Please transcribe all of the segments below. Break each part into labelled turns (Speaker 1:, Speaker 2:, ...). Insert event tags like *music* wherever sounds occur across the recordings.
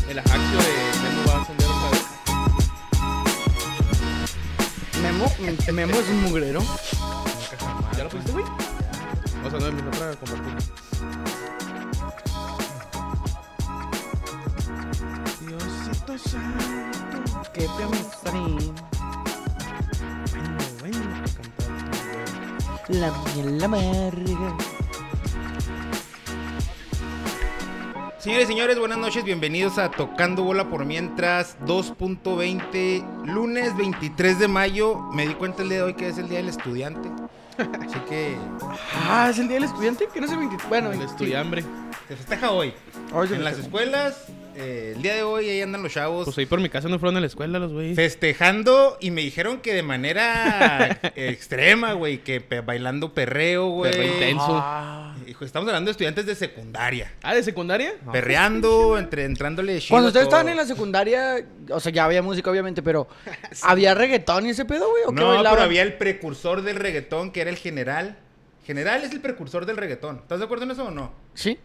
Speaker 1: *laughs* Se me es un mugrero.
Speaker 2: Nunca jamás.
Speaker 3: ¿Ya lo pusiste, güey?
Speaker 2: O sea, no es mi otra compartir. Diosito santo.
Speaker 1: Que te amistad.
Speaker 2: Bueno, bueno, que cantar.
Speaker 1: La miel amarga.
Speaker 3: Señores y señores, buenas noches, bienvenidos a Tocando Bola por Mientras 2.20, lunes 23 de mayo. Me di cuenta el día de hoy que es el día del estudiante. Así que
Speaker 1: Ah, es el día del estudiante. Que no es el 20. Bueno,
Speaker 2: El
Speaker 1: sí.
Speaker 2: estudiambre.
Speaker 3: se festeja hoy.
Speaker 1: Hoy se
Speaker 3: En las
Speaker 1: festeja.
Speaker 3: escuelas, eh, el día de hoy ahí andan los chavos.
Speaker 2: Pues ahí por mi casa no fueron a la escuela los güeyes.
Speaker 3: Festejando y me dijeron que
Speaker 1: *laughs*
Speaker 3: de manera extrema, güey, que pe- bailando perreo, güey.
Speaker 2: Perreo intenso.
Speaker 1: Ah.
Speaker 3: Hijo, Estamos hablando de estudiantes de secundaria.
Speaker 2: ¿Ah, de secundaria?
Speaker 3: Perreando, entre, entrándole chido
Speaker 1: Cuando ustedes
Speaker 3: todo.
Speaker 1: estaban en la secundaria, o sea, ya había música, obviamente,
Speaker 3: *laughs*
Speaker 1: pero ¿había reggaetón y ese pedo, güey? ¿O qué
Speaker 3: No,
Speaker 1: bailaban?
Speaker 3: pero había el precursor del reggaetón, que era el general. General es el precursor del reggaetón. ¿Estás de acuerdo en eso o no?
Speaker 1: Sí.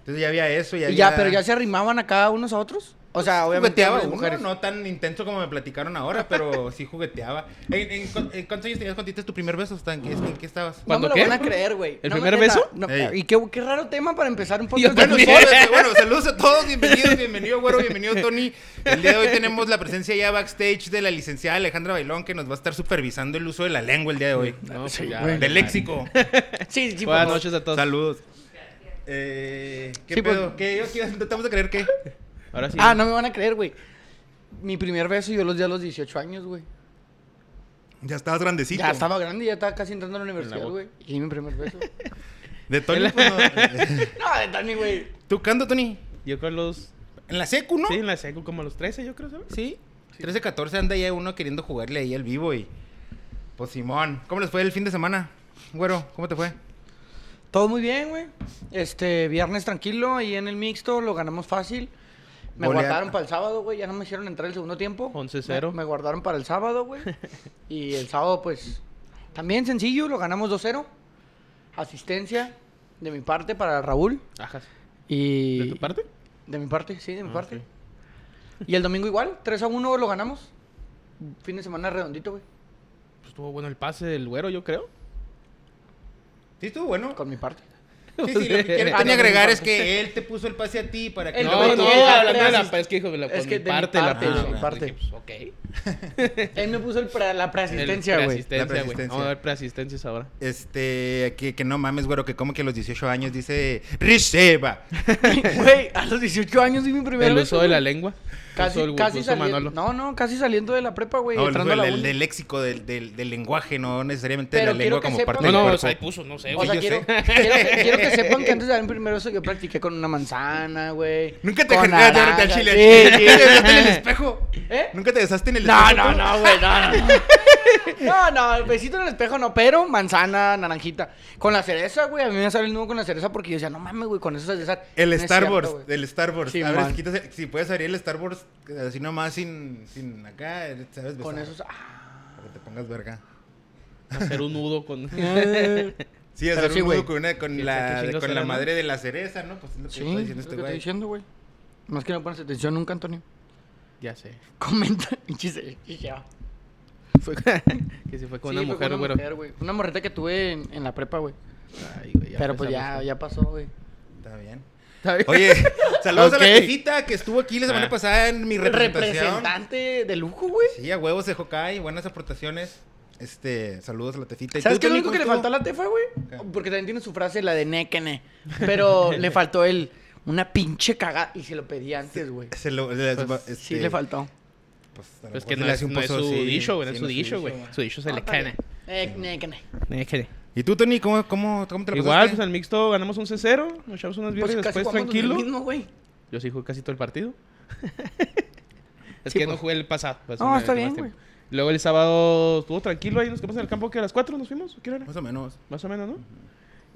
Speaker 3: Entonces ya había eso, ya
Speaker 1: Y
Speaker 3: había...
Speaker 1: ya, pero ya se arrimaban acá unos a otros. O sea, obviamente.
Speaker 3: Jugueteaba
Speaker 1: hombres y
Speaker 3: uno, no tan intenso como me platicaron ahora, pero sí jugueteaba. *laughs* ¿En, en cu- en cuántos años tenías cuando diste tu primer beso? ¿Hasta ¿En qué, en qué estabas?
Speaker 1: No me
Speaker 2: ¿Cuándo
Speaker 1: lo
Speaker 2: qué?
Speaker 1: van a creer, güey.
Speaker 2: ¿El
Speaker 1: No me
Speaker 2: primer
Speaker 1: crean.
Speaker 2: beso?
Speaker 1: No,
Speaker 3: Ey.
Speaker 1: y qué, qué raro tema para empezar un
Speaker 2: Yo
Speaker 1: podcast.
Speaker 3: Bueno,
Speaker 1: de
Speaker 2: también.
Speaker 1: nosotros.
Speaker 3: saludos, eh, bueno, saludos a todos, bienvenidos, bienvenido Güero, bienvenido Tony. El día de hoy tenemos la presencia ya backstage de la licenciada Alejandra Bailón que nos va a estar supervisando el uso de la lengua el día de hoy.
Speaker 2: No, pues ya.
Speaker 1: güey. *laughs*
Speaker 3: Del léxico.
Speaker 1: Sí, sí, por
Speaker 2: Buenas
Speaker 1: favor.
Speaker 2: noches a todos.
Speaker 3: Saludos. Eh, ¿Qué
Speaker 1: Sí,
Speaker 3: pedo?
Speaker 1: pues-
Speaker 3: ¿Qué? ¿Yo qué? ¿Tratamos de creer qué?
Speaker 2: Ahora sí.
Speaker 1: Ah, no me van a creer, güey. Mi primer beso yo los di a los 18 años, güey.
Speaker 3: Ya estabas grandecito.
Speaker 1: Ya estaba grande, ya estaba casi entrando a la
Speaker 2: En
Speaker 1: universidad,
Speaker 2: la
Speaker 1: güey. Y mi primer beso.
Speaker 3: De Tony. pues, no.
Speaker 1: *laughs* no, de Tani, güey.
Speaker 3: ¿Tú cuándo, Tony?
Speaker 2: Yo creo los...
Speaker 3: En la secu, ¿no?
Speaker 2: Sí, en la secu, como a los 13, yo creo, ¿sabes?
Speaker 3: Sí. 13, 14 anda ya uno queriendo jugarle ahí al vivo y... Pues Simón, ¿cómo les fue el fin de semana? Güero, ¿cómo te fue?
Speaker 1: Todo muy bien, güey. Este, viernes tranquilo, ahí en el mixto, lo ganamos fácil. Me
Speaker 3: Golea-
Speaker 1: guardaron para el sábado, güey. Ya no me hicieron entrar el segundo tiempo.
Speaker 2: 11-0.
Speaker 1: Me, me guardaron para el sábado,
Speaker 2: *laughs*
Speaker 1: güey. y el sábado, pues, también sencillo, lo ganamos 2-0. Asistencia de mi parte para Raúl.
Speaker 2: Ajá.
Speaker 1: Y...
Speaker 2: ¿De tu parte? Pues
Speaker 1: De mi parte, sí, de mi
Speaker 2: Ah,
Speaker 1: parte.
Speaker 2: ok.
Speaker 1: Y el domingo igual, 3 a 1 lo ganamos. Fin de semana redondito, güey.
Speaker 2: Pues estuvo bueno el pase del güero, yo creo.
Speaker 3: Sí, estuvo bueno.
Speaker 1: Con mi parte.
Speaker 3: Sí,
Speaker 1: *laughs*
Speaker 3: sí, lo que quiero
Speaker 1: Ah, no,
Speaker 3: Tony agregar
Speaker 1: no,
Speaker 3: es que él te puso el pase a ti para que...
Speaker 1: El
Speaker 3: no,
Speaker 1: güey
Speaker 3: no,
Speaker 1: que-
Speaker 3: no,
Speaker 1: hablando de la-
Speaker 2: es que, hijo, de la,
Speaker 1: es que de mi parte,
Speaker 3: de mi
Speaker 1: parte.
Speaker 2: pues, ok.
Speaker 1: *laughs* Él me puso el pre- la preasistencia, güey.
Speaker 2: Asistencia,
Speaker 3: La
Speaker 2: Preasistencia, güey.
Speaker 3: preasistencia.
Speaker 2: Vamos a ver preasistencias ahora.
Speaker 3: Este, que, que no mames, güero, que como que a los 18 años dice... ¡Riseba!
Speaker 1: *laughs* Güey, a los 18 años di mi primer
Speaker 2: El
Speaker 1: beso,
Speaker 2: uso de la
Speaker 1: güey.
Speaker 2: lengua.
Speaker 1: Casi,
Speaker 2: Uso el-
Speaker 1: casi
Speaker 2: uso
Speaker 1: saliendo.
Speaker 2: Manolo.
Speaker 1: No, no, casi saliendo de la prepa, güey.
Speaker 3: No, el,
Speaker 1: entrando a la
Speaker 3: del-
Speaker 1: uni.
Speaker 3: del léxico, del, del- del lenguaje, no necesariamente de
Speaker 1: Pero
Speaker 3: la
Speaker 1: quiero
Speaker 3: lengua
Speaker 1: que
Speaker 3: como
Speaker 1: sepan-
Speaker 3: parte
Speaker 2: No,
Speaker 3: del
Speaker 2: no, o
Speaker 3: cuerpo.
Speaker 2: sea, ahí puso, no sé,
Speaker 1: O
Speaker 2: güey.
Speaker 1: sea,
Speaker 3: yo
Speaker 1: quiero,
Speaker 3: sé.
Speaker 1: *laughs* quiero que, quiero
Speaker 2: *laughs*
Speaker 1: que sepan que antes de dar mi primer beso yo practiqué con una manzana, güey.
Speaker 3: Nunca te
Speaker 1: con
Speaker 3: generas de
Speaker 1: naranja.
Speaker 3: al chile.
Speaker 1: Sí,
Speaker 3: *laughs* Nunca te
Speaker 1: sí.
Speaker 3: besaste en el espejo.
Speaker 1: ¿Eh?
Speaker 3: Nunca te besaste en el
Speaker 1: No,
Speaker 3: espejo.
Speaker 1: no,
Speaker 3: tú?
Speaker 1: no, güey, no, no. No, no, el besito en el espejo no, pero manzana, naranjita. Con la cereza, güey, a mí me sale el nudo con la cereza porque yo decía, no mames, güey, con eso se deshace.
Speaker 3: El
Speaker 1: No es
Speaker 3: Star
Speaker 1: cierto,
Speaker 3: Wars,
Speaker 1: güey.
Speaker 3: el Star Wars.
Speaker 1: Sí,
Speaker 3: Abres,
Speaker 1: man.
Speaker 3: quitas el- si puedes abrir el Star Wars así nomás sin, sin acá, sabes besar.
Speaker 1: Con esos. ah,
Speaker 3: Para que te pongas verga.
Speaker 2: Hacer un nudo
Speaker 1: *laughs*
Speaker 2: con.
Speaker 1: Eh,
Speaker 3: Sí,
Speaker 1: Pero
Speaker 3: hacer
Speaker 1: sí,
Speaker 3: un
Speaker 1: güey.
Speaker 3: nudo con, una- con
Speaker 2: Sí,
Speaker 3: la,
Speaker 2: qué chingos
Speaker 3: con la
Speaker 2: eran, ¿no?
Speaker 3: madre de la cereza, ¿no? Pues es lo que
Speaker 1: Sí,
Speaker 3: está
Speaker 1: es lo
Speaker 3: diciendo
Speaker 1: que
Speaker 3: este
Speaker 1: estoy
Speaker 3: güey.
Speaker 1: diciendo, güey. Más que no pones atención nunca, Antonio. *laughs*
Speaker 2: ya sé.
Speaker 1: Comenta, pinche ya.
Speaker 2: Fue- *laughs* que se fue con una mujer, güero.
Speaker 1: güey. Una morreta que tuve en, en la prepa, güey.
Speaker 2: Ay, güey, ya
Speaker 1: Pero pues ya,
Speaker 2: empezamos.
Speaker 1: ya pasó, güey.
Speaker 3: Está bien.
Speaker 2: Está bien.
Speaker 1: *laughs*
Speaker 3: Oye, saludos a la
Speaker 2: Ok.
Speaker 3: visita que estuvo aquí la semana
Speaker 2: Ah.
Speaker 3: pasada en mi representación.
Speaker 1: Representante de lujo, güey.
Speaker 3: Sí, a huevos de Hawkeye, buenas aportaciones. Este, saludos a la tefita. ¿Y
Speaker 1: ¿Sabes qué
Speaker 3: tú,
Speaker 1: es lo único
Speaker 3: Tony, cómo
Speaker 1: que le
Speaker 3: estuvo?
Speaker 1: faltó a la tefa, güey?
Speaker 3: ¿Qué?
Speaker 1: Porque también tiene su frase, la de néquene.
Speaker 3: *laughs*
Speaker 1: Pero le faltó el una pinche cagada. Y se lo pedí antes, güey. Pues,
Speaker 3: Se lo- le- este,
Speaker 1: Sí, le faltó.
Speaker 3: Pues, a
Speaker 2: Pues
Speaker 3: lo mejor
Speaker 2: que
Speaker 3: se
Speaker 2: no
Speaker 3: le
Speaker 2: es,
Speaker 3: hace un
Speaker 2: no es
Speaker 3: pozo,
Speaker 2: su
Speaker 3: sí,
Speaker 2: dicho, güey. No
Speaker 3: sí,
Speaker 2: es su dicho, güey. Su dicho se le cana.
Speaker 1: Eh, Néquene.
Speaker 2: Déjale.
Speaker 3: ¿Y tú, Tony, cómo, cómo, cómo te la
Speaker 2: Igual,
Speaker 3: pasaste?
Speaker 2: pues al mixto ganamos 11-0. Nos echamos unas
Speaker 1: Pues
Speaker 2: birras y
Speaker 1: casi
Speaker 2: después
Speaker 1: jugamos donde
Speaker 2: tranquilo.
Speaker 1: mismo, güey.
Speaker 2: Yo sí jugué casi todo el *laughs* partido. es
Speaker 1: Sí,
Speaker 2: que
Speaker 1: pues.
Speaker 2: no jugué el pasado. pues,
Speaker 1: No,
Speaker 2: me
Speaker 1: está
Speaker 2: metí más
Speaker 1: bien, güey.
Speaker 2: tiempo. Luego el sábado estuvo tranquilo. Ahí nos quedamos en el campo que a las 4 nos fuimos. ¿o ¿Qué hora?
Speaker 3: Más o menos.
Speaker 2: Más o menos, ¿no?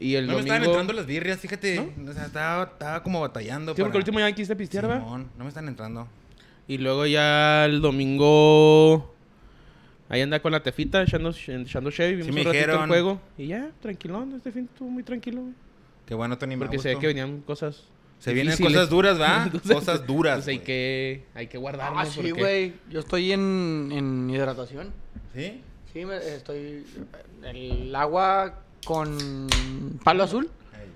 Speaker 2: Y pues, el
Speaker 3: No me
Speaker 2: domingo.
Speaker 3: estaban entrando las birrias, fíjate.
Speaker 2: ¿No?
Speaker 3: O sea, estaba, estaba como batallando.
Speaker 2: Sí, porque
Speaker 3: para-
Speaker 2: el último ya quise pistear, ¿verdad?
Speaker 3: Simón, no me están entrando.
Speaker 2: Y luego ya el domingo. Ahí anda con la tefita, echando, echando Chevy. Vimos
Speaker 3: me
Speaker 2: un ratito
Speaker 3: dijeron.
Speaker 2: el juego. Y ya, tranquilón. Este fin estuvo muy tranquilo, güey.
Speaker 3: Qué bueno, Tony, me
Speaker 2: Porque se
Speaker 3: gustó.
Speaker 2: ve que ¿eh? venían cosas.
Speaker 3: Se vienen
Speaker 2: difíciles.
Speaker 3: cosas duras,
Speaker 2: *laughs*
Speaker 3: ¿va?
Speaker 2: Entonces-
Speaker 3: cosas duras,
Speaker 2: Entonces hay
Speaker 3: güey.
Speaker 2: que, hay que guardarnos.
Speaker 1: Ah, sí,
Speaker 2: porque-
Speaker 1: güey. Yo estoy en, en hidratación.
Speaker 3: ¿Sí?
Speaker 1: Sí, me- estoy. El agua con palo azul.
Speaker 3: Ey.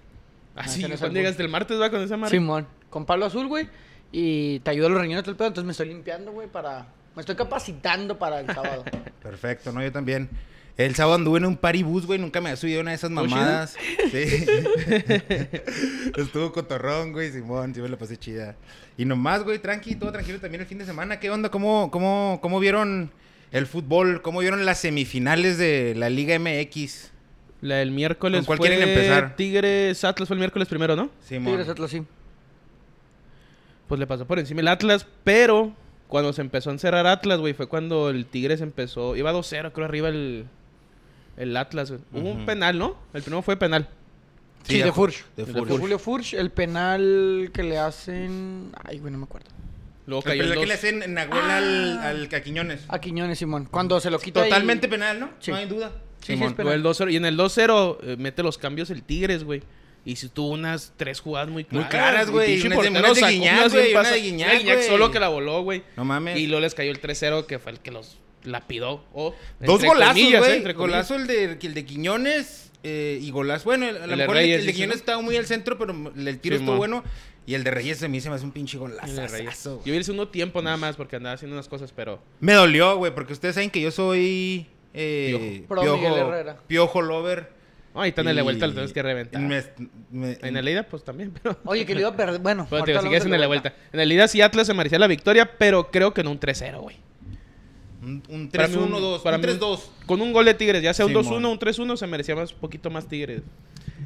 Speaker 2: Así,
Speaker 1: ese no es
Speaker 2: cuando
Speaker 1: el
Speaker 2: llegaste el martes, va, con esa madre.
Speaker 1: Simón. Con palo azul, güey. Y te ayuda a los riñones todo el pedo. Entonces me estoy limpiando, güey, para. Me estoy capacitando para el
Speaker 3: *laughs*
Speaker 1: sábado.
Speaker 3: Perfecto, no, yo también. El sábado anduve en un paribus, güey, nunca me había subido a una de esas
Speaker 2: ¿Estuvo
Speaker 3: mamadas. Sí. Estuvo cotorrón, güey, Simón, sí me la pasé chida. Y nomás, güey, tranqui, todo tranquilo también el fin de semana. ¿Qué onda? ¿Cómo, cómo, cómo vieron el fútbol? ¿Cómo vieron las semifinales de la Liga MX?
Speaker 2: La del miércoles.
Speaker 3: ¿Con cuál
Speaker 2: fue
Speaker 3: quieren empezar?
Speaker 2: Tigres Atlas fue el miércoles primero, ¿no?
Speaker 1: Tigres
Speaker 3: Simón.
Speaker 1: Atlas, sí.
Speaker 2: Pues le pasó por encima el Atlas, pero cuando se empezó a encerrar Atlas, güey, fue cuando el Tigres empezó. Iba 2-0, creo, arriba el, el Atlas, güey. Hubo un
Speaker 3: Ujú.
Speaker 2: penal, ¿no? El primero fue penal.
Speaker 1: Sí, de Furch.
Speaker 3: De
Speaker 1: De
Speaker 3: Furch.
Speaker 1: Julio Furch, el penal que le hacen. Ay, güey, no me acuerdo.
Speaker 2: Luego
Speaker 3: El
Speaker 2: cayó el
Speaker 3: penal que
Speaker 2: dos.
Speaker 3: le hacen Nahuel al, al Caquiñones.
Speaker 1: A Quiñones, Simón. Cuando se lo Ah. quita. y-
Speaker 3: Totalmente penal, ¿no?
Speaker 1: Sí.
Speaker 3: No hay duda.
Speaker 1: Sí, sí,
Speaker 3: Simón.
Speaker 1: es penal.
Speaker 2: Luego el 2-0. Y en el 2-0 eh, mete los cambios el Tigres, güey. Y si tuvo unas tres jugadas muy claras.
Speaker 3: Muy claras, güey.
Speaker 2: Y pinche
Speaker 3: Unas de-
Speaker 2: portero
Speaker 3: unas de
Speaker 2: sacó
Speaker 3: Guiñac,
Speaker 2: unas bien
Speaker 3: güey, una
Speaker 2: pasadas.
Speaker 3: de Guiñac,
Speaker 2: El
Speaker 3: güey.
Speaker 2: solo que la voló, güey.
Speaker 3: No mames.
Speaker 2: Y luego les cayó el 3-0, que fue el que los lapidó. Oh,
Speaker 3: Dos
Speaker 2: entre
Speaker 3: golazos,
Speaker 2: comillas, eh,
Speaker 3: güey.
Speaker 2: entre comillas.
Speaker 3: golazo el de, el de Quiñones eh, y golazo. Bueno, el, a lo
Speaker 2: El de
Speaker 3: mejor el-
Speaker 2: Reyes,
Speaker 3: el de
Speaker 2: dice,
Speaker 3: Quiñones
Speaker 2: ¿no?
Speaker 3: estaba muy al centro, pero el tiro
Speaker 2: Simón.
Speaker 3: estuvo bueno. Y el de Reyes se me hizo más un pinche
Speaker 2: El de Reyes.
Speaker 3: golazo.
Speaker 2: Yo vi el segundo tiempo nada más porque andaba haciendo unas cosas, pero
Speaker 3: Me dolió, güey, porque ustedes saben que yo soy. Eh,
Speaker 1: Piojo. Pro Miguel Herrera.
Speaker 3: Piojo lover.
Speaker 2: ahí está en la
Speaker 3: Y-
Speaker 2: vuelta, lo tienes que reventar.
Speaker 3: me- me-
Speaker 2: En el ida pues también, pero
Speaker 1: Oye, que le iba a perder. Bueno,
Speaker 2: Bueno, te
Speaker 1: ahorita
Speaker 2: digo, si
Speaker 1: hablamos
Speaker 2: quieres
Speaker 1: de
Speaker 2: en la vuelta. En el ida sí Atlas se merecía la victoria, pero creo que no un 3-0, güey.
Speaker 3: un, un
Speaker 2: Para mí un-
Speaker 3: 3-1-2.
Speaker 2: para
Speaker 3: Un
Speaker 2: mí un-
Speaker 3: 3-2.
Speaker 2: Con un gol de Tigres, ya sea un
Speaker 3: Simón.
Speaker 2: 2-1, un 3-1 se merecía más poquito más Tigres.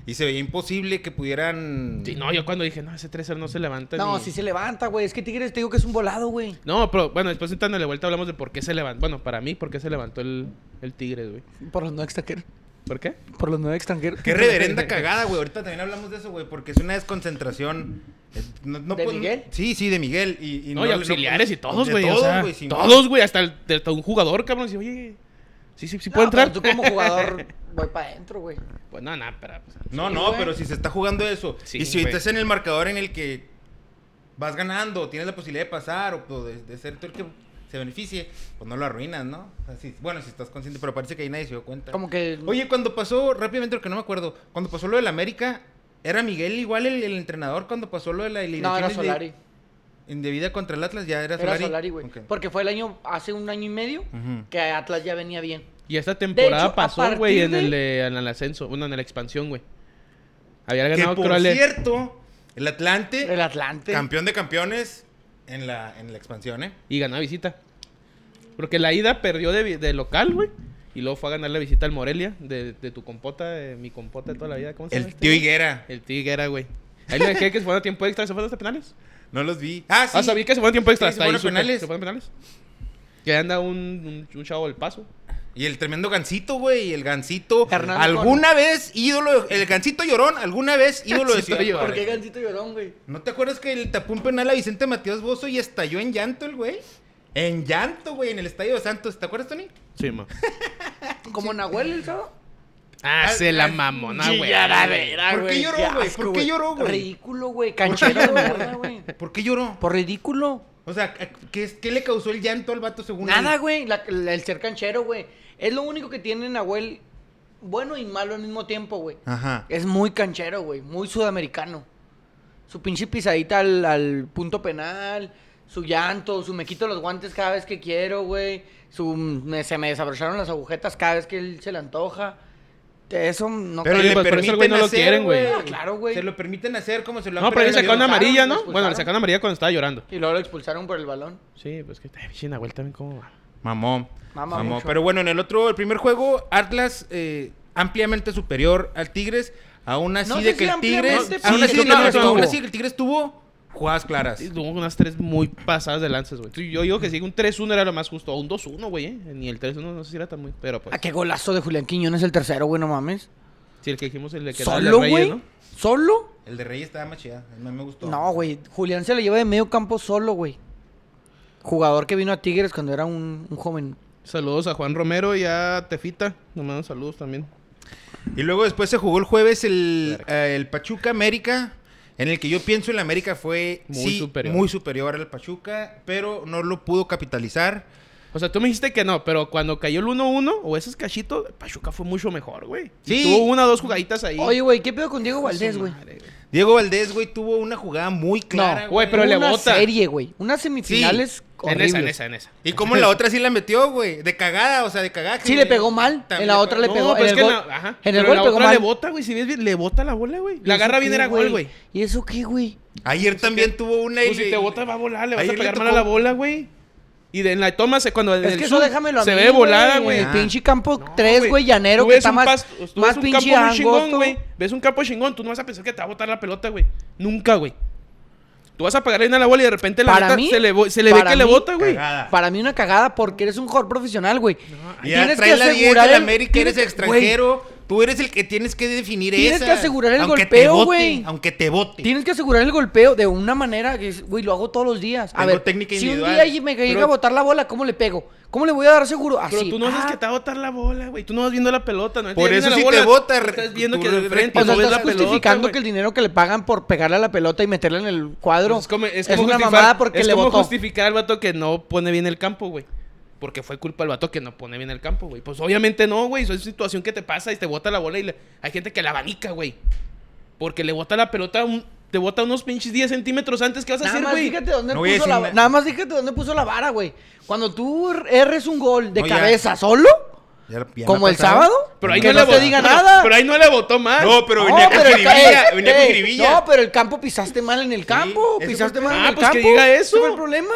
Speaker 3: Y se veía imposible que pudieran.
Speaker 2: Sí, no, yo cuando dije, "No, ese 3-0 no se levanta."
Speaker 1: No,
Speaker 2: ni-
Speaker 1: si se levanta, güey. Es que Tigres te digo que es un volado, güey.
Speaker 2: No, pero bueno, después entrando en la vuelta hablamos de por qué se levantó. Bueno, para mí, por qué se levantó el, el Tigres, güey.
Speaker 1: Por los nueve extranjeros.
Speaker 2: ¿Por qué?
Speaker 1: Por los nueve extranjeros.
Speaker 3: Qué reverenda
Speaker 2: *laughs*
Speaker 3: cagada, güey. Ahorita también hablamos de eso, güey, porque es una desconcentración. Eh, No, no
Speaker 1: ¿De
Speaker 3: pon-
Speaker 1: Miguel?
Speaker 3: Sí, sí, de Miguel. Y, y
Speaker 2: No, y
Speaker 3: le-
Speaker 2: auxiliares y todos,
Speaker 3: de
Speaker 2: güey.
Speaker 3: Todos,
Speaker 2: o sea,
Speaker 3: güey, Simón.
Speaker 2: todos, güey. Hasta, el- hasta un jugador, cabrón. Dice, oye, sí, sí, sí,
Speaker 1: No,
Speaker 2: puede entrar.
Speaker 1: pero Tú como jugador, *laughs* voy para adentro, güey.
Speaker 2: Pues no, no, pero. pues,
Speaker 3: No,
Speaker 1: Sí,
Speaker 3: no,
Speaker 1: güey.
Speaker 3: pero si se está jugando eso.
Speaker 2: Sí,
Speaker 3: y si ahorita
Speaker 2: güey.
Speaker 3: es en el marcador en el que vas ganando, tienes la posibilidad de pasar o o de, de ser tú el que se beneficie, pues no lo arruinas, ¿no? O sea, sí, bueno, si estás consciente, pero parece que ahí nadie se dio cuenta.
Speaker 1: Como que.
Speaker 3: Oye, cuando pasó, rápidamente, porque no me acuerdo, cuando pasó lo del América, ¿era Miguel igual el, el entrenador cuando pasó lo de la
Speaker 1: no,
Speaker 3: eliminación
Speaker 1: era
Speaker 3: inde-
Speaker 1: Solari.
Speaker 3: Indebida contra el Atlas, ya era Solari.
Speaker 1: Era Solari, güey.
Speaker 3: Ok.
Speaker 1: Porque fue el año, hace un año y medio,
Speaker 3: Ujú.
Speaker 1: que Atlas ya venía bien.
Speaker 2: Y esta temporada
Speaker 1: hecho, a
Speaker 2: pasó, güey,
Speaker 1: partir
Speaker 2: en, el,
Speaker 1: de-
Speaker 2: eh, en el ascenso, bueno, en la expansión, güey. Había
Speaker 3: Que
Speaker 2: ganado, creo,
Speaker 3: por
Speaker 2: al-
Speaker 3: cierto, el Atlante,
Speaker 1: El Atlante.
Speaker 3: campeón de campeones en la, en la expansión, ¿eh?
Speaker 2: y ganó visita. Porque la ida perdió de, vi- de local, güey. Y luego fue a ganar la visita al Morelia, de, de tu compota, de mi compota de toda la vida. ¿Cómo se llama
Speaker 3: El
Speaker 2: este
Speaker 3: tío
Speaker 2: güey?
Speaker 3: Higuera.
Speaker 2: El tío Higuera, güey. Ahí le dejé que se fueron a tiempo extra, se fueron hasta penales.
Speaker 3: No los vi. Ah, sí.
Speaker 2: Ah, sabía que se fueron a tiempo extra.
Speaker 3: Sí, se
Speaker 2: hasta ahí
Speaker 3: fueron a
Speaker 2: supe.
Speaker 3: penales.
Speaker 2: Se fueron a penales. Que anda un, un, un chavo del paso.
Speaker 3: Y el tremendo Gancito, güey. El Gancito.
Speaker 1: Hernández
Speaker 3: alguna vez ídolo. de- El Gancito llorón,
Speaker 1: *laughs*
Speaker 3: alguna vez ídolo de
Speaker 2: Gancito
Speaker 3: Ciudad
Speaker 2: Llorón.
Speaker 1: ¿Por qué
Speaker 3: Juárez.
Speaker 1: Gancito Llorón, güey?
Speaker 3: ¿No te acuerdas que le tapó un penal a Vicente Matías Bozo y estalló en llanto el güey? En llanto, güey, en el Estadio de Santos. ¿Te acuerdas, Tony?
Speaker 2: Sí, ma.
Speaker 1: Como Nahuel el sábado.
Speaker 2: Ah, se la mamona, güey.
Speaker 1: Chilladadera,
Speaker 3: ¿Por qué
Speaker 1: güey,
Speaker 3: lloró,
Speaker 1: qué
Speaker 3: güey?
Speaker 1: asco,
Speaker 3: ¿Por qué lloró, güey?
Speaker 1: Ridículo, güey. Canchero de
Speaker 3: lloró, güey?
Speaker 1: mierda, güey.
Speaker 3: ¿Por qué lloró?
Speaker 1: Por ridículo.
Speaker 3: O sea, ¿qué, qué le causó el llanto al vato según
Speaker 1: Nada,
Speaker 3: él?
Speaker 1: güey. la- la- el ser canchero, güey. Es lo único que tiene Nahuel bueno y malo al mismo tiempo, güey.
Speaker 3: Ajá.
Speaker 1: Es muy canchero, güey. Muy sudamericano. Su pinche pisadita al, al punto penal. Su llanto. Su me quito los guantes cada vez que quiero, güey. Su me- se me desabrocharon las agujetas cada vez que él se le antoja. Eso no
Speaker 3: Pero
Speaker 2: Sí,
Speaker 3: le
Speaker 2: pues, por eso
Speaker 3: permiten
Speaker 2: el güey no lo
Speaker 3: hacer,
Speaker 2: quieren, güey.
Speaker 1: Ah, claro, güey.
Speaker 3: Se lo permiten hacer como se lo han Ah,
Speaker 2: No, pero le
Speaker 1: Pero
Speaker 2: sacaron
Speaker 1: lo
Speaker 2: una
Speaker 1: expulsaron,
Speaker 2: amarilla,
Speaker 1: lo
Speaker 2: ¿no? Bueno, le
Speaker 1: expulsaron.
Speaker 2: sacaron amarilla cuando estaba llorando.
Speaker 1: Y luego lo expulsaron por el balón.
Speaker 2: Sí, pues que está pinche Nahuel también cómo va.
Speaker 3: Mamó.
Speaker 1: Mama
Speaker 3: Mamó.
Speaker 1: mucho.
Speaker 3: Pero bueno, en el otro, el primer juego, Atlas eh, ampliamente superior al Tigres. Aún así
Speaker 1: No
Speaker 3: de
Speaker 1: sé
Speaker 3: que
Speaker 1: si
Speaker 3: el Tigres.
Speaker 1: ampliamente,
Speaker 2: pero
Speaker 3: aún, así de
Speaker 2: sí,
Speaker 3: que,
Speaker 2: no,
Speaker 3: el-
Speaker 2: no,
Speaker 3: aún
Speaker 2: no.
Speaker 3: así de que el Tigres tuvo jugadas claras.
Speaker 2: Sí, Tuvo unas tres muy pasadas de lances, güey. Sí, Yo digo que si un 3-1 era lo más justo. O un 2-1, güey, ¿eh? Ni el 3-1 no sé si era tan muy. Pero pues.
Speaker 1: ¿A Ah, qué golazo de Julián Quiñones el tercero, güey? No mames.
Speaker 2: Si el que dijimos el de que era el de
Speaker 1: ¿Solo,
Speaker 2: Reyes,
Speaker 1: güey?
Speaker 2: ¿no?
Speaker 1: ¿Solo?
Speaker 3: El de Reyes estaba más chida. el más me gustó.
Speaker 1: No, güey. Julián se la lleva de medio campo solo, güey. Jugador que vino a Tigres cuando era un, un joven.
Speaker 2: Saludos a Juan Romero y a Tefita. Nos mandan saludos también.
Speaker 3: Y luego después se jugó el jueves el, eh, el Pachuca América. En el que yo pienso el América fue
Speaker 2: Muy
Speaker 3: sí,
Speaker 2: superior.
Speaker 3: muy superior al Pachuca, pero no lo pudo capitalizar.
Speaker 2: O sea, tú me dijiste que no, pero cuando cayó el 1-1 o esos cachitos, Pachuca fue mucho mejor, güey. Sí.
Speaker 3: Sí.
Speaker 2: Tuvo una o dos jugaditas ahí.
Speaker 1: Oye, güey, ¿qué pedo con Diego
Speaker 2: Su
Speaker 1: Valdés, güey?
Speaker 2: madre,
Speaker 3: Diego Valdés, güey, tuvo una jugada muy clara,
Speaker 2: güey, pero le
Speaker 1: una
Speaker 2: bota.
Speaker 1: serie, güey. Unas semifinales
Speaker 2: En
Speaker 1: horribles.
Speaker 2: esa, en esa, en esa.
Speaker 3: Y como en *laughs* la otra sí la metió, güey. De cagada, o sea, de cagada.
Speaker 1: Sí, le pegó mal. En la otra le
Speaker 2: No,
Speaker 1: pegó.
Speaker 2: pero
Speaker 1: en
Speaker 2: es
Speaker 1: el
Speaker 2: que
Speaker 1: gol,
Speaker 2: en la, ajá.
Speaker 1: en
Speaker 2: Pero
Speaker 1: el gol
Speaker 2: la
Speaker 1: pegó
Speaker 2: otra
Speaker 1: mal.
Speaker 2: le bota, güey. Si ves bien, le bota la bola, güey. La
Speaker 1: ¿Y eso
Speaker 2: agarra bien,
Speaker 1: qué,
Speaker 2: era gol, güey.
Speaker 1: ¿Y eso qué, güey?
Speaker 3: Ayer también tuvo una.
Speaker 2: Pues
Speaker 3: y-
Speaker 2: si te bota, va a volar. Le vas
Speaker 3: Ayer
Speaker 2: a
Speaker 3: le
Speaker 2: pegar mal a
Speaker 3: tocó-
Speaker 2: la bola, güey. Y de, en la toma, se, cuando
Speaker 1: Es
Speaker 2: del
Speaker 1: que eso
Speaker 2: sur,
Speaker 1: déjamelo a
Speaker 2: se
Speaker 1: mí,
Speaker 2: ve volada, güey.
Speaker 1: El
Speaker 3: Ah.
Speaker 1: pinche campo
Speaker 2: No,
Speaker 1: 3, güey, llanero,
Speaker 2: Tú
Speaker 1: que
Speaker 2: ves
Speaker 1: está
Speaker 2: un
Speaker 1: más,
Speaker 2: pas- tú
Speaker 1: más
Speaker 2: ves un
Speaker 1: pinche
Speaker 2: campo muy chingón,
Speaker 1: angosto.
Speaker 2: güey. Ves un campo chingón, tú no vas a pensar que te va a botar la pelota, güey. Nunca, güey. Tú vas a pegarle bien a la bola y de repente la
Speaker 1: Para
Speaker 2: neta
Speaker 1: mí,
Speaker 2: se le, bo- se le ve
Speaker 1: para
Speaker 2: que le
Speaker 1: mí,
Speaker 2: bota, güey.
Speaker 3: Cagada.
Speaker 1: Para mí una cagada porque eres un jugador profesional, güey.
Speaker 3: Y Ya trae la 10 de la América, eres extranjero. Tú eres el que tienes que definir
Speaker 1: Tienes
Speaker 3: esa.
Speaker 1: que asegurar el
Speaker 3: aunque te
Speaker 1: golpeo,
Speaker 3: bote,
Speaker 1: güey.
Speaker 3: Aunque te bote.
Speaker 1: Tienes que asegurar el golpeo de una manera que, es, güey, lo hago todos los días. A
Speaker 3: Tengo
Speaker 1: ver,
Speaker 3: técnica
Speaker 1: si un
Speaker 3: individual.
Speaker 1: día me llega
Speaker 2: Pero-
Speaker 1: a botar la bola, ¿cómo le pego? ¿Cómo le voy a dar seguro? Así.
Speaker 2: Pero tú no haces
Speaker 1: Ah,
Speaker 2: que te va a botar la bola, güey. Tú no vas viendo la pelota, ¿no?
Speaker 3: Por
Speaker 2: Viene
Speaker 3: eso
Speaker 2: la
Speaker 3: si
Speaker 2: bola,
Speaker 3: te bota,
Speaker 2: tú Estás
Speaker 3: re-
Speaker 2: viendo
Speaker 3: tú
Speaker 2: que de
Speaker 3: reflejas.
Speaker 2: frente
Speaker 1: Ah, O sea,
Speaker 2: no ves
Speaker 1: estás
Speaker 2: la pelota,
Speaker 1: justificando
Speaker 2: güey.
Speaker 1: que el dinero que le pagan por pegarle a la pelota y meterla en el cuadro
Speaker 2: Pues es como, es
Speaker 1: es,
Speaker 2: como
Speaker 1: una
Speaker 2: justificar-
Speaker 1: mamada porque
Speaker 2: es
Speaker 1: le
Speaker 2: como
Speaker 1: botó.
Speaker 2: justificar al vato que no pone bien el campo, güey. Porque fue culpa del vato que no pone bien el campo, güey. Pues obviamente no, güey. Es una situación que te pasa y te bota la bola y le- hay gente que la abanica, güey. Porque le bota la pelota, un- te bota unos pinches 10 centímetros antes. ¿Qué vas a
Speaker 1: Nada
Speaker 2: hacer,
Speaker 1: más,
Speaker 2: güey?
Speaker 1: fíjate dónde
Speaker 3: No voy a
Speaker 1: puso
Speaker 3: decir
Speaker 1: la,
Speaker 3: nada.
Speaker 1: nada más fíjate dónde puso la vara, güey. Cuando tú erres un gol de
Speaker 3: No, ya.
Speaker 1: cabeza solo,
Speaker 3: Ya- ya me
Speaker 1: como
Speaker 3: ha
Speaker 1: el
Speaker 3: pasado.
Speaker 1: sábado,
Speaker 2: Pero ahí
Speaker 1: que
Speaker 2: no,
Speaker 1: no,
Speaker 2: le
Speaker 1: te
Speaker 2: botó-
Speaker 1: diga
Speaker 2: pero-
Speaker 1: nada.
Speaker 2: Pero ahí no le botó mal.
Speaker 3: No, pero
Speaker 1: No,
Speaker 3: venía con
Speaker 1: pero el ca-
Speaker 3: jiribilla.
Speaker 1: eh,
Speaker 3: Venía con
Speaker 1: eh,
Speaker 3: jiribilla.
Speaker 1: No, pero el campo pisaste mal en el campo.
Speaker 3: eso
Speaker 1: pisaste
Speaker 3: fue-
Speaker 1: mal en
Speaker 2: Ah,
Speaker 1: el
Speaker 2: pues que
Speaker 1: campo.
Speaker 2: diga eso.
Speaker 1: ¿Ese fue el problema?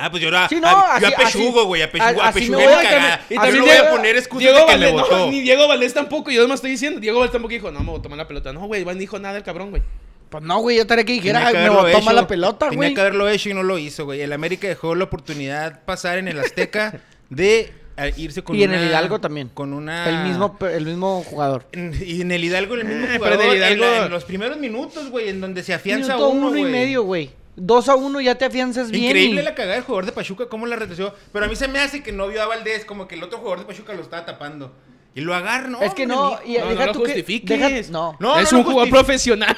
Speaker 3: Ah, pues yo ahora.
Speaker 1: Sí, no,
Speaker 3: a- yo
Speaker 1: así-
Speaker 3: apechugo,
Speaker 1: así-
Speaker 3: güey. Apechugo,
Speaker 1: a- así
Speaker 3: apechugo
Speaker 1: me
Speaker 3: en
Speaker 1: voy a
Speaker 3: cagada.
Speaker 1: cam-
Speaker 2: Y
Speaker 3: Yo
Speaker 2: también
Speaker 3: no voy a
Speaker 2: Diego-
Speaker 3: poner excusas
Speaker 2: Diego
Speaker 3: de que me
Speaker 2: Valdés- no,
Speaker 3: botó.
Speaker 2: ni Diego Valdés tampoco. Yo además estoy diciendo, Diego Valdés tampoco dijo, no, me botó mal la pelota. No, güey, Iván dijo nada el cabrón, güey.
Speaker 1: Pues no, güey, yo estaría que dijera,
Speaker 3: Tenía que
Speaker 1: "Ay, me
Speaker 3: haberlo
Speaker 1: botó mal
Speaker 3: hecho.
Speaker 1: la pelota,
Speaker 3: Tenía
Speaker 1: güey.
Speaker 3: que haberlo hecho y no lo hizo, güey. El América dejó la oportunidad pasar en el Azteca de eh, irse con
Speaker 1: Y en el
Speaker 3: una-
Speaker 1: Hidalgo también.
Speaker 3: Con una...
Speaker 1: El mismo, el mismo jugador.
Speaker 3: En- y en el Hidalgo, el
Speaker 1: *laughs*
Speaker 3: mismo
Speaker 2: Eh, pero
Speaker 3: jugador,
Speaker 2: en el
Speaker 3: en la-
Speaker 2: Hidalgo-
Speaker 3: en los primeros minutos, güey, en donde se afianza
Speaker 1: Minuto
Speaker 3: uno,
Speaker 1: uno y
Speaker 3: güey.
Speaker 1: medio, güey. Dos a uno ya te afianzas bien.
Speaker 3: Increíble
Speaker 1: y-
Speaker 3: la cagada del jugador de Pachuca, cómo la retrocedió. Pero a mí se me hace que no vio a Valdés, como que el otro jugador de Pachuca lo estaba tapando. Y lo agarra, ¿no?
Speaker 1: Es que no,
Speaker 3: hombre,
Speaker 1: y
Speaker 2: No, no
Speaker 1: deja
Speaker 2: lo
Speaker 1: tú que-
Speaker 2: justifiques.
Speaker 1: deja- no.
Speaker 3: No,
Speaker 2: es
Speaker 3: no,
Speaker 2: un
Speaker 3: no,
Speaker 2: jugador
Speaker 3: justifica.
Speaker 2: profesional.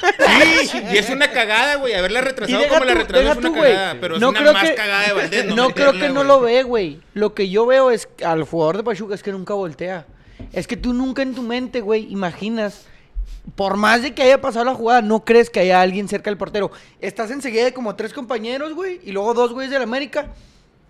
Speaker 3: mi- Sí, y es una cagada, güey. Haberla
Speaker 1: Y
Speaker 3: retrasado
Speaker 1: deja
Speaker 3: como la
Speaker 1: tú-
Speaker 3: retrasó
Speaker 1: deja
Speaker 3: es una
Speaker 1: tú, güey.
Speaker 3: cagada. Pero
Speaker 1: No
Speaker 3: es una
Speaker 1: creo
Speaker 3: más
Speaker 1: que-
Speaker 3: cagada
Speaker 1: *laughs*
Speaker 3: de Valdés. No,
Speaker 1: No creo
Speaker 3: meterla,
Speaker 1: que no
Speaker 3: güey.
Speaker 1: lo ve, güey. Lo que yo veo es que al jugador de Pachuca es que nunca voltea. Es que tú nunca en tu mente, güey, imaginas. Por más de que haya pasado la jugada, no crees que haya alguien cerca del portero. Estás enseguida de como tres compañeros, güey, y luego dos güeyes del América.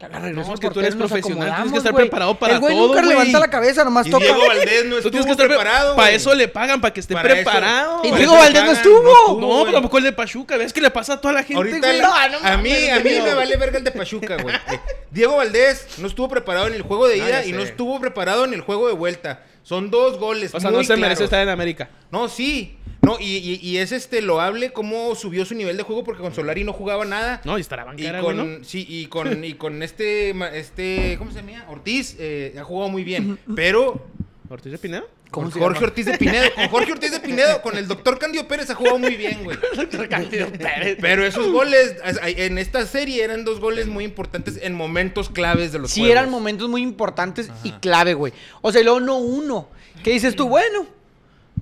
Speaker 1: La regreso
Speaker 2: No,
Speaker 1: al
Speaker 2: es que tú
Speaker 1: portero
Speaker 2: eres
Speaker 1: y nos
Speaker 2: profesional, tienes que
Speaker 1: acomodamos,
Speaker 2: estar
Speaker 1: güey.
Speaker 2: preparado para
Speaker 1: El güey
Speaker 2: todo,
Speaker 1: nunca
Speaker 2: güey.
Speaker 1: levanta la cabeza, nomás
Speaker 3: Y
Speaker 1: toca.
Speaker 3: Diego Valdés no
Speaker 2: Tú
Speaker 3: estuvo
Speaker 2: tienes que estar
Speaker 3: preparado,
Speaker 2: preparado. Para
Speaker 3: güey.
Speaker 2: eso le pagan, para que esté
Speaker 3: Para eso-
Speaker 2: preparado.
Speaker 1: Y
Speaker 3: Para
Speaker 1: Diego
Speaker 3: eso
Speaker 1: Valdés no
Speaker 3: pagan,
Speaker 1: estuvo.
Speaker 2: No,
Speaker 3: güey.
Speaker 2: pero tampoco le Pachuca. ¿Ves que le pasa a toda la gente,
Speaker 3: Ahorita
Speaker 2: güey?
Speaker 3: el-
Speaker 1: Ah,
Speaker 3: a mí, a mí me vale verga el de Pachuca, güey. Eh, Diego Valdés no estuvo preparado en el juego de
Speaker 2: No,
Speaker 3: ida
Speaker 2: ya
Speaker 3: y no
Speaker 2: sé.
Speaker 3: estuvo preparado en el juego de vuelta. Son dos goles.
Speaker 2: O sea,
Speaker 3: muy
Speaker 2: no se
Speaker 3: claros.
Speaker 2: merece estar en América.
Speaker 3: No, sí. No, y, y- y es este loable cómo subió su nivel de juego porque con Solari no jugaba nada.
Speaker 2: No, y estará
Speaker 3: Y
Speaker 2: banquera, güey,
Speaker 3: con,
Speaker 2: ¿no?
Speaker 3: sí, y con, y con este, ma- este, ¿cómo se llama? Ortiz, eh, ha jugado muy bien, pero
Speaker 2: ¿Ortiz de Pinedo?
Speaker 1: *laughs* ¿Cómo
Speaker 3: con
Speaker 1: se
Speaker 3: Jorge
Speaker 1: llama?
Speaker 3: Ortiz de Pinedo, con Jorge Ortiz de Pinedo, con el doctor Candio Pérez ha jugado muy bien, güey.
Speaker 2: *laughs*
Speaker 3: Pero esos goles as- ay, en esta serie eran dos goles muy importantes en momentos claves de los
Speaker 1: Sí,
Speaker 3: juegos.
Speaker 1: eran momentos muy importantes y clave, güey. O sea, y luego no uno. ¿Qué dices tú? Bueno.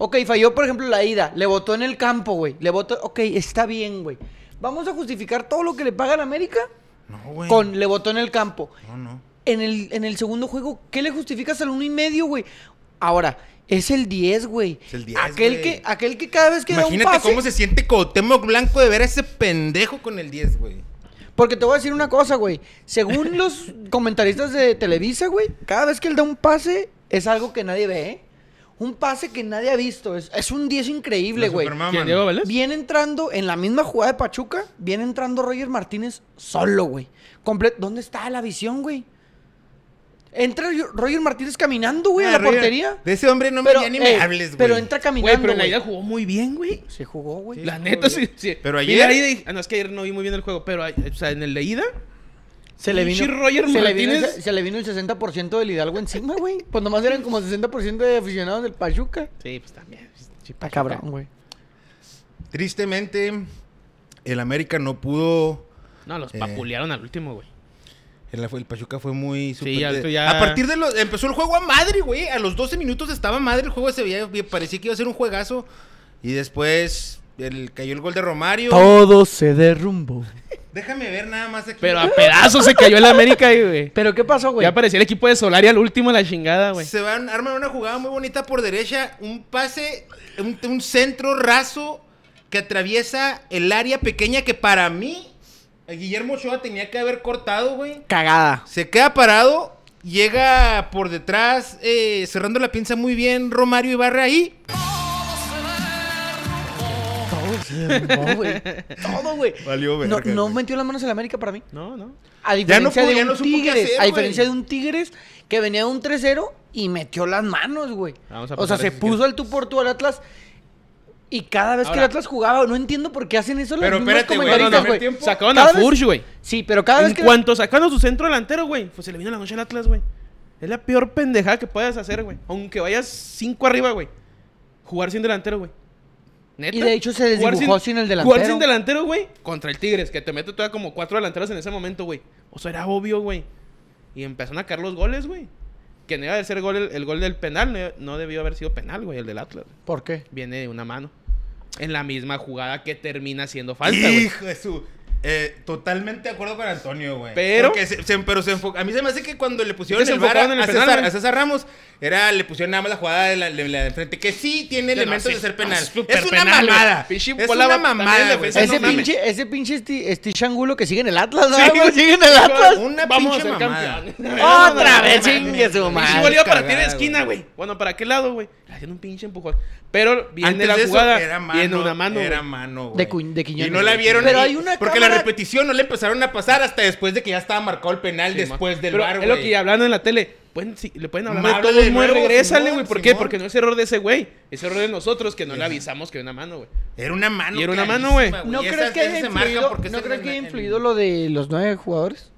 Speaker 1: Ok, falló, por ejemplo, la ida. Le votó en el campo, güey. Le votó. Ok, está bien, güey. Vamos a justificar todo lo que le pagan a América
Speaker 3: No, güey.
Speaker 1: con le votó en el campo.
Speaker 3: No, no.
Speaker 1: En el, en el segundo juego, ¿qué le justificas al uno y medio, güey? Ahora, es el 10, güey.
Speaker 3: Es el 10,
Speaker 1: Aquel
Speaker 3: güey.
Speaker 1: que, aquel que cada vez que
Speaker 3: Imagínate
Speaker 1: da un pase.
Speaker 3: cómo se siente Cuauhtémoc Blanco de ver a ese pendejo con el 10, güey.
Speaker 1: Porque te voy a decir una cosa, güey.
Speaker 2: *laughs*
Speaker 1: Según los comentaristas de Televisa, güey, cada vez que él da un pase es algo que nadie ve, ¿eh? Un pase que nadie ha visto. Es, es un 10 increíble,
Speaker 3: La
Speaker 1: güey.
Speaker 3: Superman.
Speaker 2: ¿Quién, Diego Valdés?
Speaker 1: Viene entrando en la misma jugada de Pachuca, viene entrando Roger Martínez solo, güey. Comple- ¿Dónde está la visión, güey? Entra yo- Roger Martínez caminando,
Speaker 2: Ah,
Speaker 1: güey, a la
Speaker 3: Arriba.
Speaker 1: portería.
Speaker 3: De ese hombre no me,
Speaker 1: Pero,
Speaker 3: ya ni
Speaker 1: eh,
Speaker 3: me hables, güey.
Speaker 1: pero entra
Speaker 2: Güey,
Speaker 1: caminando.
Speaker 2: pero en la
Speaker 1: güey.
Speaker 2: ida jugó muy bien, güey.
Speaker 1: Se jugó, güey.
Speaker 2: La neta, sí. sí.
Speaker 3: Pero
Speaker 2: Vi la
Speaker 3: ayer-
Speaker 2: ida y- ah, no, es que ayer no vi muy bien el juego, pero ah, o sea, en el de ida...
Speaker 1: Se le vino,
Speaker 2: Pinche Roger
Speaker 1: se le vino,
Speaker 2: Martínez.
Speaker 1: el- se le vino el 60% del Hidalgo encima, güey. Pues nomás eran como 60% de aficionados del Pachuca.
Speaker 2: Sí, pues también. Sí,
Speaker 1: Está cabrón, güey.
Speaker 3: Tristemente, el América no pudo.
Speaker 2: No, los
Speaker 3: Eh.
Speaker 2: papulearon al último, güey.
Speaker 3: El, el Pachuca fue
Speaker 2: Sí,
Speaker 3: muy. super-
Speaker 2: ya, esto ya-
Speaker 3: A partir de los. Empezó el juego a madre, güey. A los 12 minutos estaba madre el juego. Se veía, bien, parecía que iba a ser un juegazo. Y después el, cayó el gol de Romario.
Speaker 1: Todo se derrumbó.
Speaker 3: Déjame ver nada más aquí.
Speaker 2: Pero ah, a pedazos
Speaker 1: *laughs*
Speaker 2: se cayó el América, güey.
Speaker 1: ¿Pero qué pasó, güey?
Speaker 2: Ya aparecía el equipo de Solari al último, la chingada, güey.
Speaker 3: Se van, arman una jugada muy bonita por derecha, un pase, un, un centro raso que atraviesa el área pequeña que para mí Guillermo Ochoa tenía que haber cortado, güey.
Speaker 1: Cagada.
Speaker 3: Se queda parado, llega por detrás, eh, cerrando la pinza muy bien Romario Ibarra ahí.
Speaker 1: Todo se derrumbó, güey. Todo, güey.
Speaker 3: Valió
Speaker 1: No,
Speaker 3: verga,
Speaker 1: no
Speaker 3: güey.
Speaker 1: metió la mano en el América para mí.
Speaker 2: No, no.
Speaker 1: A
Speaker 3: Ya no
Speaker 1: diferencia
Speaker 3: pudo- ya
Speaker 1: de
Speaker 3: no
Speaker 1: un
Speaker 3: supo qué
Speaker 1: Tigres.
Speaker 3: hacer,
Speaker 1: a diferencia
Speaker 3: güey.
Speaker 1: de un Tigres que venía de un 3-0 y metió las manos, güey.
Speaker 2: Vamos a
Speaker 1: O sea,
Speaker 2: pasar
Speaker 1: se
Speaker 2: eso,
Speaker 1: puso al tú por tú al Atlas. Y cada vez que el
Speaker 2: Ahora-
Speaker 1: Atlas jugaba, no entiendo por qué hacen eso los
Speaker 3: Pero
Speaker 1: mismos
Speaker 3: espérate, güey,
Speaker 2: No, no,
Speaker 1: comentaristas,
Speaker 2: no.
Speaker 1: güey.
Speaker 3: primer tiempo.
Speaker 2: Sacaron
Speaker 1: Cada
Speaker 2: a
Speaker 1: vez-
Speaker 2: Furge, güey.
Speaker 1: Sí, pero cada vez
Speaker 2: en
Speaker 1: que...
Speaker 2: cuanto sacaron a su centro delantero, güey, pues se le vino la noche al Atlas, güey. Es la peor pendejada que puedas hacer, güey. Aunque vayas cinco arriba, güey. Jugar sin delantero, güey. Neta.
Speaker 1: Y de hecho se
Speaker 2: Jugar
Speaker 1: desdibujó sin el delantero.
Speaker 2: Jugar sin delantero, güey. Contra el Tigres, que te mete todavía como cuatro delanteros en ese momento, güey. O sea, era obvio, güey. Y empezaron a caer los goles, güey. Que no iba a ser gol el, el gol del penal, no, no debió haber sido penal, güey, el del Atlas.
Speaker 1: ¿Por qué?
Speaker 2: Viene de una mano. En la misma jugada que termina siendo falta, güey.
Speaker 3: Hijo de su- eh, totalmente de acuerdo con Antonio, güey.
Speaker 2: Pero-
Speaker 3: Porque se- se- pero se enfocó. A mí se me hace que cuando le pusieron
Speaker 2: Se
Speaker 3: el VAR a,
Speaker 2: enfocaron en el
Speaker 3: a
Speaker 2: penal,
Speaker 3: César,
Speaker 2: güey.
Speaker 3: a César Ramos, era, le pusieron nada más la jugada de la, de la de frente, que sí tiene
Speaker 2: no,
Speaker 3: elementos
Speaker 2: sí,
Speaker 3: de ser
Speaker 2: no,
Speaker 3: penal.
Speaker 2: es súper
Speaker 3: es una
Speaker 2: penal, güey.
Speaker 3: mamada.
Speaker 2: Pinche
Speaker 3: es
Speaker 2: bola
Speaker 3: una
Speaker 2: va- también
Speaker 3: mamada,
Speaker 2: la
Speaker 3: güey.
Speaker 2: defensa,
Speaker 3: No
Speaker 1: Ese
Speaker 2: mames.
Speaker 1: pinche, ese pinche Sti- Stitch Angulo que sigue en el Atlas, ¿verdad,
Speaker 2: Sí,
Speaker 1: güey?
Speaker 2: güey.
Speaker 1: Sigue en el Atlas.
Speaker 3: Una
Speaker 2: Vamos
Speaker 3: pinche
Speaker 2: a ser
Speaker 3: mamada. *laughs*
Speaker 2: campeones.
Speaker 1: Otra vez,
Speaker 3: mames.
Speaker 1: chingue su
Speaker 2: Y
Speaker 1: madre.
Speaker 2: igual iba para ti de
Speaker 3: cagada,
Speaker 2: esquina, güey. Bueno, ¿para qué lado, güey? Le Hacían un pinche empujón. Pero viene
Speaker 3: Antes
Speaker 2: la
Speaker 3: de eso,
Speaker 2: jugada.
Speaker 3: era mano,
Speaker 2: viene una mano.
Speaker 3: Era
Speaker 2: güey.
Speaker 3: mano, güey.
Speaker 1: De Cu- de Quiñones,
Speaker 3: Y no la
Speaker 1: güey.
Speaker 3: vieron
Speaker 1: Pero
Speaker 3: ahí,
Speaker 1: hay una
Speaker 3: Porque la
Speaker 1: cámara-
Speaker 3: repetición no le empezaron a pasar hasta después de que ya estaba marcado el penal después
Speaker 2: Sí,
Speaker 3: del
Speaker 2: pero
Speaker 3: bar,
Speaker 2: Es
Speaker 3: güey.
Speaker 2: lo que hablaron en la tele. Pueden- sí, le pueden hablar a
Speaker 3: Háblale
Speaker 2: todos,
Speaker 3: de
Speaker 2: güey.
Speaker 3: nuevo,
Speaker 2: Regrésale,
Speaker 3: Simón,
Speaker 2: güey. ¿Por qué?
Speaker 3: Simón.
Speaker 2: Porque no es error de ese güey. Es error de nosotros que no le avisamos que era una mano, güey.
Speaker 3: Era una mano.
Speaker 2: Y era una
Speaker 3: clarísima,
Speaker 2: mano, güey.
Speaker 1: ¿No
Speaker 3: Esa-
Speaker 1: crees que
Speaker 3: esa
Speaker 1: haya
Speaker 3: se marca
Speaker 1: influido,
Speaker 3: porque
Speaker 1: ¿no
Speaker 3: esa
Speaker 1: crees
Speaker 3: es
Speaker 1: que haya
Speaker 3: en-
Speaker 1: influido lo de los nueve jugadores?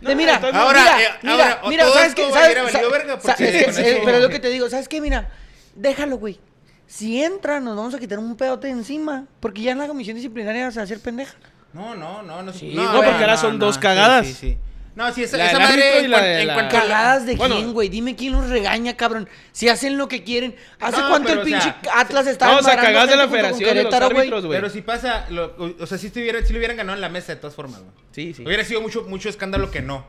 Speaker 2: No,
Speaker 1: De mira,
Speaker 2: entonces,
Speaker 1: ahora,
Speaker 3: ahora,
Speaker 1: mira,
Speaker 3: eh,
Speaker 1: mira,
Speaker 3: ahora, o
Speaker 1: mira,
Speaker 3: todo
Speaker 1: ¿sabes
Speaker 3: esto
Speaker 1: qué?
Speaker 3: hubiera
Speaker 1: ¿Sabes?
Speaker 3: valido verga,
Speaker 1: sa-
Speaker 3: porque
Speaker 1: es que-
Speaker 3: con
Speaker 1: eh,
Speaker 3: eso-
Speaker 1: pero es lo que te digo, ¿sabes qué? Mira, déjalo, güey. Si entra, nos vamos a quitar un pedote encima, porque ya en la comisión disciplinaria se va a hacer pendeja.
Speaker 3: No, no, no. No,
Speaker 1: Sí,
Speaker 3: no,
Speaker 1: no,
Speaker 3: güey,
Speaker 1: porque
Speaker 2: ahora son dos cagadas.
Speaker 3: Sí, sí, sí. No, sí, esa,
Speaker 2: La
Speaker 3: esa
Speaker 2: del árbitro
Speaker 3: madre
Speaker 2: y
Speaker 3: en,
Speaker 2: la
Speaker 3: cuan-
Speaker 2: de
Speaker 3: en
Speaker 2: la-
Speaker 3: cuanto a la-
Speaker 1: Cagadas de
Speaker 2: Bueno.
Speaker 1: quién, güey. Dime quién los regaña, cabrón. Si hacen lo que quieren. ¿Hace
Speaker 3: No,
Speaker 1: cuánto el
Speaker 3: pero, o sea,
Speaker 1: pinche Atlas estaba
Speaker 2: no, o sea,
Speaker 1: embarrando
Speaker 2: cagadas de la
Speaker 1: gente junto con
Speaker 2: federación, de los
Speaker 1: Querétaro, güey?
Speaker 2: árbitros, güey.
Speaker 3: Pero si pasa, lo- o sea, si, estuviera, si lo hubieran ganado en la mesa de todas formas, güey.
Speaker 2: Sí, sí.
Speaker 3: Hubiera sido mucho, mucho escándalo que no.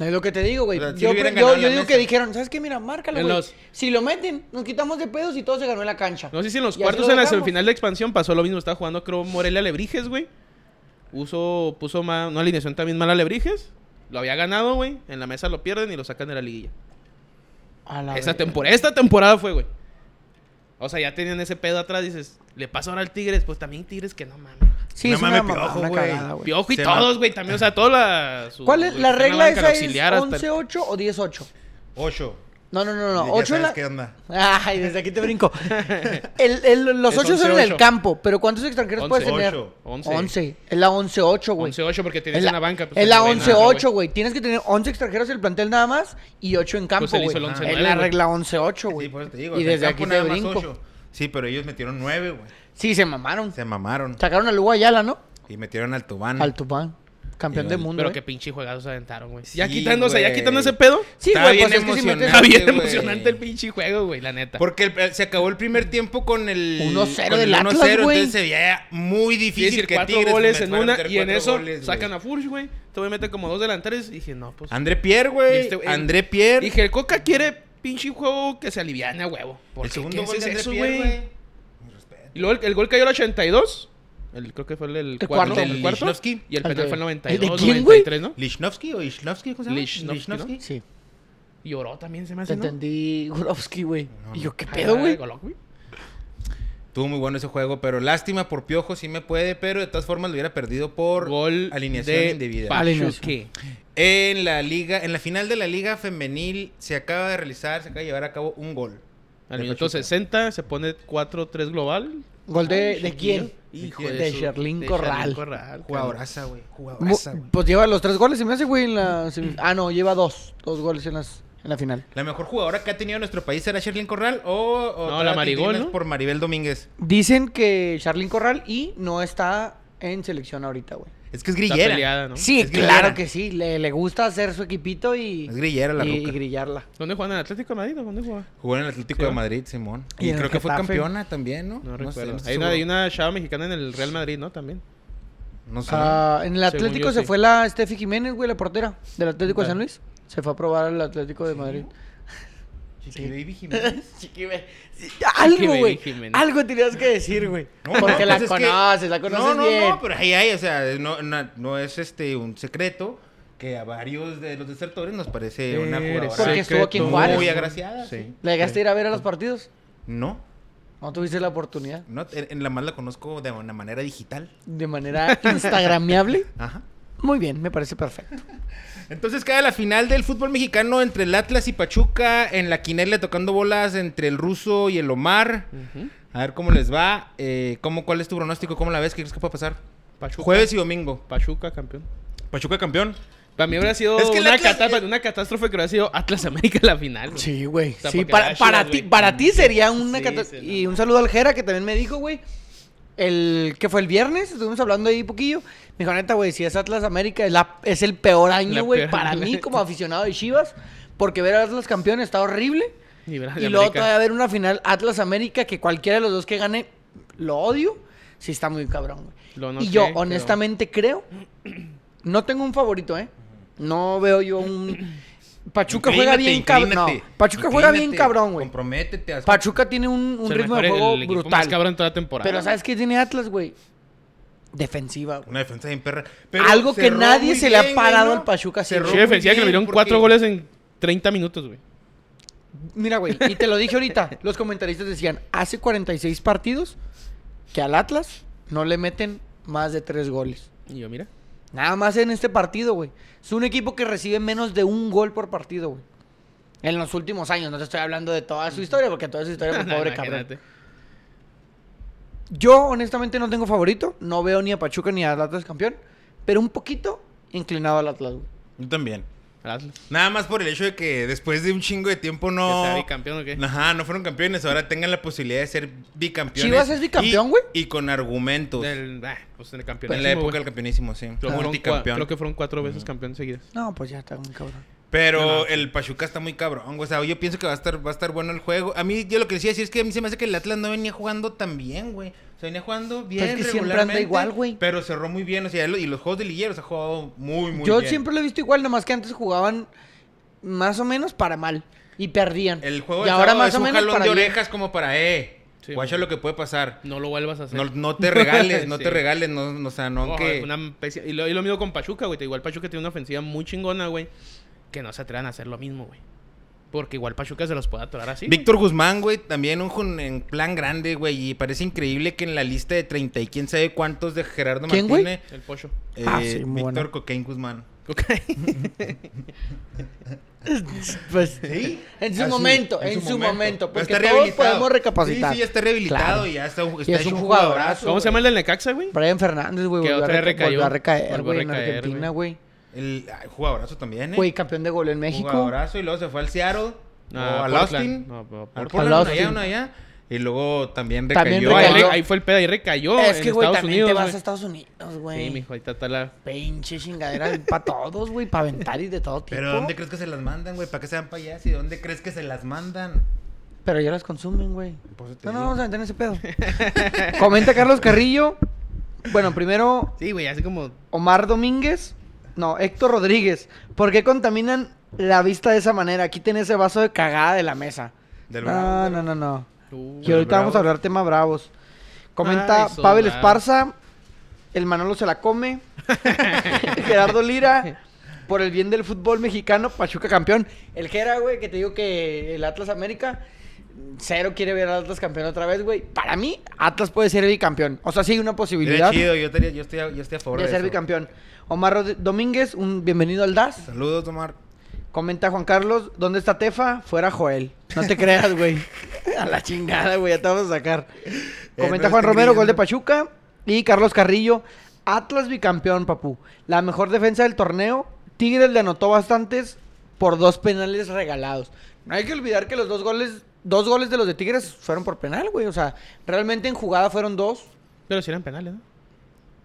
Speaker 1: Es lo que te digo, güey.
Speaker 3: O sea, si
Speaker 1: yo
Speaker 3: hubieran
Speaker 1: yo-
Speaker 3: ganado
Speaker 1: yo
Speaker 3: la
Speaker 1: digo
Speaker 3: mesa.
Speaker 1: que dijeron, ¿sabes qué? Mira, márcalo,
Speaker 2: En
Speaker 1: güey.
Speaker 2: los-
Speaker 1: Si lo meten, nos quitamos de pedos y todo se ganó en la cancha.
Speaker 2: No sé si en los
Speaker 1: Y así
Speaker 2: cuartos
Speaker 1: lo
Speaker 2: en la
Speaker 1: dejamos.
Speaker 2: semifinal de expansión pasó lo mismo. Estaba jugando, creo, Morelia Lebrijes, güey. Uso, puso más, una alineación también mala Lebrijes. Lo había ganado, güey. En la mesa lo pierden y lo sacan de la liguilla.
Speaker 1: A la
Speaker 2: Esta
Speaker 1: verga.
Speaker 2: temporada, esta temporada fue, güey. O sea, ya tenían ese pedo atrás, dices, le pasa ahora al Tigres, pues también Tigres que no mames.
Speaker 1: Sí,
Speaker 3: No
Speaker 1: es una,
Speaker 3: mames,
Speaker 1: mamá,
Speaker 3: Piojo,
Speaker 1: una
Speaker 3: güey.
Speaker 1: cagada, Ah, güey.
Speaker 2: Piojo y
Speaker 3: Se
Speaker 2: todos,
Speaker 3: va.
Speaker 2: güey, también, o sea, todos la... su-
Speaker 1: ¿Cuál es
Speaker 2: güey,
Speaker 1: la
Speaker 2: están en
Speaker 1: regla
Speaker 2: banca, pues,
Speaker 1: esa? Es
Speaker 2: auxiliar hasta-
Speaker 1: 11-8 o 10-8.
Speaker 3: Ocho.
Speaker 1: No, no, no,
Speaker 3: Ya
Speaker 1: no. 8 en
Speaker 3: sabes
Speaker 1: la...
Speaker 3: qué onda.
Speaker 1: *laughs* Ay, desde aquí te
Speaker 2: *laughs*
Speaker 1: brinco. El- el- los
Speaker 2: Es
Speaker 1: 8 son en el
Speaker 2: 11-8.
Speaker 1: campo, pero ¿cuántos extranjeros
Speaker 2: Once.
Speaker 1: puedes tener?
Speaker 3: Ocho.
Speaker 2: 11.
Speaker 1: 11. Es la 11-8, güey.
Speaker 2: 11-8 porque
Speaker 1: Es
Speaker 2: tienes
Speaker 1: la,
Speaker 2: una banca. pues,
Speaker 1: es la
Speaker 2: no ve nada,
Speaker 1: 11-8, güey. Tienes que tener 11 extranjeros en el plantel nada más y 8 en campo,
Speaker 2: Pues él
Speaker 1: güey.
Speaker 2: hizo el
Speaker 1: Ah.
Speaker 2: 11-9,
Speaker 1: es la
Speaker 2: güey.
Speaker 1: regla 11-8, güey.
Speaker 3: Sí, por eso te digo.
Speaker 1: y
Speaker 3: o sea, el
Speaker 1: desde
Speaker 3: campo
Speaker 1: aquí te
Speaker 3: nada más
Speaker 1: brinco.
Speaker 3: ocho. Sí, pero ellos metieron nueve, güey.
Speaker 1: Sí, se mamaron.
Speaker 3: Se mamaron.
Speaker 1: Sacaron a Lugo Ayala, ¿no?
Speaker 3: Y metieron al Tubán.
Speaker 1: Al Tupán. Campeón
Speaker 3: Y
Speaker 1: del
Speaker 3: al-
Speaker 1: mundo. ¿eh? Mm.
Speaker 2: Pero
Speaker 1: güey.
Speaker 2: qué pinche juegados se aventaron, güey. Ya
Speaker 3: Sí,
Speaker 2: quitándose, ya
Speaker 3: güey.
Speaker 2: quitando ese
Speaker 3: *laughs*
Speaker 2: pedo.
Speaker 1: Sí,
Speaker 3: Está
Speaker 1: güey, pues
Speaker 3: bien
Speaker 1: es que si
Speaker 3: emocionante,
Speaker 1: metes
Speaker 2: Está bien
Speaker 3: güey.
Speaker 2: emocionante el pinche juego, güey, la neta.
Speaker 3: Porque el- se acabó el primer tiempo con el
Speaker 1: 1-0
Speaker 3: con el
Speaker 1: del Atlas,
Speaker 3: 1-0,
Speaker 1: güey.
Speaker 3: Entonces se veía muy
Speaker 2: Quiere
Speaker 3: difícil
Speaker 2: decir,
Speaker 3: que
Speaker 2: cuatro
Speaker 3: Tigres
Speaker 2: goles
Speaker 3: me
Speaker 2: en
Speaker 3: fuera a
Speaker 2: una
Speaker 3: meter
Speaker 2: y en
Speaker 3: cuatro
Speaker 2: eso
Speaker 3: goles, güey.
Speaker 2: sacan a Furch, güey. Todavía mete como dos delanteros y dije, no, pues...
Speaker 3: André Pierre,
Speaker 2: Y
Speaker 3: güey.
Speaker 2: este, eh,
Speaker 3: André Pierre.
Speaker 2: Dije, el Coca quiere pinche juego que se aliviane a huevo. Porque,
Speaker 3: el segundo
Speaker 2: ¿qué
Speaker 3: gol
Speaker 2: es
Speaker 3: de André
Speaker 2: eso,
Speaker 3: Pierre,
Speaker 2: güey?
Speaker 3: güey.
Speaker 2: Y luego el, el gol cayó al 82. El, creo que fue el, el
Speaker 1: El
Speaker 2: cuarto.
Speaker 1: cuarto.
Speaker 2: El cuarto.
Speaker 3: Lichnowsky.
Speaker 2: Y el
Speaker 1: Al
Speaker 2: penal
Speaker 1: de-
Speaker 2: fue el
Speaker 1: ¿El de
Speaker 2: 92,
Speaker 1: quién, güey?
Speaker 2: 93, ¿no?
Speaker 3: Lichnowsky o Ishnovsky, ¿cómo se llama?
Speaker 2: Lichnowsky, ¿no?
Speaker 1: Sí. ¿Ah,
Speaker 2: Lloró también, se me
Speaker 1: Te
Speaker 2: hace, ¿no?
Speaker 1: entendí, Gurovsky, güey.
Speaker 3: No,
Speaker 1: Y yo, ¿qué
Speaker 2: Ah,
Speaker 1: pedo, güey?
Speaker 2: Golok, güey.
Speaker 3: Estuvo muy bueno ese juego, pero lástima por Piojo, sí me puede, pero de todas formas lo hubiera perdido por
Speaker 2: Gol
Speaker 3: alineación
Speaker 2: de
Speaker 3: indebida.
Speaker 1: Pal-
Speaker 2: Pachuque.
Speaker 3: En la liga, en la final de la liga femenil se acaba de realizar, se acaba de llevar a cabo un gol.
Speaker 2: Al
Speaker 3: De
Speaker 2: minuto
Speaker 3: Pachuca.
Speaker 2: 60 se pone 4-3 global.
Speaker 1: ¿Gol de,
Speaker 2: Ay,
Speaker 1: de quién?
Speaker 2: Hijo
Speaker 3: ¿De
Speaker 2: de,
Speaker 3: quién?
Speaker 1: De
Speaker 2: su-
Speaker 1: Sherlyn
Speaker 2: de
Speaker 1: Corral.
Speaker 2: Corral.
Speaker 3: Jugadoraza, güey.
Speaker 1: Mu-
Speaker 3: Jugadoraza, güey.
Speaker 1: Pues lleva los tres goles, se me hace, güey, en la... semi- Ah, no, lleva dos. Dos goles en, las, en la final.
Speaker 3: La mejor jugadora que ha tenido nuestro país será Sherlyn Corral o, o
Speaker 2: No, la Marigol,
Speaker 3: Tatiana
Speaker 2: ¿no?
Speaker 3: por Maribel Domínguez.
Speaker 1: Dicen que Charlín Corral y no está en selección ahorita, güey.
Speaker 3: Es que es
Speaker 2: Está
Speaker 3: grillera.
Speaker 2: peleada, ¿no?
Speaker 1: Sí,
Speaker 3: Es
Speaker 1: claro
Speaker 3: grillera.
Speaker 1: que sí. Le, le gusta hacer su equipito y,
Speaker 3: Es grillera la
Speaker 1: y- y
Speaker 3: ruca.
Speaker 1: grillarla.
Speaker 2: ¿Dónde juegan? ¿En Atlético de Madrid o dónde juegan?
Speaker 3: Jugó en el Atlético
Speaker 2: Sí,
Speaker 3: de
Speaker 2: ¿no?
Speaker 3: Madrid, Simón.
Speaker 1: Y
Speaker 3: Y,
Speaker 1: en el
Speaker 3: creo que fue
Speaker 1: Getafe.
Speaker 3: campeona también, ¿no?
Speaker 2: No,
Speaker 3: sé,
Speaker 2: recuerdo.
Speaker 3: estoy
Speaker 2: hay, una, hay
Speaker 3: seguro.
Speaker 2: una chava mexicana en el Real Madrid, ¿no? También.
Speaker 3: No sé.
Speaker 1: Ah, en el
Speaker 2: Según
Speaker 1: Atlético
Speaker 2: yo,
Speaker 1: se
Speaker 2: sí.
Speaker 1: fue la Steffi Jiménez, güey, la portera del Atlético de
Speaker 2: Claro.
Speaker 1: San Luis. Se fue a probar al Atlético de Madrid. *laughs*
Speaker 3: Chiquibaby Jiménez.
Speaker 1: Chiquime- sí, Algo,
Speaker 2: Chiquibaby
Speaker 1: güey.
Speaker 2: Jiménez.
Speaker 1: Algo tenías que decir, güey.
Speaker 3: No,
Speaker 1: Porque
Speaker 3: no,
Speaker 1: la
Speaker 3: pues es que-
Speaker 1: conoces, la conoces
Speaker 3: No, no,
Speaker 1: bien.
Speaker 3: no, pero ahí hay, o sea, no, no, no es este un secreto que a varios de los desertores nos parece una
Speaker 2: Eres
Speaker 3: jugadora
Speaker 1: Porque estuvo aquí en
Speaker 2: secreto.
Speaker 1: Juárez.
Speaker 3: muy agraciada. Sí.
Speaker 1: ¿Le llegaste a ir a ver a los
Speaker 3: Pues-
Speaker 1: partidos?
Speaker 3: No,
Speaker 1: No tuviste la oportunidad.
Speaker 3: no, en en la más la conozco de una manera digital.
Speaker 1: De manera *laughs* instagrameable.
Speaker 3: Ajá.
Speaker 1: Muy bien, me parece perfecto.
Speaker 3: Entonces queda la final del fútbol mexicano entre el Atlas y Pachuca, en la quinela tocando bolas entre el ruso y el Omar.
Speaker 2: Ujú.
Speaker 3: A ver cómo les va, eh, cómo, cuál es tu pronóstico, cómo la ves, qué crees que puede pasar.
Speaker 2: Pachuca.
Speaker 3: Jueves y domingo.
Speaker 2: Pachuca, campeón.
Speaker 3: Pachuca campeón.
Speaker 2: Para mí hubiera sido
Speaker 3: Es que el
Speaker 2: una,
Speaker 3: Atlas-
Speaker 2: cata- una catástrofe que hubiera sido Atlas América la final. güey.
Speaker 1: Sí, güey.
Speaker 2: sea,
Speaker 1: Sí,
Speaker 2: porque
Speaker 1: para,
Speaker 2: las
Speaker 1: para
Speaker 2: Chivas,
Speaker 1: ti,
Speaker 2: güey,
Speaker 1: para ti sería una
Speaker 2: sí,
Speaker 1: cata-
Speaker 2: sí,
Speaker 1: Y un saludo al Jera que también me dijo, güey. El que fue el viernes, estuvimos hablando ahí poquillo. Me dijo, neta, güey, si es Atlas América, es, la- es el peor
Speaker 2: La
Speaker 1: año, güey,
Speaker 2: peor-
Speaker 1: para mí como aficionado de Chivas. Porque ver a Atlas campeón está horrible.
Speaker 2: Y, verás de
Speaker 1: Y luego
Speaker 2: América.
Speaker 1: todavía ver una final Atlas América que cualquiera de los dos que gane lo odio. Sí está muy cabrón, güey.
Speaker 2: Lo
Speaker 1: y
Speaker 2: noté,
Speaker 1: yo
Speaker 2: pero-
Speaker 1: honestamente creo no tengo un favorito, ¿eh? No veo yo un Pachuca juega bien cabrón.
Speaker 3: Inclínate, inclínate,
Speaker 1: Pachuca juega bien
Speaker 3: inclínate,
Speaker 1: cabrón, güey.
Speaker 3: Comprométete. haz-
Speaker 1: Pachuca tiene un, un
Speaker 2: O sea, el
Speaker 1: ritmo de
Speaker 2: mejor-
Speaker 1: juego
Speaker 2: el equipo más
Speaker 1: brutal.
Speaker 2: cabrón toda la temporada.
Speaker 1: Pero ¿sabes qué tiene Atlas, güey? Defensiva, güey.
Speaker 3: Una defensa bien perra.
Speaker 1: Algo que
Speaker 3: cerró
Speaker 1: nadie
Speaker 3: muy
Speaker 1: se le ha
Speaker 3: bien,
Speaker 1: parado
Speaker 3: güey,
Speaker 1: al Pachuca, sí.
Speaker 3: Cerró
Speaker 2: Sí,
Speaker 1: Muy
Speaker 2: defensiva que le
Speaker 3: muy bien
Speaker 2: metieron cuatro
Speaker 3: porque-
Speaker 2: goles en 30 minutos, güey.
Speaker 1: Mira, güey, y te lo dije
Speaker 2: *laughs*
Speaker 1: ahorita. Los comentaristas decían, hace 46 partidos que al Atlas no le meten más de tres goles.
Speaker 2: Y yo, mira.
Speaker 1: Nada más en este partido, güey. Es un equipo que recibe menos de un gol por partido, güey. En los últimos años, no te estoy hablando de toda su historia, porque toda su
Speaker 2: *laughs*
Speaker 1: historia
Speaker 3: *laughs*
Speaker 1: fue
Speaker 2: No,
Speaker 1: pobre cabrón.
Speaker 2: imagínate.
Speaker 1: Yo, honestamente, no tengo favorito. No veo ni a Pachuca ni al Atlas campeón. Pero un poquito inclinado al Atlas, güey.
Speaker 3: Yo también.
Speaker 2: Al Atlas.
Speaker 3: Nada más por el hecho de que después de un chingo de tiempo no.
Speaker 2: ¿Que sea bicampeón o qué?
Speaker 3: Ajá, no fueron campeones. Ahora tengan la posibilidad de ser bicampeones.
Speaker 1: Chivas es bicampeón,
Speaker 3: y-
Speaker 1: güey.
Speaker 3: Y, con argumentos.
Speaker 2: Del, ah, pues en el campeonato.
Speaker 3: en la época del campeonísimo, sí.
Speaker 2: Creo que, fueron, cua-
Speaker 3: Multicampeón.
Speaker 2: creo que fueron cuatro veces campeón seguidas.
Speaker 1: No, pues ya está muy cabrón.
Speaker 3: Pero
Speaker 2: No, no,
Speaker 3: el Pachuca está muy cabrón, güey. O sea, yo pienso que va a estar, va a estar bueno el juego. A mí, yo lo que decía decir es que a mí se me hace que el Atlas no venía jugando tan bien, güey. O sea, venía jugando bien.
Speaker 1: Pues es que siempre anda
Speaker 3: regularmente,
Speaker 1: igual, güey.
Speaker 3: Pero cerró muy bien. O sea, lo- y los juegos de ligueros ha jugado muy, muy
Speaker 1: Yo
Speaker 3: bien.
Speaker 1: siempre lo he visto igual, nomás que antes jugaban más o menos para mal y perdían.
Speaker 3: El juego
Speaker 1: y
Speaker 3: de
Speaker 1: ahora
Speaker 3: sábado
Speaker 1: más
Speaker 3: es
Speaker 1: o
Speaker 3: un
Speaker 1: menos
Speaker 3: jalón
Speaker 1: para
Speaker 3: de
Speaker 1: bien.
Speaker 3: orejas como para, eh.
Speaker 2: Sí,
Speaker 3: guacha
Speaker 2: güey.
Speaker 3: lo que puede pasar.
Speaker 2: No lo vuelvas a hacer.
Speaker 3: No, no te
Speaker 2: *laughs*
Speaker 3: regales, no
Speaker 2: Sí.
Speaker 3: te regales, no, no, o sea, no
Speaker 2: Oh,
Speaker 3: que...
Speaker 2: una pesi- y, lo, y lo mismo con Pachuca, güey. Te digo, Igual Pachuca tiene una ofensiva muy chingona, güey. Que no se atrevan a hacer lo mismo, güey. Porque igual Pachuca se los puede atorar así. güey.
Speaker 3: Víctor Guzmán, güey, también un jun- en plan grande, güey, y parece increíble que en la lista de 30 y quién sabe cuántos de Gerardo
Speaker 1: ¿Quién, güey?
Speaker 3: Martínez,
Speaker 2: El pollo.
Speaker 3: eh,
Speaker 1: Ah, sí, muy
Speaker 3: Víctor
Speaker 1: bueno.
Speaker 3: Cocaine Guzmán.
Speaker 2: *laughs* Ok.
Speaker 1: *laughs* Pues,
Speaker 3: *laughs* Ah, Sí.
Speaker 1: En su
Speaker 3: Así,
Speaker 1: momento, en, su momento.
Speaker 3: Pero
Speaker 1: porque
Speaker 3: está
Speaker 1: todos
Speaker 3: rehabilitado.
Speaker 1: podemos recapacitar.
Speaker 3: Sí, sí, ya está rehabilitado
Speaker 1: Claro.
Speaker 3: y ya está, está
Speaker 1: Y es
Speaker 3: hecho
Speaker 1: un
Speaker 3: un
Speaker 1: jugadorazo,
Speaker 3: jugadorazo.
Speaker 2: ¿Cómo se llama el del Necaxa, güey?
Speaker 1: Brian Fernández, güey,
Speaker 2: Que
Speaker 1: volvió, a
Speaker 2: otra vez
Speaker 1: reca- volvió a
Speaker 2: recayó.
Speaker 1: recaer,
Speaker 2: Volvió
Speaker 1: güey,
Speaker 2: a
Speaker 1: en
Speaker 2: recaer,
Speaker 1: Argentina, güey.
Speaker 3: El ay, jugadorazo también, ¿eh?
Speaker 1: Güey, campeón de gol en México.
Speaker 3: Jugadorazo y luego se fue al Seattle
Speaker 2: No,
Speaker 3: o al
Speaker 2: Portland.
Speaker 3: Austin.
Speaker 2: No, no,
Speaker 3: al
Speaker 2: Portland.
Speaker 3: Portland,
Speaker 1: Al
Speaker 3: una allá,
Speaker 1: Austin.
Speaker 3: una allá. Y luego también
Speaker 1: También
Speaker 3: recayó.
Speaker 2: No, ahí,
Speaker 1: recayó.
Speaker 2: ahí fue el pedo, ahí recayó.
Speaker 1: Es que,
Speaker 2: Oh, en
Speaker 1: güey,
Speaker 2: Estados
Speaker 1: también
Speaker 2: Unidos,
Speaker 1: te vas
Speaker 2: güey.
Speaker 1: a Estados Unidos,
Speaker 2: Sí,
Speaker 1: güey.
Speaker 2: mijo, ahí está, está la.
Speaker 1: Pinche chingadera para todos, güey, para aventar y de todo tipo.
Speaker 3: Pero ¿dónde crees que se las mandan, güey? ¿Para qué se van para allá? ¿Si dónde crees que se las mandan?
Speaker 1: Pero ya las consumen, güey.
Speaker 3: Por
Speaker 2: Pues
Speaker 3: eso te
Speaker 1: No, no,
Speaker 3: digo.
Speaker 1: vamos a aventar ese
Speaker 2: *laughs*
Speaker 1: pedo. Comenta Carlos Carrillo. Bueno, primero,
Speaker 2: Sí, güey, así como.
Speaker 1: Omar Domínguez. No, Héctor Rodríguez. ¿Por qué contaminan la vista de esa manera? Quiten ese vaso de cagada de la mesa.
Speaker 3: Del
Speaker 1: no,
Speaker 3: bravo,
Speaker 1: no, no, no.
Speaker 2: Uh,
Speaker 1: Y ahorita vamos a
Speaker 3: bravos.
Speaker 1: hablar tema bravos. Comenta
Speaker 2: Ay, son
Speaker 1: Pavel
Speaker 2: bravos.
Speaker 1: Esparza. El Manolo se la
Speaker 2: *laughs*
Speaker 1: come. Gerardo Lira. Por el bien del fútbol mexicano, Pachuca campeón. El Gera, güey, que te digo que el Atlas América. Cero quiere ver al Atlas campeón otra vez, güey. Para mí, Atlas puede ser bicampeón. O sea, sí hay una
Speaker 3: Era
Speaker 1: posibilidad
Speaker 3: chido, yo, estaría- yo estoy, a- yo estoy a favor de,
Speaker 1: de ser
Speaker 3: eso.
Speaker 1: bicampeón. Omar Rod- Domínguez, un bienvenido al DAS.
Speaker 3: Saludos, Omar.
Speaker 1: Comenta Juan Carlos, ¿dónde está Tefa? Fuera Joel. No te creas, güey. *laughs* Eh, A la chingada, güey, ya te vamos a sacar. Comenta
Speaker 3: no
Speaker 1: Juan
Speaker 3: estén
Speaker 1: Romero, gol de
Speaker 3: grillando.
Speaker 1: Pachuca. Y Carlos Carrillo, Atlas bicampeón, papú. La mejor defensa del torneo. Tigres le anotó bastantes por dos penales regalados. No hay que olvidar que los dos goles, dos goles de los de Tigres fueron por penal, güey. O sea, realmente en jugada fueron dos.
Speaker 2: Pero si eran penales, ¿no?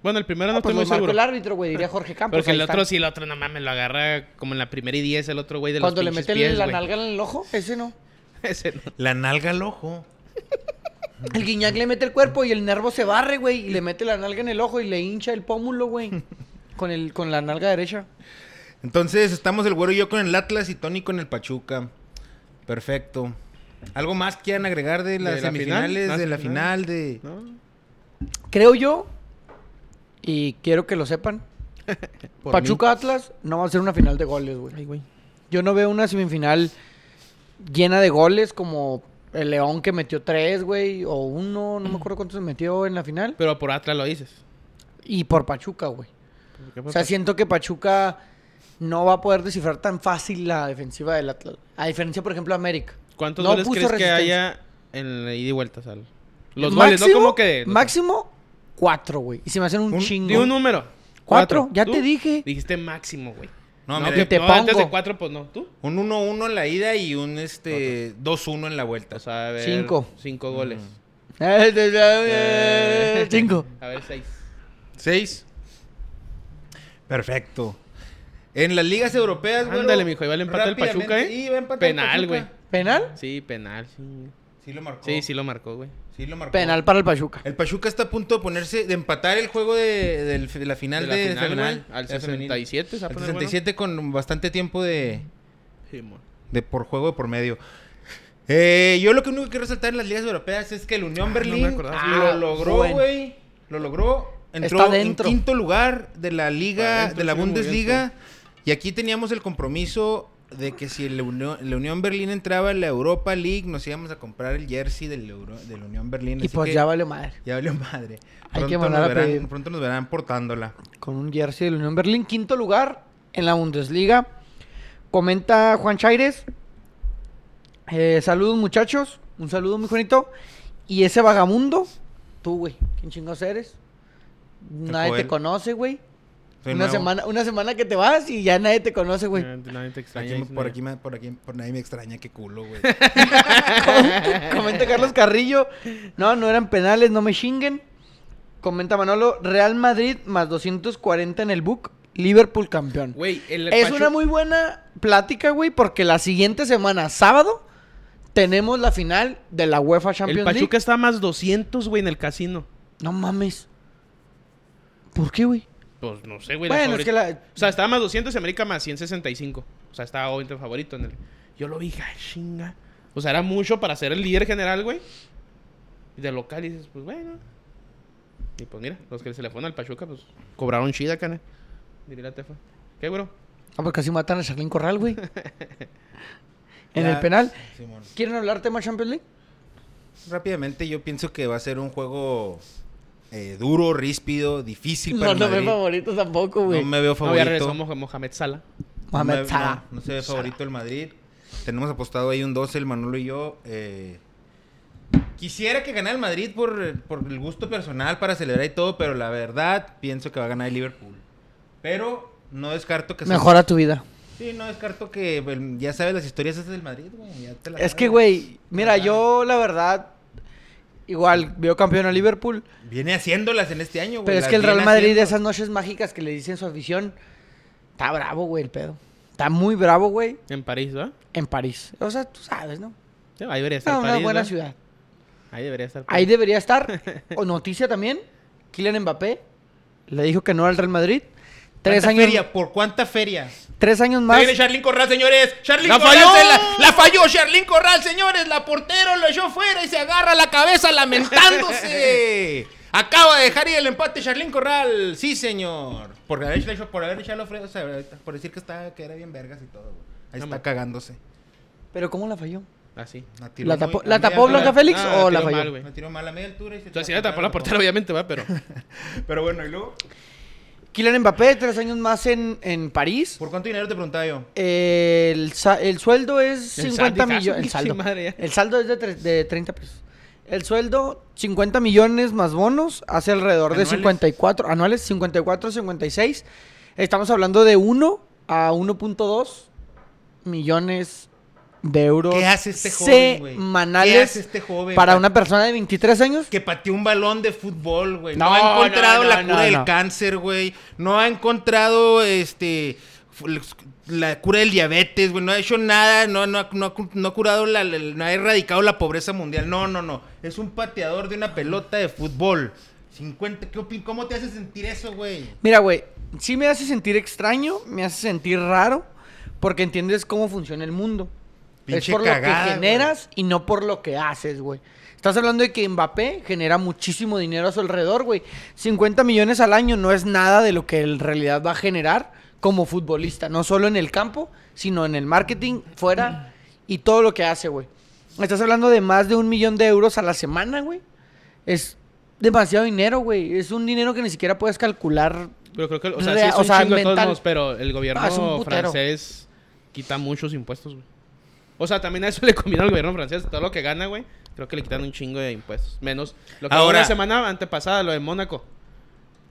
Speaker 2: Bueno, el primero no
Speaker 1: Ah, pues
Speaker 2: estoy muy
Speaker 1: los marcó
Speaker 2: seguro.
Speaker 1: el árbitro, güey, diría Jorge Campos.
Speaker 2: Porque
Speaker 1: ahí
Speaker 2: el
Speaker 1: está.
Speaker 2: otro sí, el otro no mames, lo agarra como en la primera y diez, el otro güey de los
Speaker 1: Cuando le
Speaker 2: *laughs* pinches
Speaker 1: meten
Speaker 2: pies,
Speaker 1: la
Speaker 2: güey.
Speaker 1: nalga en el ojo, ese no.
Speaker 2: Ese no.
Speaker 3: La nalga al ojo.
Speaker 1: El guiñac le mete el cuerpo y el nervo se barre, güey. Y le mete la nalga en el ojo y le hincha el pómulo, güey. Con, el, con la nalga derecha.
Speaker 3: Entonces estamos el güero y yo con el Atlas y Tony con el Pachuca. Perfecto. ¿Algo más quieran agregar de las
Speaker 2: ¿De la
Speaker 3: semifinales,
Speaker 2: final? ¿Más
Speaker 3: de la final,
Speaker 2: final?
Speaker 3: de...?
Speaker 2: ¿No?
Speaker 1: Creo yo, y quiero que lo sepan,
Speaker 3: por
Speaker 1: Pachuca Atlas no va a ser una final de goles, güey.
Speaker 2: Ay, güey.
Speaker 1: Yo no veo una semifinal llena de goles como el León que metió tres, güey, o uno, no me acuerdo cuántos metió en la final.
Speaker 2: Pero por Atlas lo dices.
Speaker 1: Y por Pachuca, güey.
Speaker 2: ¿Por qué
Speaker 1: O
Speaker 2: por
Speaker 1: sea,
Speaker 2: Pachuca?
Speaker 1: siento que Pachuca no va a poder descifrar tan fácil la defensiva del Atlas. A diferencia, por ejemplo, de América.
Speaker 2: ¿Cuántos
Speaker 1: no
Speaker 2: goles
Speaker 1: puso
Speaker 2: crees que
Speaker 1: resistencia.
Speaker 2: haya en la ida y vuelta? Sal? Los
Speaker 1: Máximo-
Speaker 2: goles, ¿no? Como que...
Speaker 1: Máximo cuatro, güey. Y se me hacen un,
Speaker 3: Un-
Speaker 1: chingo.
Speaker 2: Di un número.
Speaker 1: Cuatro, ya
Speaker 2: ¿Tú?
Speaker 1: te dije.
Speaker 2: Dijiste máximo, güey.
Speaker 3: No,
Speaker 2: No,
Speaker 3: mira,
Speaker 2: que
Speaker 1: te
Speaker 2: no, antes de
Speaker 1: pongo.
Speaker 2: cuatro, pues no. ¿Tú?
Speaker 3: Un 1-1 en la ida y un este 2-1 en la vuelta.
Speaker 2: O sea, a ver...
Speaker 1: Cinco. Mm.
Speaker 2: Cinco goles. Eh,
Speaker 1: Cinco.
Speaker 2: A ver, seis.
Speaker 3: 6. Perfecto. En las ligas europeas, güey.
Speaker 2: Ándale, mijo, ahí va el empate del
Speaker 3: rápidamente-
Speaker 2: Pachuca, ¿eh?
Speaker 3: Sí, va a empatar el
Speaker 2: Penal,
Speaker 3: Pachuca.
Speaker 2: güey.
Speaker 1: ¿Penal?
Speaker 2: Sí, penal. Sí,
Speaker 3: Sí lo marcó.
Speaker 2: sí, sí lo marcó, güey.
Speaker 3: Sí lo marcó.
Speaker 1: Penal para el Pachuca.
Speaker 3: El Pachuca está a punto de ponerse, de empatar el juego de, del- de la final
Speaker 2: De
Speaker 3: de,
Speaker 2: la final,
Speaker 3: femenil.
Speaker 2: güey, al
Speaker 3: La femenil.
Speaker 2: 67 se va a
Speaker 3: Al
Speaker 2: poner bueno.
Speaker 3: 67 con bastante tiempo de,
Speaker 2: Sí, mon.
Speaker 3: de por juego de por medio. Eh, yo lo que único que quiero resaltar en las ligas europeas es que el Unión
Speaker 2: Ah, pues no me
Speaker 3: Berlín
Speaker 2: acordaba.
Speaker 3: lo
Speaker 1: Ah,
Speaker 3: logró,
Speaker 1: bueno.
Speaker 3: güey. Lo logró. Entró
Speaker 1: Está
Speaker 3: en
Speaker 1: dentro.
Speaker 3: quinto lugar de la liga,
Speaker 2: Para adentro,
Speaker 3: de la
Speaker 2: sí, muy bien,
Speaker 3: Bundesliga. Y aquí teníamos el compromiso de que si el Unión, la Unión Berlín entraba en la Europa League, nos íbamos a comprar el jersey del, Euro- de la Unión Berlín.
Speaker 1: Y
Speaker 3: Así
Speaker 1: pues
Speaker 3: que
Speaker 1: ya valió madre.
Speaker 3: *laughs* ya valió madre.
Speaker 1: Hay que
Speaker 3: Pronto
Speaker 1: mandar
Speaker 3: nos
Speaker 1: a
Speaker 3: verán-
Speaker 1: pedir.
Speaker 3: Pronto nos verán portándola.
Speaker 1: Con un jersey del Unión Berlín. Quinto lugar en la Bundesliga. Comenta Juan Chaires. Eh, saludos, muchachos. Un saludo, mi Juanito. Y ese vagamundo, tú, güey. ¿Quién chingados eres? Nadie
Speaker 3: Joel.
Speaker 1: te conoce, güey.
Speaker 3: Soy
Speaker 1: Una
Speaker 3: nuevo.
Speaker 1: semana, una semana que te vas y ya nadie te conoce, güey.
Speaker 2: Nadie- nadie te extraña,
Speaker 3: Aquí me-
Speaker 2: dice
Speaker 3: por,
Speaker 2: nadie.
Speaker 3: aquí, me- por aquí, por nadie me extraña, qué culo, güey.
Speaker 1: *laughs* Comenta Carlos Carrillo. No, no eran penales, no me chinguen. Comenta Manolo. Real Madrid más 240 en el book. Liverpool campeón.
Speaker 2: Güey, el
Speaker 1: Es
Speaker 2: Pachu-
Speaker 1: una muy buena plática, güey, porque la siguiente semana, sábado, tenemos la final de la UEFA
Speaker 2: El
Speaker 1: Champions
Speaker 2: Pachuca
Speaker 1: League.
Speaker 2: está más 200, güey, en el casino.
Speaker 1: No mames. ¿Por qué, güey?
Speaker 2: Pues no sé, güey. la
Speaker 1: Bueno, es
Speaker 2: favori-
Speaker 1: que la...
Speaker 2: O sea, estaba más 200 y América más 165. O sea, estaba obviamente favorito en el... Yo lo vi, ja, chinga. O sea, era mucho para ser el líder general, güey. Y de local y dices, pues bueno. Y pues mira, los que se le fueron al Pachuca, pues cobraron chida, cana. Diría la tefa. ¿Qué, güey?
Speaker 1: Ah, pues casi matan a Charlín Corral,
Speaker 3: *laughs*
Speaker 1: güey. *laughs* en
Speaker 3: Ya,
Speaker 1: el penal.
Speaker 3: Simón.
Speaker 1: ¿Quieren hablar tema Champions League?
Speaker 3: Rápidamente yo pienso que va a ser un juego eh, duro, ríspido, difícil para
Speaker 1: No,
Speaker 3: el
Speaker 1: no veo
Speaker 3: Madrid.
Speaker 1: favorito tampoco, güey.
Speaker 3: no me veo
Speaker 2: No, ya
Speaker 3: favorito.
Speaker 2: regresamos a Mohamed Salah.
Speaker 3: no,
Speaker 1: Mohamed
Speaker 3: me-
Speaker 1: Salah.
Speaker 3: no, no se ve favorito el Madrid. Tenemos apostado ahí un 12, el Manolo y yo. eh, quisiera que ganara el Madrid por, por el gusto personal para celebrar y todo, pero la verdad pienso que va a ganar el Liverpool. Pero no descarto que... se-
Speaker 1: Mejora tu vida.
Speaker 3: Sí, no descarto que el- ya sabes las historias esas del Madrid, güey. ya te las
Speaker 1: Es
Speaker 3: sabes.
Speaker 1: que, güey, mira,
Speaker 3: Ajá.
Speaker 1: yo la verdad, igual veo campeón a Liverpool.
Speaker 3: Viene haciéndolas en este año, güey.
Speaker 1: Pero es
Speaker 3: las
Speaker 1: que el
Speaker 3: viene
Speaker 1: Real Madrid,
Speaker 3: haciendo.
Speaker 1: esas noches mágicas que le dicen su afición, está bravo, güey, el pedo. Está muy bravo, güey,
Speaker 2: En París, ¿verdad?
Speaker 1: en París. O sea, tú sabes, ¿no?
Speaker 2: Sí, ahí debería estar
Speaker 1: No, Ah, una
Speaker 2: París,
Speaker 1: buena
Speaker 2: ¿no?
Speaker 1: ciudad.
Speaker 2: Ahí debería estar
Speaker 1: Ahí
Speaker 2: París.
Speaker 1: debería estar.
Speaker 3: *laughs*
Speaker 1: O noticia también, Kylian Mbappé le dijo que no al Real Madrid. Tres
Speaker 3: ¿Cuánta
Speaker 1: años,
Speaker 3: feria? ¿Por cuánta feria?
Speaker 1: tres años
Speaker 3: Ahí
Speaker 1: más.
Speaker 3: Viene Charlín Corral, señores. Charlín
Speaker 2: ¡La
Speaker 3: Corral
Speaker 2: falló!
Speaker 3: se La, la falló Charlín Corral, señores. La portero lo echó fuera y se agarra la
Speaker 2: *laughs*
Speaker 3: cabeza lamentándose. Acaba de dejar ir el empate Charlín Corral. Sí, señor. Por haber echado, por haber echado Alfredo, o sea, por decir que, está, que era bien vergas y todo. güey. Ahí
Speaker 2: No,
Speaker 3: está
Speaker 2: man.
Speaker 3: cagándose.
Speaker 1: Pero ¿cómo la falló?
Speaker 2: Así.
Speaker 3: tiró
Speaker 1: ¿La
Speaker 3: muy-
Speaker 1: tapó,
Speaker 3: a
Speaker 1: la
Speaker 3: media
Speaker 1: tapó
Speaker 3: altura.
Speaker 1: Blanca Félix
Speaker 2: Ah,
Speaker 1: o la
Speaker 2: tiró
Speaker 1: falló?
Speaker 2: mal, güey.
Speaker 3: La tiró mal a media altura y se
Speaker 2: O sea, si
Speaker 1: *laughs*
Speaker 2: la tapó la portera, obviamente, va, pero...
Speaker 3: Pero bueno, ¿y luego?
Speaker 1: Kylian Mbappé, tres años más en, en París.
Speaker 3: ¿Por cuánto dinero te preguntaba yo?
Speaker 1: El, sa- el sueldo es
Speaker 2: El
Speaker 1: 50
Speaker 2: saldo,
Speaker 1: millones. El
Speaker 2: sí,
Speaker 1: saldo.
Speaker 2: madre, ya.
Speaker 1: El saldo es de, tre- de 30 pesos. El sueldo, 50 millones más bonos, hace alrededor
Speaker 3: ¿Anuales?
Speaker 1: de 54, anuales 54, 56. Estamos hablando de 1 a 1.2 millones de euros
Speaker 3: ¿Qué hace este joven, güey?
Speaker 1: semanales
Speaker 3: ¿Qué hace este joven?
Speaker 1: para
Speaker 3: Pat-
Speaker 1: una persona de 23 años.
Speaker 3: Que pateó un balón de fútbol, güey. No,
Speaker 1: No,
Speaker 3: ha
Speaker 1: no,
Speaker 3: encontrado
Speaker 1: no,
Speaker 3: la cura
Speaker 1: no,
Speaker 3: del
Speaker 1: no.
Speaker 3: cáncer, güey. No ha encontrado, este, f- la cura del diabetes, güey, no ha hecho nada, no, no, ha- no ha, cu- no ha curado, la, la- no ha erradicado la pobreza mundial. No, no, no. Es un pateador de una pelota de fútbol. 50, ¿qué opin- ¿Cómo te hace sentir eso, güey?
Speaker 1: Mira, güey, sí me hace sentir extraño, me hace sentir raro, porque entiendes cómo funciona el mundo.
Speaker 3: Pinche
Speaker 1: es por
Speaker 3: cagada,
Speaker 1: lo
Speaker 3: güey.
Speaker 1: que generas y no por lo que haces, güey. Estás hablando de que Mbappé genera muchísimo dinero a su alrededor, güey. 50 millones al año no es nada de lo que en realidad va a generar como futbolista, no solo en el campo, sino en el marketing, fuera y todo lo que hace, güey. Estás hablando de más de un millón de euros a la semana, güey. Es demasiado dinero, güey. Es un dinero que ni siquiera puedes calcular
Speaker 2: Pero creo que, o sea,
Speaker 1: Rea-
Speaker 2: sí es
Speaker 1: Pues o
Speaker 2: un
Speaker 1: sea,
Speaker 2: chingo de todos
Speaker 1: mental.
Speaker 2: modos, pero el gobierno
Speaker 1: Ah, es un putero.
Speaker 2: francés quita muchos impuestos, güey. O sea, también a eso *laughs* le conviene al gobierno francés. Todo lo que gana, güey, creo que le quitan un chingo de impuestos. Menos lo que
Speaker 3: Ahora-
Speaker 2: Ahora, la semana antepasada, lo de Mónaco.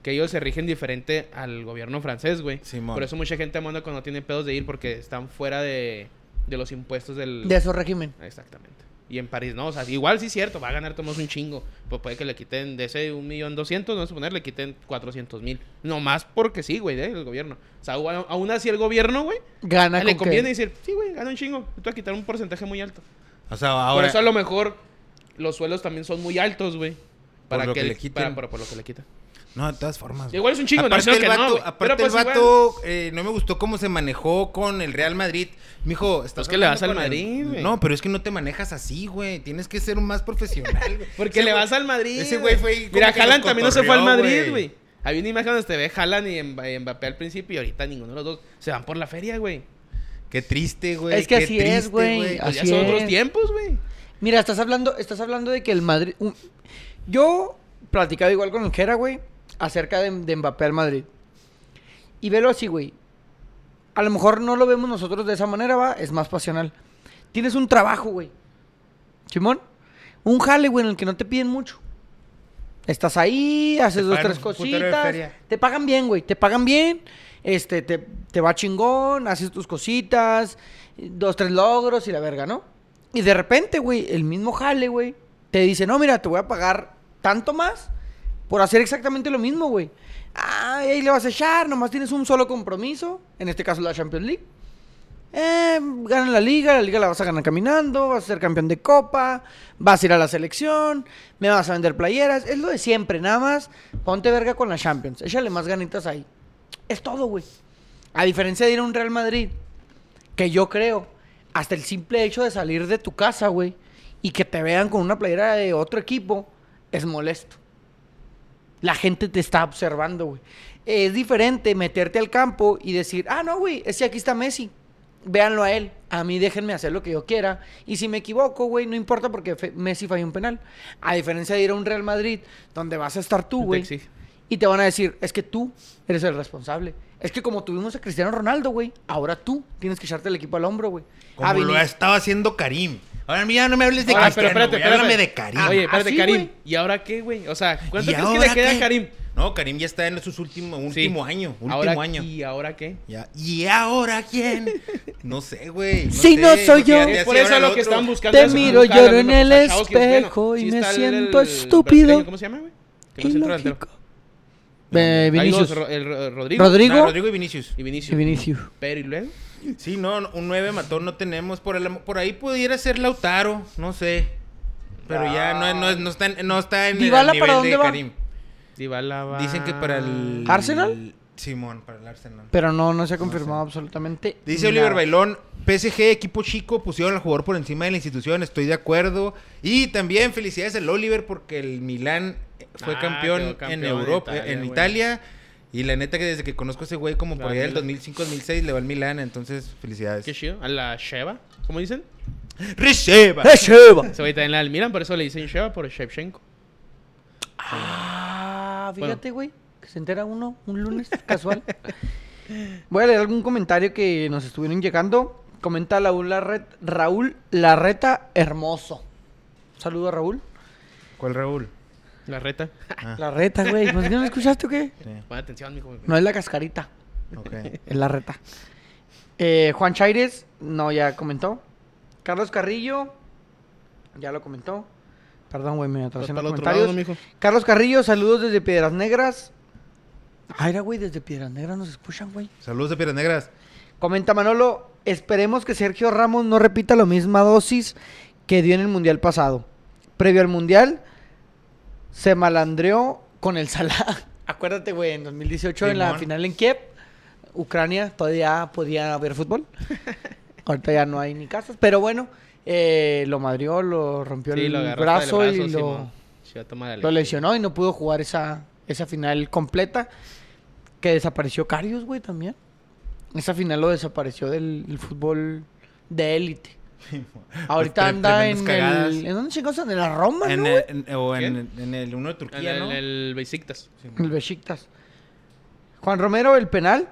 Speaker 2: Que ellos se rigen diferente al gobierno francés, güey.
Speaker 3: Simón.
Speaker 2: Por eso mucha gente a Mónaco no tiene pedos de ir porque están fuera de, de los impuestos del...
Speaker 1: de su régimen.
Speaker 2: Exactamente. Y en París, no, o sea, igual sí es cierto, va a ganar Tomás un chingo. Pues puede que le quiten de ese un millón doscientos, no suponer, le quiten cuatrocientos mil. Nomás porque sí, güey, del gobierno. O sea, aún aún así el gobierno, güey,
Speaker 1: Gana
Speaker 2: Ah, le
Speaker 1: con
Speaker 2: conviene
Speaker 1: que-
Speaker 2: decir, sí, güey, gana un chingo. Tú vas a quitar un porcentaje muy alto.
Speaker 3: O sea,
Speaker 2: Por
Speaker 3: ahora.
Speaker 2: eso a lo mejor los sueldos también son muy altos, güey. Para
Speaker 3: lo
Speaker 2: que,
Speaker 3: que
Speaker 2: le
Speaker 3: le quiten.
Speaker 2: para- para- por lo que le quita.
Speaker 3: No, de todas formas.
Speaker 2: Igual es un chingo, no
Speaker 3: aparte
Speaker 2: creo
Speaker 3: el
Speaker 2: que no,
Speaker 3: vato,
Speaker 2: güey.
Speaker 3: aparte
Speaker 2: Pero, pues,
Speaker 3: el
Speaker 2: igual.
Speaker 3: vato, eh, no me gustó cómo se manejó con el Real Madrid. Mijo, estás
Speaker 2: Pues que le vas
Speaker 3: hablando
Speaker 2: al
Speaker 3: con el-
Speaker 2: Madrid, güey.
Speaker 3: No, pero es que no te manejas así, güey. Tienes que ser un más profesional, güey.
Speaker 2: *laughs* Porque
Speaker 3: Ese
Speaker 2: le
Speaker 3: güey-
Speaker 2: vas al Madrid.
Speaker 3: Ese güey fue. y como
Speaker 2: Mira,
Speaker 3: que los
Speaker 2: Haaland también no se fue al
Speaker 3: cotorreó,
Speaker 2: Madrid, güey. Había una imagen donde se ve Haaland y Mb- Mbappé al principio y ahorita ninguno de los dos se van por la feria, güey.
Speaker 3: Qué triste, güey.
Speaker 1: Es que
Speaker 3: qué
Speaker 1: así es,
Speaker 3: triste,
Speaker 1: güey.
Speaker 2: Pues ya
Speaker 1: Así
Speaker 2: son
Speaker 1: es.
Speaker 2: otros tiempos, güey.
Speaker 1: Mira, estás hablando, estás hablando de que el Madrid. un- Yo platicaba igual con el Jera, güey, acerca de, de Mbappé al Madrid. Y velo así, güey. A lo mejor no lo vemos nosotros de esa manera, va, es más pasional. Tienes un trabajo, güey. Simón, un jale, güey, en el que no te piden mucho. Estás ahí, haces dos,
Speaker 3: pagan
Speaker 1: tres
Speaker 3: un putero de
Speaker 1: cositas.
Speaker 3: feria.
Speaker 1: Te pagan bien, güey, te pagan bien. Este, te, te va chingón, haces tus cositas, dos, tres logros y la verga, ¿no? Y de repente, güey, el mismo jale, güey, te dice, no, mira, te voy a pagar tanto más por hacer exactamente lo mismo, güey. Ah, y ahí le vas a echar, nomás tienes un solo compromiso, en este caso la Champions League. Eh, gana la liga, la liga la vas a ganar caminando, vas a ser campeón de copa, vas a ir a la selección, me vas a vender playeras, es lo de siempre, nada más ponte verga con la Champions, échale más ganitas ahí. Es todo, güey. A diferencia de ir a un Real Madrid, que yo creo, hasta el simple hecho de salir de tu casa, güey, y que te vean con una playera de otro equipo, es molesto. La gente te está observando, güey. Es diferente meterte al campo y decir, ah, no, güey, es que aquí está Messi. Véanlo a él. A mí déjenme hacer lo que yo quiera. Y si me equivoco, güey, no importa porque fe- Messi falló un penal. A diferencia de ir a un Real Madrid, donde vas a estar tú,
Speaker 2: Te
Speaker 1: güey.
Speaker 2: exige.
Speaker 1: Y te van a decir, es que tú eres el responsable. Es que como tuvimos a Cristiano Ronaldo, güey, ahora tú tienes que echarte el equipo al hombro, güey.
Speaker 3: Como
Speaker 1: A
Speaker 3: lo
Speaker 1: Vini-
Speaker 3: estaba haciendo Karim. Ahora mira, no me hables de
Speaker 2: Ah,
Speaker 3: Cristiano, güey, Háblame de Karim.
Speaker 2: Oye, espérate,
Speaker 1: Así,
Speaker 2: Karim.
Speaker 1: güey.
Speaker 2: ¿Y ahora qué, Ah, güey? O sea,
Speaker 3: ¿Y
Speaker 2: ¿cuánto crees que
Speaker 3: ahora
Speaker 2: le queda
Speaker 3: qué?
Speaker 2: a Karim?
Speaker 3: No, Karim ya está en sus últimos
Speaker 2: Sí.
Speaker 3: último año, último
Speaker 2: Ahora-
Speaker 3: año.
Speaker 2: ¿Y ahora qué?
Speaker 3: Ya. ¿Y ahora quién? No sé, güey.
Speaker 1: Si
Speaker 3: sé,
Speaker 1: no soy yo.
Speaker 3: imagínate,
Speaker 2: Es por
Speaker 3: así
Speaker 2: eso
Speaker 3: ahora
Speaker 2: lo
Speaker 3: el
Speaker 2: que
Speaker 3: otro.
Speaker 2: están buscando.
Speaker 1: Te
Speaker 2: eso,
Speaker 1: miro,
Speaker 2: buscar
Speaker 1: lloro
Speaker 2: a los
Speaker 1: en
Speaker 2: mismos
Speaker 1: el
Speaker 2: achados que- bueno,
Speaker 1: espejo y
Speaker 2: sí
Speaker 1: me
Speaker 2: está el-
Speaker 1: siento
Speaker 2: el
Speaker 1: estúpido.
Speaker 2: brasileño, ¿Cómo se llama, güey? Que no es centro delantero.
Speaker 1: Ilógico. Eh,
Speaker 2: Hay
Speaker 1: Vinicius.
Speaker 2: dos, Ro- el, Ro- Rodrigo.
Speaker 1: Rodrigo,
Speaker 3: No, Rodrigo y Vinicius.
Speaker 2: Y Vinicius.
Speaker 1: y Vinicius.
Speaker 2: Pero y luego.
Speaker 3: Sí, no, no, un 9 matón no tenemos. Por, el am- por ahí pudiera ser Lautaro, no sé. Pero ya no, no, no está, en- no está en
Speaker 1: ¿Dybala
Speaker 3: el nivel
Speaker 1: para
Speaker 3: de
Speaker 1: dónde va? Ah.
Speaker 3: Karim.
Speaker 2: Dybala va-
Speaker 3: Dicen que para el...
Speaker 1: ¿Arsenal?
Speaker 3: Simón, para el Arsenal.
Speaker 1: Pero no, no se ha confirmado absolutamente.
Speaker 3: Dice Oliver
Speaker 1: nada.
Speaker 3: Bailón, PSG, equipo chico, pusieron al jugador por encima de la institución, estoy de acuerdo. Y también felicidades al Oliver porque el Milán fue
Speaker 2: Ah,
Speaker 3: campeón,
Speaker 2: quedó campeón en
Speaker 3: en Europa,
Speaker 2: Italia,
Speaker 3: en
Speaker 2: güey.
Speaker 3: Italia. Y la neta que desde que conozco a ese güey, como por
Speaker 2: Va
Speaker 3: allá del
Speaker 2: al
Speaker 3: 2005-2006, le va al Milán, entonces felicidades.
Speaker 2: Qué chido. A la Sheva. ¿Cómo dicen?
Speaker 3: ¡Receba!
Speaker 1: ¡Eh, Sheva!
Speaker 2: Se va a en la del Milan, por eso le dicen Sheva por Shevchenko.
Speaker 1: Ah, fíjate, güey, que se entera uno un lunes *laughs* casual. Voy a leer algún comentario que nos estuvieron llegando. Comenta Raúl, Larret- Raúl Larreta Hermoso. Saludo a Raúl.
Speaker 3: ¿Cuál Raúl?
Speaker 2: La reta.
Speaker 3: Ah,
Speaker 1: Larreta, güey. ¿Pues qué no escuchaste o qué?
Speaker 3: sí,
Speaker 2: Pon atención, mijo.
Speaker 1: No es la cascarita,
Speaker 3: ok.
Speaker 2: *laughs*
Speaker 1: es Larreta. Eh, Juan Chaires, no, ya comentó. Carlos Carrillo, ya lo comentó. Perdón, güey, me
Speaker 2: Vas
Speaker 1: atrasé en
Speaker 2: para
Speaker 1: los
Speaker 2: el otro
Speaker 1: comentarios.
Speaker 2: lado, mijo.
Speaker 1: Carlos Carrillo, saludos desde Piedras Negras. Ay, era, güey, desde Piedras Negras nos escuchan, güey.
Speaker 3: Saludos de Piedras Negras.
Speaker 1: Comenta Manolo, esperemos que Sergio Ramos no repita la misma dosis que dio en el Mundial pasado. Previo al Mundial, se malandreó con el Salah. *laughs* Acuérdate, güey, en 2018 en la
Speaker 3: Simón.
Speaker 1: final en Kiev, Ucrania todavía podía haber fútbol. Ahorita ya no hay ni casas, pero bueno, eh, lo madrió, lo rompió
Speaker 2: Sí,
Speaker 1: el,
Speaker 2: lo agarraste
Speaker 1: brazo
Speaker 2: del brazo,
Speaker 1: y
Speaker 2: Simón.
Speaker 1: lo,
Speaker 2: Sí, tómale.
Speaker 1: lo lesionó y no pudo jugar esa, esa final completa. Que desapareció Carius, güey, también. Esa final lo desapareció del, del fútbol de élite. Ahorita
Speaker 3: tre-
Speaker 1: anda en
Speaker 3: tremendas cagadas.
Speaker 1: el... ¿En dónde chingados? En la Roma,
Speaker 3: En
Speaker 1: ¿no,
Speaker 3: el,
Speaker 1: güey?
Speaker 3: en- o en,
Speaker 2: ¿Quién?
Speaker 3: en el uno de
Speaker 2: En
Speaker 3: Turquía,
Speaker 2: el,
Speaker 3: ¿no?
Speaker 2: el Besiktas.
Speaker 1: El Besiktas. Juan Romero, el penal.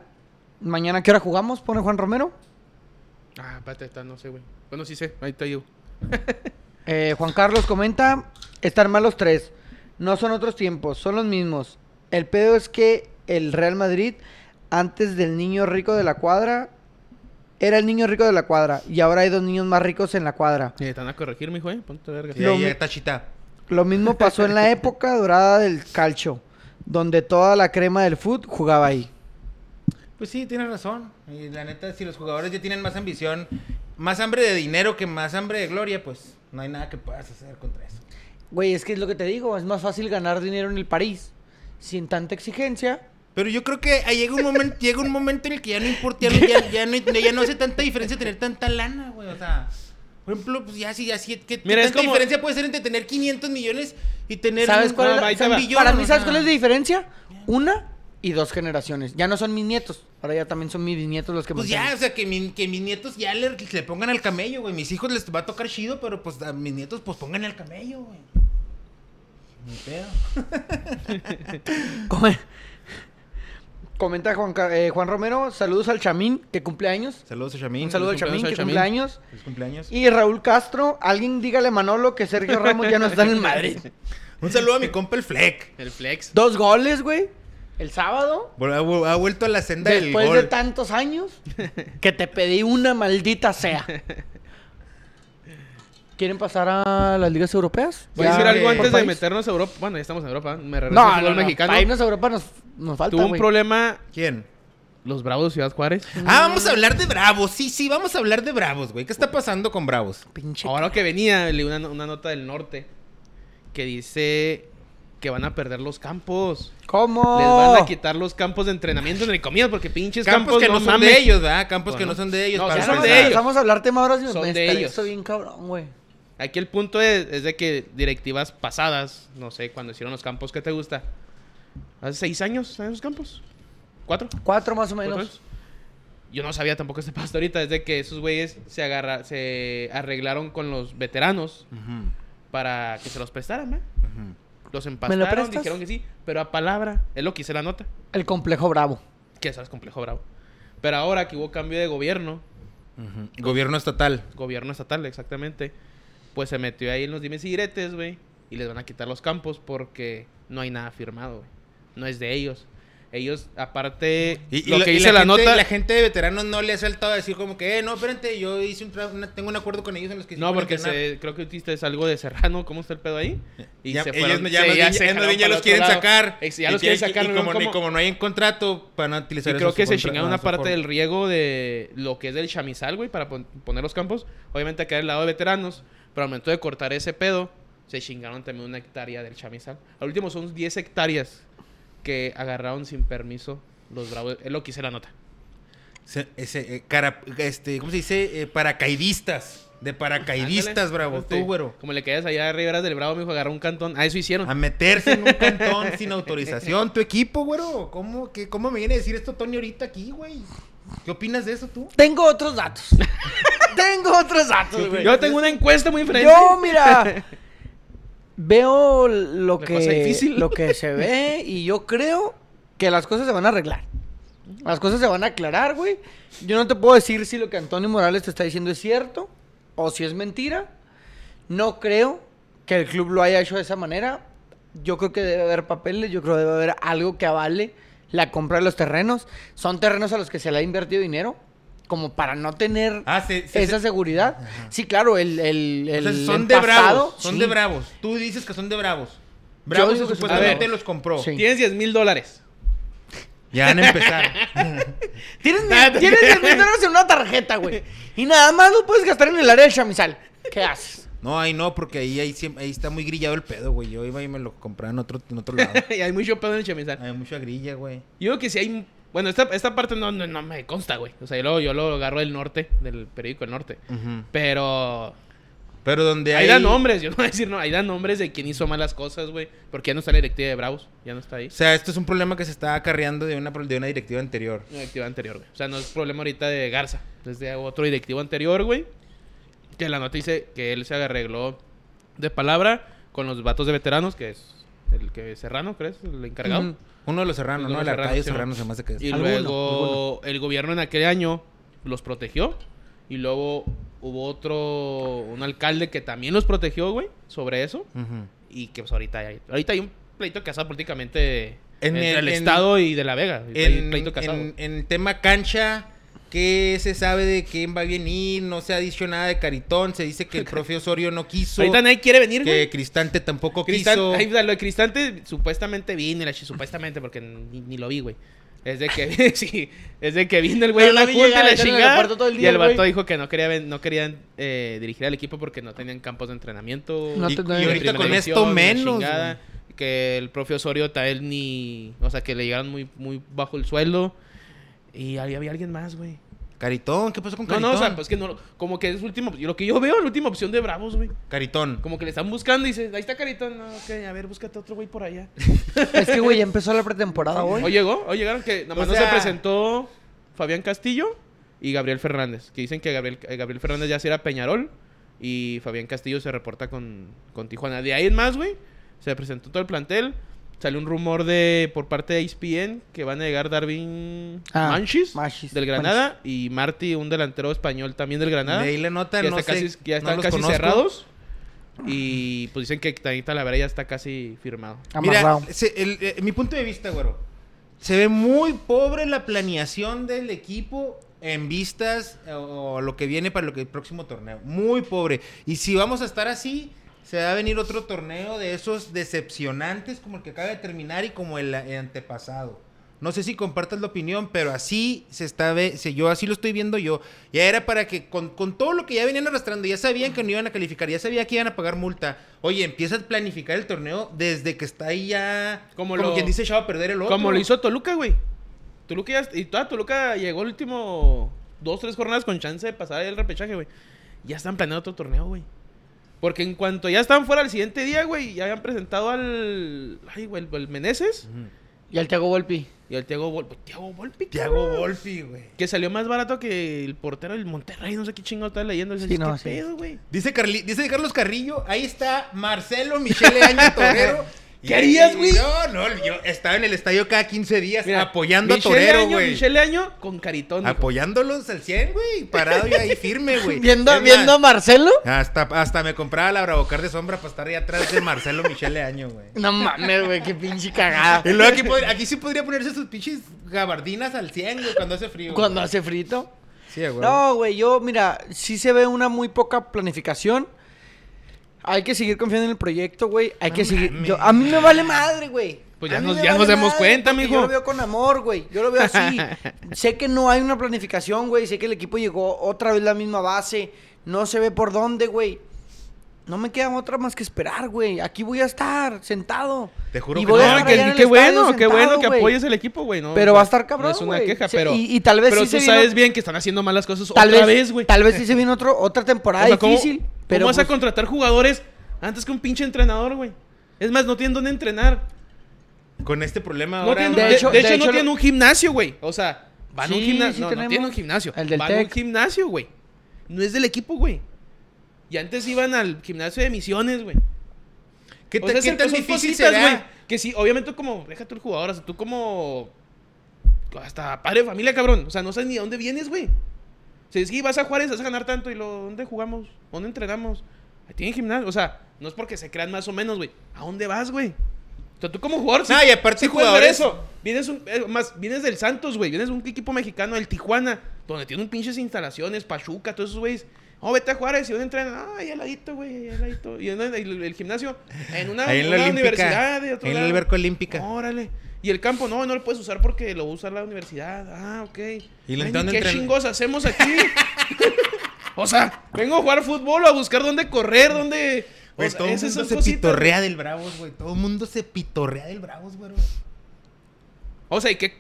Speaker 1: Mañana, ¿qué hora jugamos? Pone Juan Romero.
Speaker 2: Ah, espérate, está, no sé, güey. Bueno, sí sé, ahí te digo.
Speaker 1: Eh, Juan Carlos comenta, están mal los tres. No son otros tiempos, son los mismos. El pedo es que el Real Madrid, antes del niño rico de la cuadra, era el niño rico de la cuadra. Y ahora hay dos niños más ricos en la cuadra.
Speaker 2: Eh, te van a corregir, mijo, eh. Ponte verga.
Speaker 3: Sí,
Speaker 1: Lo
Speaker 3: ahí
Speaker 1: mi-
Speaker 3: está Chita.
Speaker 1: Lo mismo pasó en *laughs* la época dorada del calcio, donde toda la crema del fútbol jugaba ahí.
Speaker 3: Pues sí, tienes razón. Y la neta, si los jugadores ya tienen más ambición, más hambre de dinero que más hambre de gloria, pues no hay nada que puedas hacer contra eso.
Speaker 1: Güey, es que es lo que te digo, es más fácil ganar dinero en el París, sin tanta exigencia.
Speaker 3: Pero yo creo que ahí llega un momento, llega un momento en el que ya no importa, ya, no- ya- ya no, ya no hace tanta diferencia tener tanta lana, güey. O sea, por ejemplo, pues ya sí, ya sí, ¿qué, qué
Speaker 2: Mira, es
Speaker 3: tanta
Speaker 2: como-
Speaker 3: diferencia puede ser entre tener 500 millones y tener
Speaker 1: ¿Sabes cuál
Speaker 2: no,
Speaker 1: es la-
Speaker 2: ahí te va.
Speaker 3: billón,
Speaker 1: Para mí,
Speaker 3: o
Speaker 1: ¿sabes
Speaker 3: sea.
Speaker 1: cuál es la diferencia? Una y dos generaciones. Ya no son mis nietos. Ahora ya también son mis bisnietos los que
Speaker 3: Pues
Speaker 1: me
Speaker 3: ya, o sea, que, mi- que mis nietos ya le, le pongan al camello, güey. Mis hijos les va a tocar chido, pero pues a mis nietos, pues pongan al camello, güey. Ni pedo.
Speaker 1: Comenta Juan, Ca- eh, Juan Romero, saludos al Chamín, que cumple años.
Speaker 3: Saludos a Chamín.
Speaker 1: Un saludo al
Speaker 2: feliz
Speaker 1: Chamín, que
Speaker 2: cumpleaños al
Speaker 1: cumple
Speaker 2: Chamín.
Speaker 1: años.
Speaker 3: Feliz cumpleaños.
Speaker 1: Y Raúl Castro, alguien dígale a Manolo que Sergio Ramos ya no está en el
Speaker 2: *laughs*
Speaker 1: Madrid.
Speaker 3: Un saludo a mi compa el Fleck.
Speaker 2: El Flex.
Speaker 1: Dos goles, güey. El sábado,
Speaker 3: Bueno, ha, vu- ha vuelto a la senda
Speaker 1: después
Speaker 3: del
Speaker 1: de
Speaker 3: gol.
Speaker 1: tantos años, que te pedí una maldita sea. ¿Quieren pasar a las ligas europeas?
Speaker 2: Voy a
Speaker 1: Ya,
Speaker 2: decir algo
Speaker 1: por
Speaker 3: güey.
Speaker 2: antes de
Speaker 1: país.
Speaker 2: meternos a Europa. Bueno, ya estamos en Europa. ¿eh? Me regreso
Speaker 1: No,
Speaker 2: al
Speaker 1: no,
Speaker 2: fútbol
Speaker 1: no.
Speaker 2: mexicano.
Speaker 1: Para irnos a Europa nos, nos falta,
Speaker 2: Tuvo un
Speaker 1: güey.
Speaker 2: problema
Speaker 3: ¿Quién?
Speaker 2: los Bravos de Ciudad Juárez.
Speaker 3: Ah, vamos a hablar de Bravos. Sí, sí, vamos a hablar de Bravos, güey. ¿Qué está pasando con Bravos?
Speaker 1: Pinche.
Speaker 2: Ahora que venía, leí una, una nota del norte que dice que van a perder los campos.
Speaker 1: ¿Cómo?
Speaker 2: Les van a quitar los campos de entrenamiento, entre comillas, porque pinches campos,
Speaker 3: Campos que
Speaker 2: no,
Speaker 3: no, son
Speaker 2: mames.
Speaker 3: de ellos, ¿verdad? Campos que
Speaker 2: Bueno.
Speaker 3: no son de ellos.
Speaker 2: No,
Speaker 3: para
Speaker 2: sí son
Speaker 1: Vamos
Speaker 2: de
Speaker 1: a-
Speaker 3: empezar.
Speaker 2: ellos.
Speaker 1: Vamos a hablar tema ahora.
Speaker 2: Son
Speaker 1: me
Speaker 2: de
Speaker 1: estreso
Speaker 2: ellos.
Speaker 1: bien cabrón, güey.
Speaker 2: Aquí el punto es, es de que directivas pasadas, no sé, cuando hicieron los campos que te gusta, hace seis años, ¿saben los campos? ¿Cuatro?
Speaker 1: Cuatro más o
Speaker 2: ¿Cuatro
Speaker 1: menos.
Speaker 2: años? Yo no sabía tampoco este pasto ahorita, es de que esos güeyes se, agarra, se arreglaron con los veteranos
Speaker 3: Ujú,
Speaker 2: para que se los prestaran, ¿eh?
Speaker 3: ujú.
Speaker 2: Los empastaron,
Speaker 1: prestas?
Speaker 2: dijeron que sí, pero a palabra, es lo que hice la nota.
Speaker 1: El complejo bravo.
Speaker 2: Que eso es complejo, bravo. Pero ahora que hubo cambio de gobierno,
Speaker 3: Ujú. Gobierno estatal.
Speaker 2: gobierno estatal, exactamente, pues se metió ahí en los dimes y diretes, güey, y les van a quitar los campos porque no hay nada firmado, güey. No es de ellos. Ellos, aparte,
Speaker 3: Y, y
Speaker 2: lo
Speaker 3: la-
Speaker 2: que
Speaker 3: y
Speaker 2: dice la,
Speaker 3: gente,
Speaker 2: nota...
Speaker 3: La gente de veteranos no le ha saltado a decir como que, eh, no, espérate, yo hice un tra- una- tengo un acuerdo con ellos en los que... sí
Speaker 2: No,
Speaker 3: pueden
Speaker 2: porque
Speaker 3: entrenar".
Speaker 2: se, creo que hiciste es algo de Serrano, ¿cómo está el pedo ahí? Y
Speaker 3: ya,
Speaker 2: se
Speaker 3: ellos
Speaker 2: fueron,
Speaker 3: ya,
Speaker 2: se-
Speaker 3: más bien-
Speaker 2: se
Speaker 3: ya más
Speaker 2: jalaron
Speaker 3: bien ya
Speaker 2: para
Speaker 3: los
Speaker 2: otro
Speaker 3: quieren
Speaker 2: lado.
Speaker 3: sacar.
Speaker 2: Ex- Ya
Speaker 3: Y
Speaker 2: los
Speaker 3: tienen
Speaker 2: quieren
Speaker 3: que-
Speaker 2: sacar.
Speaker 3: Y
Speaker 2: ¿no?
Speaker 3: como, y
Speaker 2: ¿Cómo?
Speaker 3: como no hay un contrato, para no utilizar
Speaker 2: Y
Speaker 3: eso
Speaker 2: creo
Speaker 3: su
Speaker 2: que se
Speaker 3: contra-
Speaker 2: chingaron
Speaker 3: ah,
Speaker 2: una
Speaker 3: su
Speaker 2: parte
Speaker 3: forma.
Speaker 2: del riego de lo que es del chamizal, güey, para pon- poner los campos. Obviamente acá del lado de veteranos, pero al momento de cortar ese pedo, se chingaron también una hectárea del chamizal. Al último son 10 hectáreas que agarraron sin permiso los bravos. Es lo que hice la nota.
Speaker 3: Se- ese, eh, cara- este, ¿Cómo se dice? Eh, paracaidistas. De paracaidistas,
Speaker 2: Ándale.
Speaker 3: bravo.
Speaker 2: Este,
Speaker 3: Tú, güero.
Speaker 2: Como le quedas allá a Riveras del Bravo, me dijo, agarró un cantón. Ah, eso hicieron.
Speaker 3: A meterse en un cantón sin autorización. Tu equipo, güero. ¿Cómo, que, ¿Cómo me viene a decir esto Tony ahorita aquí, güey? ¿Qué opinas de eso tú?
Speaker 1: Tengo otros
Speaker 2: *laughs*
Speaker 1: datos. Tengo otros datos, güey.
Speaker 2: Yo tengo una encuesta muy diferente.
Speaker 1: Yo,
Speaker 2: *laughs*
Speaker 1: mira, veo lo
Speaker 2: La
Speaker 1: que,
Speaker 2: cosa difícil.
Speaker 1: lo que se ve y yo creo que las cosas se van a arreglar. Las cosas se van a aclarar, güey. Yo no te puedo decir si lo que Antonio Morales te está diciendo es cierto o si es mentira. No creo que el club lo haya hecho de esa manera. Yo creo que debe haber papeles, yo creo que debe haber algo que avale la compra de los terrenos. Son terrenos a los que se le ha invertido dinero, como para no tener
Speaker 3: Ah, se- se-
Speaker 1: esa
Speaker 3: se-
Speaker 1: seguridad. Sí, claro, el, el,
Speaker 3: O sea,
Speaker 1: el
Speaker 3: son de
Speaker 1: empastado,
Speaker 3: bravos. Son
Speaker 1: sí.
Speaker 3: de bravos. Tú dices que son de bravos. Bravos
Speaker 1: digo que son de
Speaker 3: supuestamente
Speaker 1: Bravos.
Speaker 3: los compró.
Speaker 1: Sí.
Speaker 2: Tienes 10 mil dólares.
Speaker 3: Ya van a empezar.
Speaker 1: Tienes
Speaker 3: Ah,
Speaker 1: mil- tienes 10 mil dólares en una tarjeta, güey. Y nada más lo puedes gastar en el área del chamizal. ¿Qué haces?
Speaker 3: No, ahí no, porque ahí, ahí, siem- ahí está muy grillado el pedo, güey. Yo iba y me lo compraba en otro, en otro lado.
Speaker 2: *laughs* y hay mucho pedo en el chamizal.
Speaker 3: Hay mucha grilla, güey.
Speaker 2: Yo creo que si hay. Bueno, esta, esta parte no, no, no me consta, güey. O sea, yo lo, yo lo agarro del norte, del periódico El Norte. Pero.
Speaker 3: Pero donde hay...
Speaker 2: Ahí dan nombres, yo no voy a decir no. Ahí dan nombres de quién hizo malas cosas, güey. Porque ya no está la directiva de Bravos. Ya no está ahí.
Speaker 3: O sea, esto es un problema que se está acarreando de una, de una directiva anterior.
Speaker 2: La directiva anterior, güey. O sea, no es problema ahorita de Garza. Desde otro directivo anterior, güey. Que la nota dice que él se arregló de palabra con los vatos de veteranos, que es el que Serrano, ¿crees? El encargado.
Speaker 1: Ujú.
Speaker 3: Uno de los serranos,
Speaker 2: Uno
Speaker 3: ¿no?
Speaker 2: de
Speaker 3: El
Speaker 2: los serranos,
Speaker 3: Arcadio
Speaker 2: sí,
Speaker 3: Serrano
Speaker 2: ¿no?
Speaker 3: se me hace que es.
Speaker 2: Y
Speaker 1: Alguno,
Speaker 2: luego el gobierno en aquel año los protegió. Y luego hubo otro, un alcalde que también los protegió, güey, sobre eso.
Speaker 3: Ujú.
Speaker 2: Y que pues ahorita hay, ahorita hay un pleito casado políticamente
Speaker 3: En
Speaker 2: entre
Speaker 3: el-
Speaker 2: el,
Speaker 3: en-
Speaker 2: Estado y de la Vega. Hay un
Speaker 3: En,
Speaker 2: pleito casado.
Speaker 3: en, en tema cancha, ¿qué se sabe de quién va a venir? No se ha dicho nada de Caritón. Se dice
Speaker 2: *laughs*
Speaker 3: que el profe Osorio no quiso.
Speaker 2: ahorita nadie quiere venir, güey.
Speaker 3: que Cristante tampoco
Speaker 2: Cristan-
Speaker 3: quiso.
Speaker 2: ay, o sea, lo de Cristante supuestamente vino, la chi- supuestamente, porque ni, ni lo vi, güey. Es de que, *laughs* sí, es de que vino el güey a
Speaker 1: Pero lo
Speaker 2: una
Speaker 1: vi
Speaker 2: junta y
Speaker 1: llegar,
Speaker 2: la
Speaker 1: estar en el
Speaker 2: chingada.
Speaker 1: aeropuerto todo el
Speaker 2: y
Speaker 1: día,
Speaker 2: el vato
Speaker 1: güey.
Speaker 2: dijo que no, quería, ven- no querían eh, dirigir al equipo porque no tenían campos de entrenamiento.
Speaker 1: No
Speaker 3: y,
Speaker 1: te-
Speaker 3: y
Speaker 1: no-
Speaker 3: ahorita
Speaker 2: primera
Speaker 3: con
Speaker 2: división,
Speaker 3: esto
Speaker 2: la
Speaker 3: menos.
Speaker 2: chingada,
Speaker 3: güey.
Speaker 2: que el profe Osorio tal ni. O sea, que le llegaron muy, muy bajo el sueldo. Y ahí había alguien más, güey.
Speaker 3: Caritón, ¿qué pasó con
Speaker 2: No,
Speaker 3: Caritón?
Speaker 2: no, o sea, pues que no. Como que es último. Lo que yo veo, la última opción de Bravos, güey.
Speaker 3: Caritón.
Speaker 2: Como que le están buscando y dice, ahí está Caritón. No, ok, a ver, búscate otro güey por allá.
Speaker 1: Es que, güey, ya empezó la pretemporada hoy.
Speaker 2: Hoy llegó, hoy llegaron que nada
Speaker 3: O
Speaker 2: más
Speaker 3: sea-
Speaker 2: no se presentó Fabián Castillo y Gabriel Fernández. Que dicen que Gabriel, eh, Gabriel Fernández ya se era Peñarol y Fabián Castillo se reporta con, con Tijuana. De ahí en más, güey, se presentó todo el plantel. Salió un rumor de por parte de E ESPN que van a llegar Darwin
Speaker 1: Ah,
Speaker 2: Manchis,
Speaker 1: Manchis,
Speaker 2: del Granada y Marty, un delantero español también del Granada.
Speaker 3: Leí la nota,
Speaker 2: que ya
Speaker 3: no
Speaker 2: está
Speaker 3: sé,
Speaker 2: casi- que ya
Speaker 3: no
Speaker 2: están
Speaker 3: los
Speaker 2: casi
Speaker 3: conozco.
Speaker 2: cerrados. Y pues dicen que también Talavera ya está casi firmado.
Speaker 1: Amarrado.
Speaker 3: Mira, se- el- eh, mi punto de vista, güero. Se ve muy pobre la planeación del equipo en vistas eh, o lo que viene para lo que el próximo torneo. Muy pobre. Y si vamos a estar así, se va a venir otro torneo de esos decepcionantes como el que acaba de terminar y como el, eh, antepasado. No sé si compartas la opinión, pero así se está ve, se- yo así lo estoy viendo yo. Ya era para que con, con todo lo que ya venían arrastrando, ya sabían que no iban a calificar, ya sabía que iban a pagar multa. Oye, empieza a planificar el torneo desde que está ahí ya
Speaker 2: Como
Speaker 3: como,
Speaker 2: lo-
Speaker 3: quien dice echado a perder el otro.
Speaker 2: Como lo hizo Toluca, güey. Toluca ya, y toda Toluca llegó el último dos, tres jornadas con chance de pasar el repechaje, güey. Ya están planeando otro torneo, güey. Porque en cuanto ya están fuera el siguiente día, güey, ya habían presentado al. Ay, güey, el, el Meneses
Speaker 1: Y al Thiago Volpi.
Speaker 2: y al Tiago Volpi. Tiago Volpi,
Speaker 3: Thiago
Speaker 2: cabrón.
Speaker 3: Volpi, güey.
Speaker 2: Que salió más barato que el portero del Monterrey, no sé qué chingado está leyendo. Dices,
Speaker 1: Sí,
Speaker 2: ¿qué
Speaker 1: no, sí.
Speaker 2: pedo, güey?
Speaker 3: Dice, Carli- dice Carlos Carrillo, ahí está Marcelo Michele Año Torero.
Speaker 2: *laughs* ¿Qué harías, güey?
Speaker 3: No, no, yo estaba en el estadio cada 15 días
Speaker 2: Mira,
Speaker 3: apoyando
Speaker 2: Michele
Speaker 3: a Torero,
Speaker 2: Año,
Speaker 3: güey.
Speaker 2: Michele Año con Caritón. dijo.
Speaker 3: Apoyándolos al 100, güey. Parado yo ahí
Speaker 2: *laughs*
Speaker 3: firme, güey.
Speaker 1: ¿Viendo,
Speaker 3: Es
Speaker 1: viendo a
Speaker 3: más,
Speaker 1: Marcelo?
Speaker 3: Hasta, hasta me compraba la bravocar de sombra para estar ahí atrás de Marcelo Michele Año,
Speaker 2: *laughs*
Speaker 3: güey.
Speaker 1: No mames, güey, qué pinche cagada.
Speaker 3: Y luego aquí, pod- aquí sí podría ponerse sus pinches gabardinas al 100, güey, cuando hace frío. güey.
Speaker 1: Cuando hace frito.
Speaker 3: Sí, güey.
Speaker 1: No, güey, yo, mira, sí se ve una muy poca planificación. Hay que seguir confiando en el proyecto, güey. Hay que seguir. yo- a mí me vale madre, güey.
Speaker 2: Pues ya
Speaker 1: A mí
Speaker 2: nos-
Speaker 1: me
Speaker 2: ya nos damos
Speaker 1: madre
Speaker 2: cuenta,
Speaker 1: porque
Speaker 2: mijo.
Speaker 1: Yo lo veo con amor, güey. Yo lo veo así.
Speaker 2: *laughs*
Speaker 1: sé que no hay una planificación, güey. Sé que el equipo llegó otra vez la misma base. No se ve por dónde, güey. No me queda otra más que esperar, güey. Aquí voy a estar sentado.
Speaker 3: Te juro
Speaker 1: Y
Speaker 3: que
Speaker 1: voy a
Speaker 3: no,
Speaker 1: estar
Speaker 3: que-
Speaker 1: allá en el
Speaker 2: qué bueno,
Speaker 1: estadio
Speaker 2: qué
Speaker 1: sentado,
Speaker 2: bueno que
Speaker 1: güey.
Speaker 2: apoyes el equipo, güey. No,
Speaker 1: Pero va a estar
Speaker 2: no
Speaker 1: cabrón,
Speaker 2: es una
Speaker 1: güey.
Speaker 2: queja,
Speaker 1: Sí,
Speaker 2: pero.
Speaker 1: y- y tal vez
Speaker 2: pero
Speaker 1: sí
Speaker 2: tú
Speaker 1: se
Speaker 2: sabes
Speaker 1: vino-
Speaker 2: bien que están haciendo malas cosas
Speaker 1: Tal
Speaker 2: otra
Speaker 1: vez,
Speaker 2: vez, güey.
Speaker 1: Tal vez sí se viene otro, otra temporada
Speaker 2: O sea, ¿cómo-
Speaker 1: difícil.
Speaker 2: ¿cómo,
Speaker 1: pero
Speaker 2: vas a
Speaker 1: pues,
Speaker 2: contratar jugadores antes que un pinche entrenador, güey? Es más, no tienen dónde entrenar.
Speaker 3: Con este problema
Speaker 2: No
Speaker 3: ahora.
Speaker 2: tienen,
Speaker 1: de
Speaker 2: de,
Speaker 1: hecho-
Speaker 2: hecho,
Speaker 1: de
Speaker 2: de hecho
Speaker 1: hecho
Speaker 2: no
Speaker 1: lo-
Speaker 2: tienen un gimnasio, güey. O sea, van a un
Speaker 1: Sí,
Speaker 2: gimnasio.
Speaker 1: sí
Speaker 2: no, no
Speaker 1: tenemos.
Speaker 2: tienen un gimnasio.
Speaker 1: El del
Speaker 2: van a un
Speaker 1: Tec.
Speaker 2: gimnasio, güey. No es del equipo, güey. Y antes iban al gimnasio de misiones, güey.
Speaker 3: ¿Qué,
Speaker 2: O
Speaker 3: ta-
Speaker 2: sea,
Speaker 3: qué
Speaker 2: son-
Speaker 3: tan
Speaker 2: son
Speaker 3: difícil
Speaker 2: cositas,
Speaker 3: será?
Speaker 2: güey, Que sí, obviamente tú como, déjate el jugador, o sea, tú como... Hasta padre de familia, cabrón. O sea, no sabes ni a dónde vienes, güey. Si es que vas a Juárez, vas a ganar tanto y lo, ¿dónde jugamos? ¿Dónde entrenamos? Ahí tienen gimnasio. O sea, no es porque se crean más o menos, güey. ¿A dónde vas, güey? O sea, tú como jugador...
Speaker 3: No, y aparte
Speaker 2: puedes ver
Speaker 3: jugadores-
Speaker 2: eso. Vienes, un- eh, más, vienes del Santos, güey. Vienes de un equipo mexicano, del Tijuana, donde tiene un pinches instalaciones, Pachuca, todos esos güeyes. Oh, vete a Juárez y dónde entrenan. Ah, ahí al ladito, güey, ahí al ladito. Y en el, el- el gimnasio, en una,
Speaker 3: Ahí en la
Speaker 2: una
Speaker 3: Olímpica.
Speaker 2: universidad. de otro
Speaker 3: En la
Speaker 2: lado.
Speaker 3: alberca olímpica.
Speaker 2: Órale. Y el campo, no, no lo puedes usar porque lo va a usar la universidad. Ah, ok.
Speaker 3: Y le
Speaker 2: Ay,
Speaker 3: están
Speaker 2: ni ¿Qué
Speaker 3: entren-
Speaker 2: chingos hacemos aquí? *laughs* o sea, vengo a jugar fútbol, a buscar dónde correr, dónde. o
Speaker 3: Güey,
Speaker 2: sea,
Speaker 3: Pues, todo el
Speaker 2: esas
Speaker 3: mundo
Speaker 2: son
Speaker 3: se
Speaker 2: cositas.
Speaker 3: pitorrea del Bravos, güey. Todo el mundo se pitorrea del Bravos, güey.
Speaker 2: O sea, y qué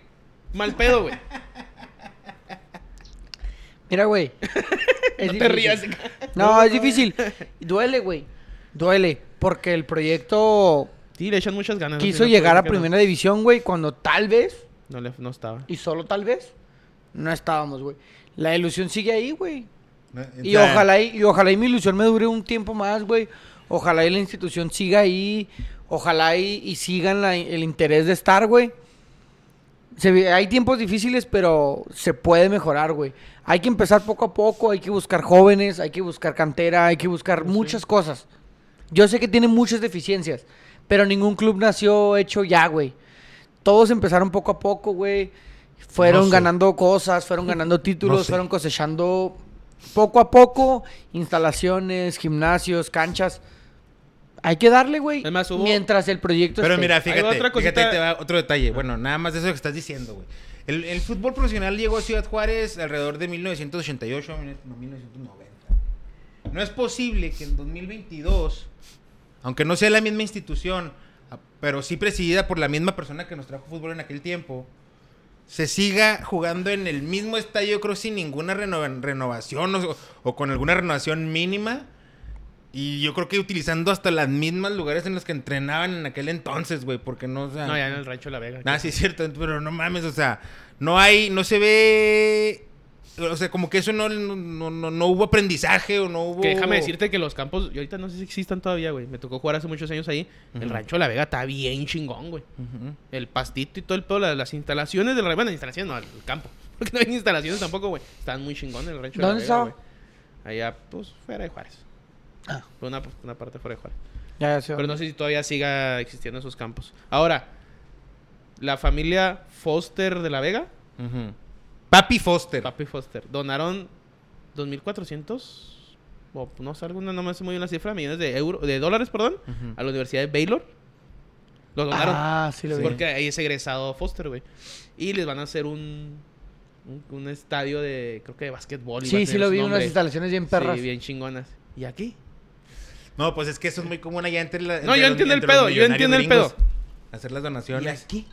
Speaker 2: mal pedo,
Speaker 3: *laughs*
Speaker 2: güey.
Speaker 1: Mira,
Speaker 2: *laughs*
Speaker 1: güey.
Speaker 2: No
Speaker 1: Es
Speaker 2: te
Speaker 1: difícil.
Speaker 2: rías.
Speaker 1: No, es difícil. Duele, güey. Duele. Porque el proyecto
Speaker 2: Sí, le echan muchas ganas.
Speaker 1: quiso
Speaker 2: Ah, no,
Speaker 1: llegar a
Speaker 2: creo que no.
Speaker 1: primera división, güey, cuando tal vez,
Speaker 2: No, le, no estaba.
Speaker 1: y solo tal vez, no estábamos, güey. La ilusión sigue ahí, güey. Y
Speaker 3: O sea,
Speaker 1: ojalá y, y ojalá y mi ilusión me dure un tiempo más, güey. Ojalá y la institución siga ahí. Ojalá y, y sigan la- el interés de estar, güey. Se vi- hay tiempos difíciles, pero se puede mejorar, güey. Hay que empezar poco a poco, hay que buscar jóvenes, hay que buscar cantera, hay que buscar
Speaker 3: Pues
Speaker 1: muchas cosas. Yo sé que tiene muchas deficiencias, pero ningún club nació hecho ya, güey. Todos empezaron poco a poco, güey. Fueron
Speaker 3: No sé.
Speaker 1: ganando cosas, fueron ganando títulos,
Speaker 3: No sé.
Speaker 1: fueron cosechando poco a poco instalaciones, gimnasios, canchas. Hay que darle, güey.
Speaker 2: Es más, hubo-
Speaker 1: Mientras el proyecto
Speaker 3: Pero
Speaker 1: esté.
Speaker 3: mira,
Speaker 2: va
Speaker 3: fíjate,
Speaker 2: otra cosita.
Speaker 3: fíjate, ahí te va otro detalle. Bueno, nada más de eso que estás diciendo, güey. El, el fútbol profesional llegó a Ciudad Juárez alrededor de 1988 no, 1990. No es posible que en 2022, aunque no sea la misma institución, a- pero sí presidida por la misma persona que nos trajo fútbol en aquel tiempo, se siga jugando en el mismo estadio, yo creo, sin ninguna reno- renovación o, o con alguna renovación mínima. Y yo creo que utilizando hasta las mismas lugares en los que entrenaban en aquel entonces, güey, porque no, o sea...
Speaker 2: No, ya en el rancho La Vega.
Speaker 3: Ah, sí, es cierto, pero no mames, o sea, no hay, no se ve, o sea, como que eso no, no, no, no hubo aprendizaje o no hubo...
Speaker 2: Que déjame decirte que los campos, yo ahorita no sé si existan todavía, güey. Me tocó jugar hace muchos años ahí. El rancho La Vega está bien chingón, güey.
Speaker 3: Ujú.
Speaker 2: El pastito y todo el pedo, la- las instalaciones del rancho. Bueno, instalaciones no, el campo. *laughs* Porque no hay instalaciones tampoco, güey. Están muy chingones el rancho
Speaker 1: ¿Dónde
Speaker 2: de la
Speaker 1: estaba?
Speaker 2: Vega, güey. Allá, pues, fuera de Juárez.
Speaker 1: Ah.
Speaker 2: Fue Una, una parte fuera de Juárez.
Speaker 1: Ya, ya sé.
Speaker 2: Pero no sé si todavía siga existiendo esos campos. Ahora, la familia Foster de La Vega,
Speaker 3: Ujú. Papi Foster.
Speaker 2: Papi Foster, donaron 2.400, o no sé, alguna, no me hace muy bien la cifra, millones de euros, de dólares, perdón,
Speaker 3: Ujú.
Speaker 2: a la Universidad de Baylor. Los donaron.
Speaker 1: Ah, sí lo vi.
Speaker 2: Porque ahí es egresado Foster, güey. Y les van a hacer un, un, un estadio de, creo que de básquetbol. y va a
Speaker 1: Sí, sí
Speaker 2: tener
Speaker 1: lo
Speaker 2: su
Speaker 1: vi,
Speaker 2: nombre.
Speaker 1: unas instalaciones bien perras.
Speaker 2: Sí, bien chingonas. ¿Y aquí?
Speaker 3: No, pues es que eso es muy común allá entre la...
Speaker 2: No, yo
Speaker 3: entre los-
Speaker 2: entiendo el
Speaker 3: entre los
Speaker 2: pedo, yo entiendo el
Speaker 3: millonarios
Speaker 2: pedo.
Speaker 3: gringos. Hacer las donaciones.
Speaker 2: aquí?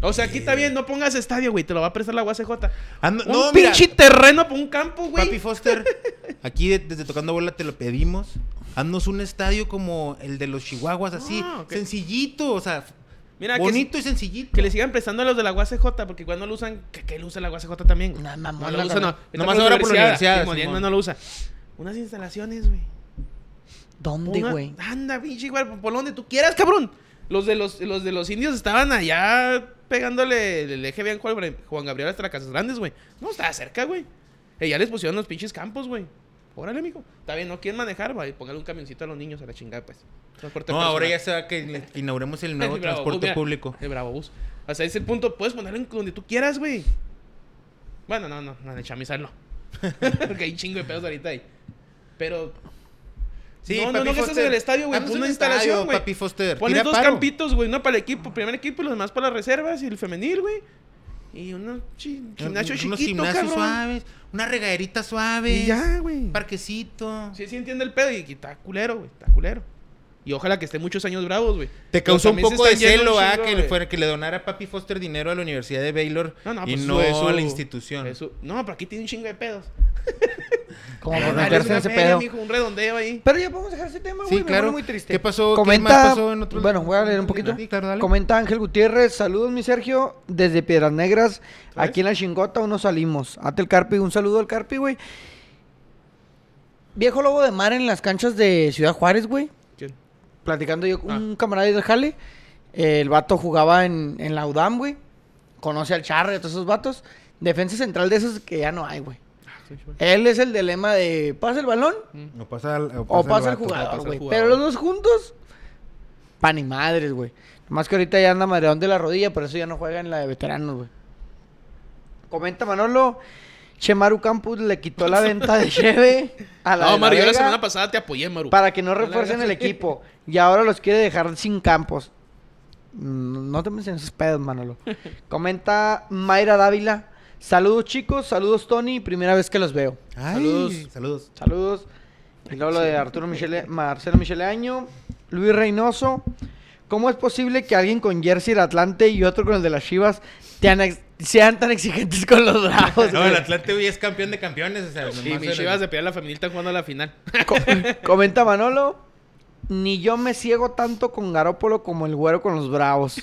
Speaker 2: O sea, aquí está bien, no pongas estadio, güey, te lo va a prestar la UACJ.
Speaker 3: Ah, no,
Speaker 2: un
Speaker 3: no, mira,
Speaker 2: pinche terreno para un campo, güey.
Speaker 3: Papi
Speaker 2: *laughs*
Speaker 3: Foster, aquí de- desde Tocando Bola te lo pedimos. Haznos un estadio como el de los Chihuahuas, así.
Speaker 2: Ah, ok.
Speaker 3: Sencillito, o sea,
Speaker 2: Mira, que
Speaker 3: bonito y sencillito.
Speaker 2: Que le sigan prestando a los de la UACJ, porque igual no lo usan, que, que lo usa la UACJ también. güey.
Speaker 1: Una mamona
Speaker 2: no lo usa,
Speaker 1: también.
Speaker 2: no. Está
Speaker 3: Nomás ahora por la universidad,
Speaker 2: Simón, ya
Speaker 3: Simón.
Speaker 2: no, no lo usa. Unas instalaciones, güey.
Speaker 1: ¿Dónde,
Speaker 2: Una- *laughs*
Speaker 1: güey?
Speaker 2: Anda, pinche, igual, por donde tú quieras, cabrón. Los de los, los de los indios estaban allá pegándole el eje bien Juan Bre- Juan Gabriel hasta las Casas Grandes, güey. No, estaba cerca, güey. Y ya les pusieron los pinches campos, güey. Órale, mijo. Está bien, no quieren manejar, güey. Póngale un camioncito a los niños a la chingada, pues. Transporte
Speaker 3: No, ahora
Speaker 2: personal.
Speaker 3: ya se va que le- inauguremos el nuevo
Speaker 2: El *laughs* Bravo Bus,
Speaker 3: transporte
Speaker 2: mira,
Speaker 3: público.
Speaker 2: El Bravo Bus. O sea, ese es el punto. Puedes ponerlo en donde tú quieras, güey. Bueno, no, no, no, en el chamizal no. *laughs* Porque hay un chingo de pedos ahorita ahí. Pero. no, no, no, que estás en el estadio, güey.
Speaker 3: haznos
Speaker 2: Pon una
Speaker 3: Ah, pues un estadio,
Speaker 2: instalación, güey.
Speaker 3: Papi Foster.
Speaker 2: Pones
Speaker 3: tira
Speaker 2: dos
Speaker 3: paro.
Speaker 2: campitos, güey. Uno para el equipo, primer equipo, y los demás para las reservas y el femenil, güey. Y unos chi- gimnasio chiquito,
Speaker 3: Unos gimnasios
Speaker 2: cabrón.
Speaker 3: suaves, una regaderita suave.
Speaker 2: Y ya, güey.
Speaker 3: Un parquecito.
Speaker 2: Sí, sí entiende el pedo y que está culero, güey. Está culero. Y ojalá que esté muchos años bravos, güey.
Speaker 3: Te
Speaker 2: Pero
Speaker 3: causó un
Speaker 2: también se
Speaker 3: poco de
Speaker 2: están yendo
Speaker 3: celo,
Speaker 2: un
Speaker 3: ah,
Speaker 2: chingo,
Speaker 3: que, le
Speaker 2: güey.
Speaker 3: fuera- que le donara Papi Foster dinero a la Universidad de Baylor
Speaker 2: No, no,
Speaker 3: y
Speaker 2: pues,
Speaker 3: no
Speaker 2: es su-
Speaker 3: a la institución.
Speaker 2: es su- No, pero aquí tiene un chingo de pedos.
Speaker 1: Como
Speaker 2: Ah,
Speaker 1: por
Speaker 2: dale
Speaker 1: meterse en
Speaker 2: una
Speaker 1: ese
Speaker 2: feria,
Speaker 1: pedo.
Speaker 2: mijo, un redondeo ahí.
Speaker 1: Pero ya podemos dejar ese
Speaker 2: Pues
Speaker 1: tema, güey.
Speaker 3: Sí,
Speaker 1: me
Speaker 3: claro.
Speaker 1: pone muy triste.
Speaker 3: ¿Qué pasó? ¿Qué
Speaker 1: Comenta...
Speaker 3: más pasó en otros-
Speaker 1: Bueno, voy a leer un poquito.
Speaker 3: Sí, claro, dale.
Speaker 1: Comenta Ángel Gutiérrez. Saludos, mi Sergio. Desde Piedras Negras. Aquí en la chingota aún no salimos. Ate el Carpi. Un saludo al Carpi, güey. Viejo lobo de mar en las canchas de Ciudad Juárez, güey.
Speaker 2: ¿Quién?
Speaker 1: platicando yo con
Speaker 2: Ah.
Speaker 1: un camarada del Jale. El vato jugaba en, en la UDAM, güey. Conoce al Charre, a todos esos vatos. Defensa central de esos que ya no hay, güey.
Speaker 2: Ah,
Speaker 1: Él es el dilema de pasa el balón
Speaker 2: Mm.
Speaker 3: O pasa al, o
Speaker 1: o pasa el
Speaker 3: pasa al vato.
Speaker 2: o pasa
Speaker 1: jugador,
Speaker 2: el
Speaker 1: güey.
Speaker 2: jugador.
Speaker 1: Pero los dos juntos, pa' ni madres, güey. Nomás que ahorita ya anda mareón de la rodilla, por eso ya no juega en la de veteranos, güey. Comenta Manolo, Chemaru Campus le quitó la venta
Speaker 2: *laughs*
Speaker 1: de Cheve a la de
Speaker 2: No, Maru, yo la
Speaker 1: Vega
Speaker 2: semana pasada te apoyé, Maru.
Speaker 1: para que no
Speaker 2: la
Speaker 1: refuercen
Speaker 2: verdad,
Speaker 1: el
Speaker 2: sí.
Speaker 1: equipo. Y ahora los quiere dejar sin campos. Mm, No te menciones esos pedos,
Speaker 2: *laughs*
Speaker 1: Manolo. Comenta Mayra Dávila. Saludos, chicos. Saludos, Tony. Primera vez que los veo.
Speaker 3: Saludos. Saludos.
Speaker 1: Saludos. Y luego lo de Arturo Michele, Marcelo Michele Año, Luis Reynoso. ¿Cómo es posible que alguien con jersey del Atlante y otro con el de las Chivas sean, ex- sean tan exigentes con los bravos?
Speaker 3: *laughs* No,
Speaker 1: güey?
Speaker 3: el Atlante hoy es campeón de campeones. O sea, nomás
Speaker 2: Y mis
Speaker 3: era-
Speaker 2: chivas de piedra la femenil están jugando a la final.
Speaker 1: Co- comenta Manolo. Ni yo me ciego tanto con Garópolo como el güero con los bravos.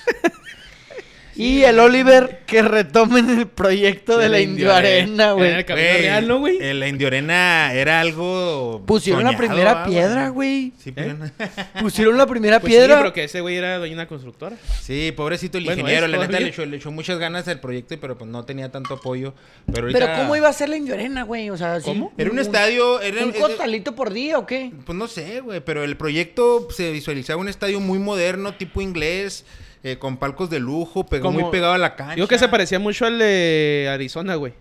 Speaker 1: y el Oliver que retomen el proyecto de, la Indio Arena,
Speaker 2: Era el
Speaker 1: güey.
Speaker 2: camino real, ¿no, güey?
Speaker 3: El Indio Arena era algo.
Speaker 1: Pusieron la
Speaker 3: soñado,
Speaker 1: primera
Speaker 3: ah,
Speaker 1: piedra, güey.
Speaker 2: ¿Eh?
Speaker 3: Sí, pusieron-
Speaker 2: *laughs*
Speaker 1: Pusieron la primera
Speaker 2: Pues sí,
Speaker 1: piedra.
Speaker 2: pero que ese güey era dueño de una constructora.
Speaker 3: Sí, pobrecito el
Speaker 2: Bueno,
Speaker 3: ingeniero.
Speaker 2: es
Speaker 3: la neta le
Speaker 2: todavía.
Speaker 3: echó, le echó muchas ganas al proyecto, pero pues no tenía tanto apoyo. Pero,
Speaker 1: Pero
Speaker 3: ahorita-
Speaker 1: ¿cómo iba a ser la Indio Arena, güey? O sea, sí,
Speaker 2: ¿Cómo?
Speaker 3: Era un estadio. Era,
Speaker 1: ¿Un
Speaker 3: era-
Speaker 1: costalito por día o qué?
Speaker 3: Pues no sé, güey, pero el proyecto se visualizaba un estadio muy moderno, tipo inglés, eh, con palcos de lujo, pegó
Speaker 2: Como-
Speaker 3: muy pegado a la cancha.
Speaker 2: Digo que se parecía mucho al de Arizona, güey.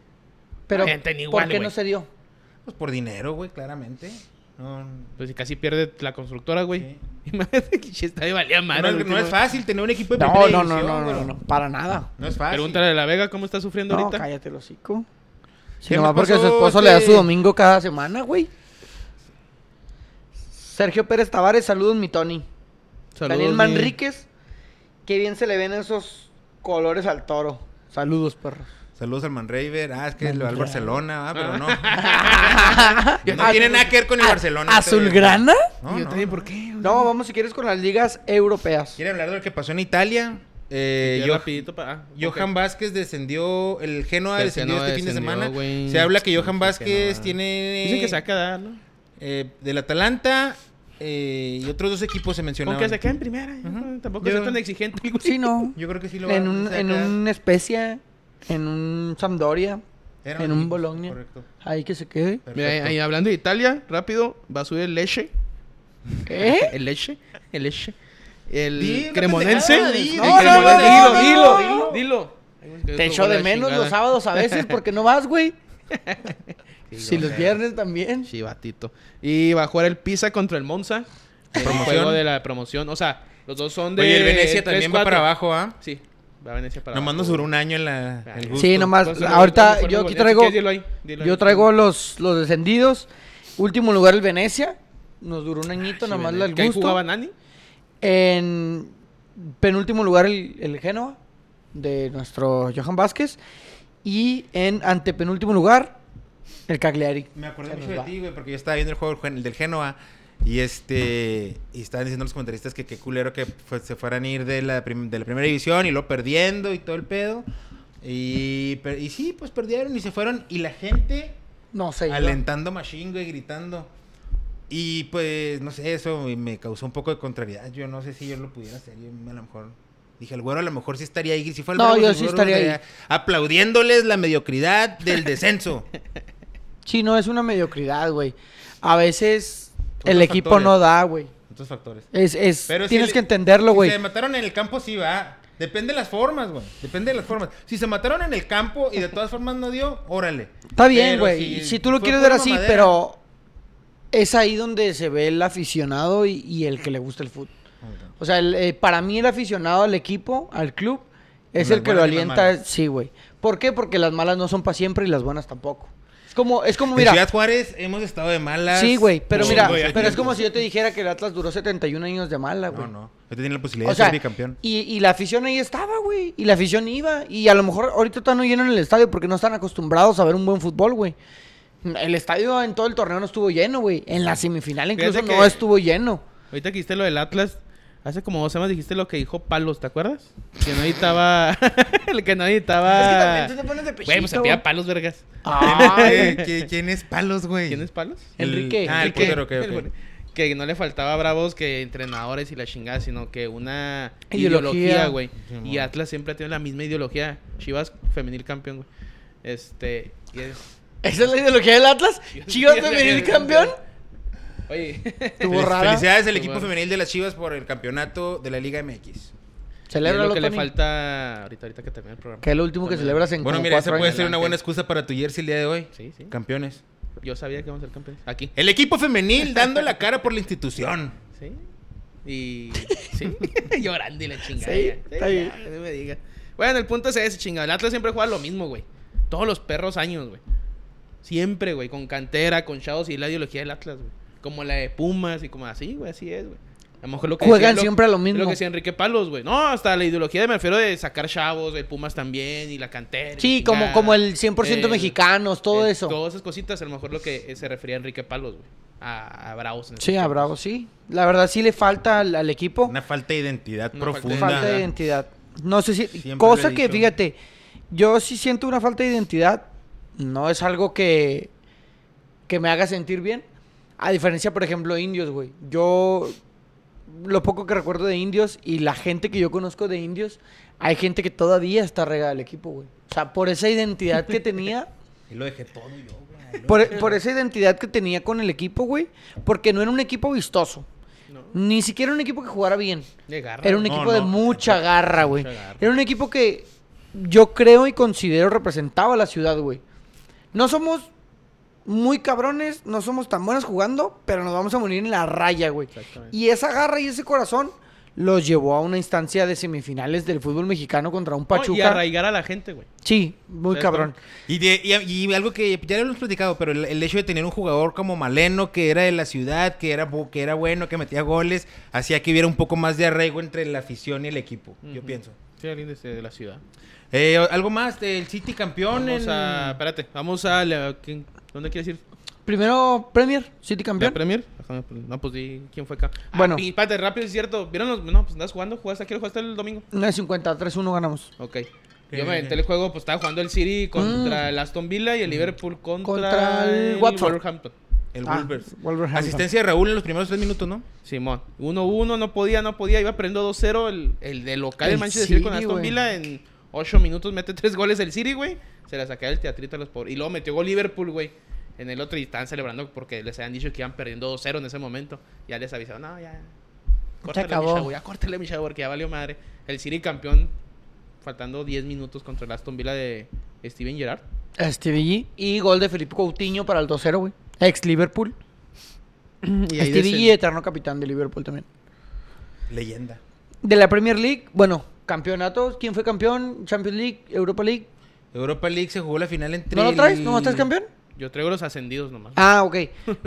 Speaker 1: Pero,
Speaker 2: Gente, ni
Speaker 1: ¿por
Speaker 2: igual,
Speaker 1: qué
Speaker 2: güey.
Speaker 1: no se dio?
Speaker 3: Pues por dinero, güey, claramente. No, no
Speaker 2: Pues casi pierde la constructora, güey.
Speaker 3: Sí.
Speaker 2: *laughs* Imagínate que esta ahí valía madre.
Speaker 3: es-
Speaker 2: el
Speaker 3: no
Speaker 2: último.
Speaker 3: es fácil tener un equipo de
Speaker 1: No,
Speaker 3: primera
Speaker 1: no, no,
Speaker 3: división,
Speaker 1: no, no,
Speaker 3: güey.
Speaker 1: no, para nada.
Speaker 3: No es fácil.
Speaker 2: Pregúntale a La Vega cómo está sufriendo
Speaker 1: No,
Speaker 2: ahorita.
Speaker 1: cállate el hocico. Si
Speaker 3: ¿Qué
Speaker 1: nomás
Speaker 3: más
Speaker 1: porque su
Speaker 3: pasó,
Speaker 1: esposo le da su
Speaker 3: este?
Speaker 1: domingo cada semana, güey. Sergio Pérez Tavares, saludos, mi Tony.
Speaker 2: Saludos,
Speaker 1: Daniel
Speaker 2: mi-
Speaker 1: Manríquez, qué bien se le ven esos colores al toro. Saludos, perros.
Speaker 3: Saludos al Manraver. Ah, es que le va al
Speaker 1: Manraver.
Speaker 3: Barcelona, ah, pero no.
Speaker 2: *laughs*
Speaker 1: Yo
Speaker 3: no *laughs* tiene nada que ver con el Barcelona. este güey.
Speaker 1: ¿Azulgrana?
Speaker 3: No,
Speaker 2: yo
Speaker 3: no,
Speaker 2: también,
Speaker 3: no.
Speaker 2: ¿por qué?
Speaker 1: No, vamos si quieres con las ligas europeas.
Speaker 3: ¿Quieren hablar de lo que pasó en Italia? Eh,
Speaker 2: yo
Speaker 3: yo,
Speaker 2: rapidito para... ah, ok.
Speaker 3: Johan Vázquez descendió, el Genoa
Speaker 2: El
Speaker 3: descendió
Speaker 2: Genoa
Speaker 3: este fin de
Speaker 2: descendió,
Speaker 3: semana.
Speaker 2: güey.
Speaker 3: Se habla que Johan
Speaker 2: Pinche
Speaker 3: Vázquez
Speaker 2: Genoa.
Speaker 3: tiene...
Speaker 2: Dicen que se va a quedar, ¿no?
Speaker 3: eh, del Atalanta eh, y otros dos equipos se
Speaker 2: Con
Speaker 3: mencionaban.
Speaker 2: que se quede en primera. yo
Speaker 3: Ujú.
Speaker 2: no- Tampoco
Speaker 3: Yo-
Speaker 2: sea tan exigente, güey.
Speaker 1: Sí, no.
Speaker 3: Yo creo que sí lo
Speaker 1: En,
Speaker 3: va-
Speaker 1: un,
Speaker 3: se
Speaker 1: en
Speaker 3: va a quedar.
Speaker 1: una especie, en un Sampdoria,
Speaker 3: Eran
Speaker 1: en
Speaker 3: los
Speaker 1: un
Speaker 3: equipos,
Speaker 1: Bologna.
Speaker 3: Correcto.
Speaker 1: Ahí que se quede.
Speaker 2: Mira, ahí,
Speaker 3: perfecto.
Speaker 2: ahí hablando de Italia, rápido, va a subir el Leche.
Speaker 1: ¿Qué?
Speaker 2: El Leche, el Leche. El
Speaker 3: Di una
Speaker 2: Cremonense.
Speaker 3: pendejada, di,
Speaker 2: el
Speaker 3: di.
Speaker 1: No,
Speaker 2: Cremonense,
Speaker 1: no, no,
Speaker 2: dilo,
Speaker 1: no,
Speaker 2: dilo,
Speaker 1: no.
Speaker 2: dilo, dilo.
Speaker 1: Te echo de menos los sábados a veces porque no vas,
Speaker 2: *laughs*
Speaker 1: güey.
Speaker 2: Sí,
Speaker 1: Si los
Speaker 2: hombre.
Speaker 1: viernes también.
Speaker 2: Chivatito. Y va a jugar el Pisa contra el Monza. El
Speaker 3: Promoción.
Speaker 2: juego de la promoción. O sea, los dos son de.
Speaker 3: Oye, el Venecia
Speaker 2: tres,
Speaker 3: también va
Speaker 2: cuatro.
Speaker 3: para abajo, ¿ah?
Speaker 2: Sí, va Venecia para
Speaker 3: Nomás
Speaker 2: abajo.
Speaker 3: nos duró un año en la...
Speaker 2: Ah,
Speaker 3: el
Speaker 2: sí,
Speaker 3: gusto.
Speaker 1: Sí, nomás.
Speaker 2: Entonces,
Speaker 1: ahorita
Speaker 2: mejor
Speaker 1: yo
Speaker 2: me
Speaker 1: aquí
Speaker 2: molesta.
Speaker 1: traigo.
Speaker 2: Si quieres, dilo ahí, dilo ahí.
Speaker 1: Yo traigo los, los descendidos. Último lugar el Venecia. Nos duró un añito,
Speaker 2: Ah, Sí,
Speaker 1: nomás
Speaker 2: Venecia.
Speaker 1: el
Speaker 2: Que ahí jugaba
Speaker 1: gusto.
Speaker 2: Nani.
Speaker 1: En penúltimo lugar el, el Génova de nuestro Johan Vázquez. Y en antepenúltimo lugar el Cagliari.
Speaker 3: Me acordé
Speaker 1: Se
Speaker 3: mucho
Speaker 1: nos
Speaker 3: de
Speaker 1: va.
Speaker 3: ti, güey, porque yo estaba viendo el juego del Gen- el del Genoa y este y estaban diciendo los comentaristas que qué culero que fue- se fueran a ir de la, prim- de la primera división y lo perdiendo y todo el pedo. Y, per- y sí, pues perdieron y se fueron y la gente
Speaker 1: No sé. yo-
Speaker 3: alentando Machine, güey, gritando. Y pues, no sé, eso me causó un poco de contrariedad. Yo no sé si yo lo pudiera hacer. Yo a lo mejor dije, el güero a lo mejor sí estaría ahí. Si fuera el
Speaker 1: No,
Speaker 3: Bravos,
Speaker 1: yo
Speaker 3: el
Speaker 1: sí
Speaker 3: güero
Speaker 1: estaría ahí.
Speaker 3: Aplaudiéndoles la mediocridad del descenso. *laughs*
Speaker 1: Sí, no, es una mediocridad, güey. A veces el
Speaker 3: Otros
Speaker 1: equipo
Speaker 3: factores.
Speaker 1: no da, güey.
Speaker 3: Otros factores.
Speaker 1: Es, es,
Speaker 3: Pero
Speaker 1: tienes
Speaker 3: si
Speaker 1: que
Speaker 3: le-
Speaker 1: entenderlo,
Speaker 3: si
Speaker 1: güey.
Speaker 3: se mataron en el campo, sí va. Depende de las formas, güey. Depende de las formas. Si se mataron en el campo y de todas formas no dio, órale.
Speaker 1: Está bien,
Speaker 3: Pero
Speaker 1: güey. Si, tú lo
Speaker 3: fue
Speaker 1: quieres ver
Speaker 3: pura
Speaker 1: así,
Speaker 3: mamadera,
Speaker 1: pero es ahí donde se ve el aficionado y, y el que le gusta el fútbol. O sea, el, eh, para mí el aficionado al equipo, al club, es
Speaker 3: Las
Speaker 1: el que lo
Speaker 3: buenas y las
Speaker 1: alienta.
Speaker 3: malas.
Speaker 1: Sí, güey. ¿Por qué? Porque las malas no son para siempre y las buenas tampoco. Es como, es como,
Speaker 3: En
Speaker 1: mira.
Speaker 3: Ciudad Juárez hemos estado de malas.
Speaker 1: Sí, güey. Pero
Speaker 3: un
Speaker 1: mira,
Speaker 3: chingo de
Speaker 1: pero es
Speaker 3: tiempo.
Speaker 1: como si yo te dijera que el Atlas duró 71 años de mala, güey.
Speaker 3: No, no. Yo tenía la posibilidad
Speaker 1: O
Speaker 3: de ser
Speaker 1: sea,
Speaker 3: bicampeón.
Speaker 1: y, y la afición ahí estaba, güey. Y la afición iba. Y a lo mejor ahorita todavía no llenan el estadio porque no están acostumbrados a ver un buen fútbol, güey. El estadio en todo el torneo no estuvo lleno, güey. En la semifinal
Speaker 2: Fíjate
Speaker 1: incluso
Speaker 2: que-
Speaker 1: no estuvo lleno.
Speaker 2: Ahorita que dijiste lo del Atlas, hace como dos semanas dijiste lo que dijo Palos, ¿te acuerdas? Que no necesitaba. el *laughs* que no necesitaba.
Speaker 1: pones de
Speaker 2: Güey, pues se pide a Palos, vergas.
Speaker 3: Ay, ¿qui- ¿Quién es palos, güey?
Speaker 2: ¿Quién es Palos?
Speaker 3: El-
Speaker 1: Enrique,
Speaker 3: Ah,
Speaker 1: Enrique.
Speaker 3: el portero, ok, ok.
Speaker 2: El- Que no le faltaba a Bravos que entrenadores y la chingada, sino que una
Speaker 1: Ideología.
Speaker 2: ideología, güey.
Speaker 3: Sí,
Speaker 2: y
Speaker 3: mon.
Speaker 2: Atlas siempre ha tenido la misma ideología. Chivas, femenil campeón, güey. Este, y es...
Speaker 1: *laughs* ¿Esa es la ideología del Atlas? ¿Chivas
Speaker 2: Chivas
Speaker 1: femenil
Speaker 2: femenil
Speaker 1: campeón?
Speaker 2: Oye, *laughs*
Speaker 1: Tuvo
Speaker 3: Felic-
Speaker 1: rara.
Speaker 3: Felicidades al
Speaker 2: Qué
Speaker 3: equipo
Speaker 2: bueno.
Speaker 3: femenil de las Chivas por el campeonato de la Liga MX.
Speaker 2: es
Speaker 1: Celebra
Speaker 2: lo
Speaker 1: lo
Speaker 2: que le falta ahorita, ahorita que termine el programa.
Speaker 1: Que es lo último que
Speaker 2: También.
Speaker 1: celebras en
Speaker 3: Bueno,
Speaker 1: como
Speaker 3: mira, esa
Speaker 1: cuatro
Speaker 3: puede
Speaker 1: años.
Speaker 3: ser una buena excusa para tu jersey el día de hoy.
Speaker 2: Sí, sí.
Speaker 3: Campeones.
Speaker 2: Yo sabía que íbamos a ser campeones. Aquí.
Speaker 1: *laughs*
Speaker 3: El equipo femenil dando la cara por la institución.
Speaker 2: Sí. Y. Sí, *laughs* llorando y la chingada.
Speaker 1: Sí,
Speaker 2: ya.
Speaker 1: está bien.
Speaker 2: ya, no me diga. Bueno, el punto es ese, chingada. El Atlas siempre juega lo mismo, güey. Todos los perros años, güey. Siempre, güey. Con cantera, con chavos y la ideología del Atlas, güey. Como la de Pumas y como así, güey. Así es, güey. A lo mejor lo que
Speaker 1: Juegan
Speaker 2: decía-
Speaker 1: siempre a lo
Speaker 2: es
Speaker 1: mismo.
Speaker 2: Lo que decía Enrique Palos, güey. No, hasta la ideología de me refiero de sacar chavos, de Pumas también y la cantera. y
Speaker 1: Sí,
Speaker 2: la
Speaker 1: como,
Speaker 2: chingada.
Speaker 1: como el 100%
Speaker 2: El-
Speaker 1: mexicanos, todo
Speaker 2: eh,
Speaker 1: eso.
Speaker 2: Todas esas cositas, a lo mejor lo que eh, se refería Enrique Palos, güey. A, a Bravos. en
Speaker 1: Sí,
Speaker 2: ese
Speaker 1: a
Speaker 2: tiempo.
Speaker 1: Bravo, sí. La verdad sí le falta al, al equipo.
Speaker 3: Una falta de identidad
Speaker 2: Una
Speaker 3: profunda.
Speaker 1: falta de identidad. No sé si.
Speaker 3: Eh, Siempre
Speaker 1: cosa
Speaker 3: lo he
Speaker 1: que,
Speaker 3: dicho.
Speaker 1: fíjate, yo sí siento una falta de identidad. No es algo que. que me haga sentir bien. A diferencia, por ejemplo, indios, güey. Yo. Lo poco que recuerdo de indios y la gente que yo conozco de indios, hay gente que todavía está regada al equipo, güey. O sea, por esa identidad que
Speaker 3: *laughs*
Speaker 1: tenía.
Speaker 3: Y lo dejé todo yo, güey.
Speaker 1: Por, por esa identidad que tenía con el equipo, güey. Porque no era un equipo vistoso.
Speaker 2: No.
Speaker 1: Ni siquiera un equipo que jugara bien.
Speaker 2: De garra,
Speaker 1: Era un
Speaker 2: güey.
Speaker 3: No,
Speaker 1: equipo de
Speaker 3: no,
Speaker 1: mucha garra, güey.
Speaker 2: garra.
Speaker 1: Era un equipo que yo creo y considero representaba a la ciudad, güey. No somos muy cabrones, no somos tan buenos jugando, pero nos vamos a morir en la raya, güey.
Speaker 2: Exactamente.
Speaker 1: Y esa garra y ese corazón los llevó a una instancia de semifinales del fútbol mexicano contra un
Speaker 2: No, y
Speaker 1: Pachuca.
Speaker 2: arraigar a la gente, güey.
Speaker 1: sí, muy
Speaker 2: ¿Sabes
Speaker 1: cabrón.
Speaker 3: Y, de- y- y algo que ya lo hemos platicado, pero el, el hecho de tener un jugador como Maleno, que era de la ciudad, que era, bu- que era bueno, que metía goles, hacía que hubiera un poco más de arraigo entre la afición y el equipo, yo
Speaker 2: Ujú.
Speaker 3: pienso.
Speaker 2: Sí, alguien de, de la ciudad.
Speaker 3: Eh, algo más, el City campeón
Speaker 2: Vamos
Speaker 3: en-
Speaker 2: a. Espérate, vamos a. la- ¿quién- ¿Dónde quieres ir?
Speaker 1: Primero, Premier, City
Speaker 2: ¿La
Speaker 1: campeón.
Speaker 2: Premier? Ajá, pues, No, pues di quién fue acá.
Speaker 1: Bueno.
Speaker 2: Ah, pi- espérate, rápido, es cierto. ¿Vieron los.? No, pues andas jugando, jugaste aquí, jugaste el domingo.
Speaker 1: 9.50, 3-1 ganamos.
Speaker 2: Ok.
Speaker 3: Eh.
Speaker 2: Yo me aventé el juego, pues estaba jugando el City contra el Aston Villa y el Liverpool contra,
Speaker 1: Ah. Mm. Contra el Watford.
Speaker 2: Wolverhampton.
Speaker 3: el
Speaker 1: Ah,
Speaker 3: Wolves.
Speaker 1: Wolverhampton.
Speaker 3: Asistencia de Raúl en los primeros tres minutos, ¿no?
Speaker 2: Simón, 1-1, no podía, no podía, iba perdiendo 2-0 el, el de local
Speaker 1: El
Speaker 2: el Manchester City con
Speaker 1: City,
Speaker 2: Aston
Speaker 1: güey.
Speaker 2: Villa en 8 minutos mete 3 goles el City, güey. Se la saca el teatrito a los pobres. Y luego metió gol Liverpool, güey. En el otro y estaban celebrando porque les habían dicho que iban perdiendo 2-0 en ese momento. Ya les avisaron, no, ya. Córtale,
Speaker 1: acabó.
Speaker 2: mi chavo, ya córtale, mi chavo, porque ya valió madre. El City campeón, faltando 10 minutos contra el Aston Villa de Steven Gerrard.
Speaker 1: Stevie G. Y gol de Felipe Coutinho para el 2-0, güey. Ex Liverpool.
Speaker 2: Y ahí
Speaker 1: Stevie
Speaker 2: descend-
Speaker 1: G, eterno capitán de Liverpool también.
Speaker 3: Leyenda.
Speaker 1: De la Premier League, bueno, campeonatos. ¿Quién fue campeón? Champions League, Europa League.
Speaker 3: Europa League se jugó la final entre...
Speaker 1: ¿No lo traes?
Speaker 3: el-
Speaker 1: ¿No estás campeón?
Speaker 2: Yo traigo los ascendidos nomás.
Speaker 1: Ah,
Speaker 2: *laughs*
Speaker 1: ok.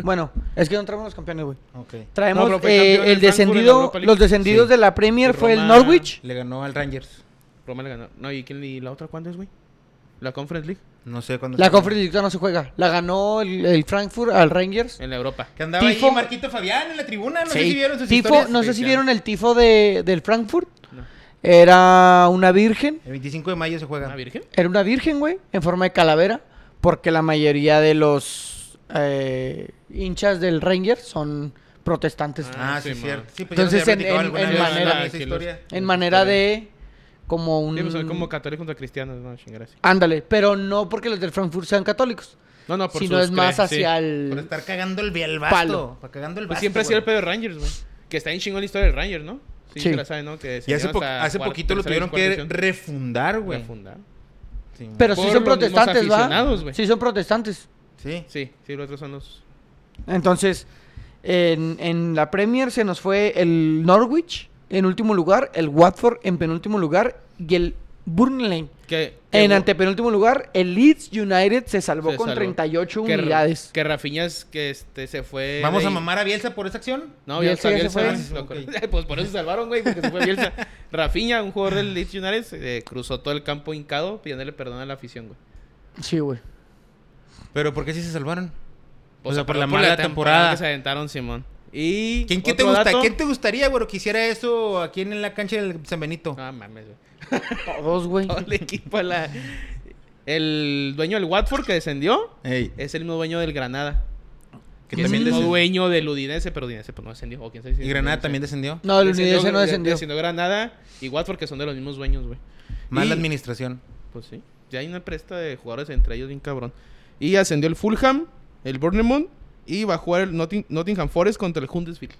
Speaker 1: Bueno, es que no traemos los campeones, güey.
Speaker 3: Ok.
Speaker 2: No,
Speaker 1: Traemos
Speaker 2: pero fue
Speaker 1: eh, el
Speaker 2: campeón el Frankfurt en la
Speaker 1: descendido,
Speaker 2: Europa League.
Speaker 1: los descendidos
Speaker 2: Sí.
Speaker 1: de la Premier
Speaker 2: Y
Speaker 1: fue el
Speaker 2: Roma-
Speaker 1: Norwich.
Speaker 3: Le ganó al Rangers.
Speaker 2: Roma le ganó. No, ¿y, quién, y la otra cuándo es, güey? ¿La Conference League?
Speaker 3: No sé cuándo...
Speaker 1: La Conference League no se juega. La ganó el, el Frankfurt al Rangers.
Speaker 2: En la Europa.
Speaker 3: Que andaba ahí
Speaker 1: Tifo.
Speaker 3: Marquito Fabián en la tribuna, no sé
Speaker 1: Sí.
Speaker 3: si vieron sus
Speaker 1: Tifo,
Speaker 3: historias.
Speaker 1: no sé si
Speaker 2: Cristiano.
Speaker 1: vieron el tifo de, del Frankfurt.
Speaker 2: No.
Speaker 1: Era una virgen.
Speaker 3: El 25 de mayo se juega.
Speaker 2: ¿Una virgen?
Speaker 1: Era una virgen, güey, en forma de calavera, porque la mayoría de los eh, hinchas del Ranger son protestantes.
Speaker 2: Ah,
Speaker 3: Ah,
Speaker 2: sí,
Speaker 3: sí, es
Speaker 2: man.
Speaker 3: cierto. Sí, pues
Speaker 1: Entonces,
Speaker 3: ya
Speaker 1: en-
Speaker 3: nos había platicado
Speaker 1: en-
Speaker 3: alguna
Speaker 1: en
Speaker 3: vez
Speaker 1: manera-
Speaker 3: esa historia.
Speaker 1: en manera de como un
Speaker 2: Sí, pues, son como católicos contra cristianos, no, chingada, sí.
Speaker 1: ándale, pero no porque los del Frankfurt sean católicos,
Speaker 2: No, no, Ah, por
Speaker 1: sino
Speaker 2: sus
Speaker 1: es más
Speaker 2: cre- sí.
Speaker 1: hacia
Speaker 3: Por
Speaker 1: el
Speaker 3: estar cagando el el
Speaker 1: Palo.
Speaker 3: basto. Para cagando el
Speaker 2: Pues
Speaker 3: basto.
Speaker 2: siempre ha sido el pedo
Speaker 3: güey.
Speaker 2: de Rangers, güey. Que está en chingón la historia del Rangers, ¿no? Sí,
Speaker 1: Sí.
Speaker 2: se la sabe, ¿no? Que se
Speaker 3: Y hace,
Speaker 2: llevan
Speaker 3: po-
Speaker 2: hasta
Speaker 3: hace
Speaker 2: cuarta,
Speaker 3: poquito lo
Speaker 2: tercera,
Speaker 3: tuvieron
Speaker 2: cuarta
Speaker 3: que
Speaker 2: división.
Speaker 3: refundar, güey.
Speaker 2: Refundar.
Speaker 3: Sí,
Speaker 1: pero sí son
Speaker 2: por los mismos
Speaker 1: protestantes, ¿va?
Speaker 2: aficionados, güey.
Speaker 1: Sí son protestantes.
Speaker 3: sí.
Speaker 2: Sí, sí, los otros son los...
Speaker 1: Entonces, en, en la Premier se nos fue el Norwich en último lugar, el Watford en penúltimo lugar y el Burnley
Speaker 2: Que, que
Speaker 1: En
Speaker 2: hubo-
Speaker 1: antepenúltimo lugar, el Leeds United se salvó
Speaker 2: se
Speaker 1: con
Speaker 2: salvó.
Speaker 1: 38
Speaker 2: que Ra-
Speaker 1: unidades.
Speaker 2: Que Rafiñas, que este, se fue...
Speaker 3: Vamos
Speaker 2: de
Speaker 3: a
Speaker 2: ahí.
Speaker 3: mamar a Bielsa por esa acción.
Speaker 2: No,
Speaker 1: Bielsa ya se
Speaker 2: Bielsa, Bielsa.
Speaker 1: fue.
Speaker 2: Bielsa,
Speaker 3: Ah,
Speaker 2: loco. *laughs*
Speaker 3: ok.
Speaker 2: pues por eso se salvaron, güey, porque se fue
Speaker 3: *laughs*
Speaker 2: Bielsa. Rafinha, un jugador del Leeds United, eh, cruzó todo el campo hincado pidiéndole perdón a la afición, güey.
Speaker 1: Sí, güey.
Speaker 3: Pero ¿por qué sí se salvaron? O
Speaker 2: Pues
Speaker 3: sea, por la
Speaker 2: aparte
Speaker 3: mala temporada.
Speaker 2: que se aventaron, Simón. Y
Speaker 3: ¿Quién, quién te,
Speaker 2: otro
Speaker 3: gusta,
Speaker 2: dato-
Speaker 3: ¿Quién te gustaría, güey, que hiciera eso aquí en la cancha del San Benito?
Speaker 2: No mames, güey. *laughs*
Speaker 1: Todos, güey.
Speaker 2: Todo el equipo a la... El dueño del Watford que descendió
Speaker 3: Ey,
Speaker 2: es el mismo dueño del Granada.
Speaker 3: que
Speaker 2: Que es el
Speaker 3: también
Speaker 2: mismo
Speaker 3: descendió.
Speaker 2: dueño del Udinese, pero Udinese pues no descendió. ¿O quién sabe si
Speaker 3: Y Granada
Speaker 2: Udinese.
Speaker 3: también descendió.
Speaker 1: No, el Unidense no
Speaker 2: Gr-
Speaker 1: descendió.
Speaker 2: Descendió Granada y Watford que son de los mismos dueños, güey.
Speaker 3: Mala
Speaker 2: Y-
Speaker 3: administración.
Speaker 2: Pues sí. Ya hay una presta de jugadores entre ellos bien cabrón. Y ascendió el Fulham, el Bournemouth y va a jugar el Notting- Nottingham Forest contra el Huddersfield.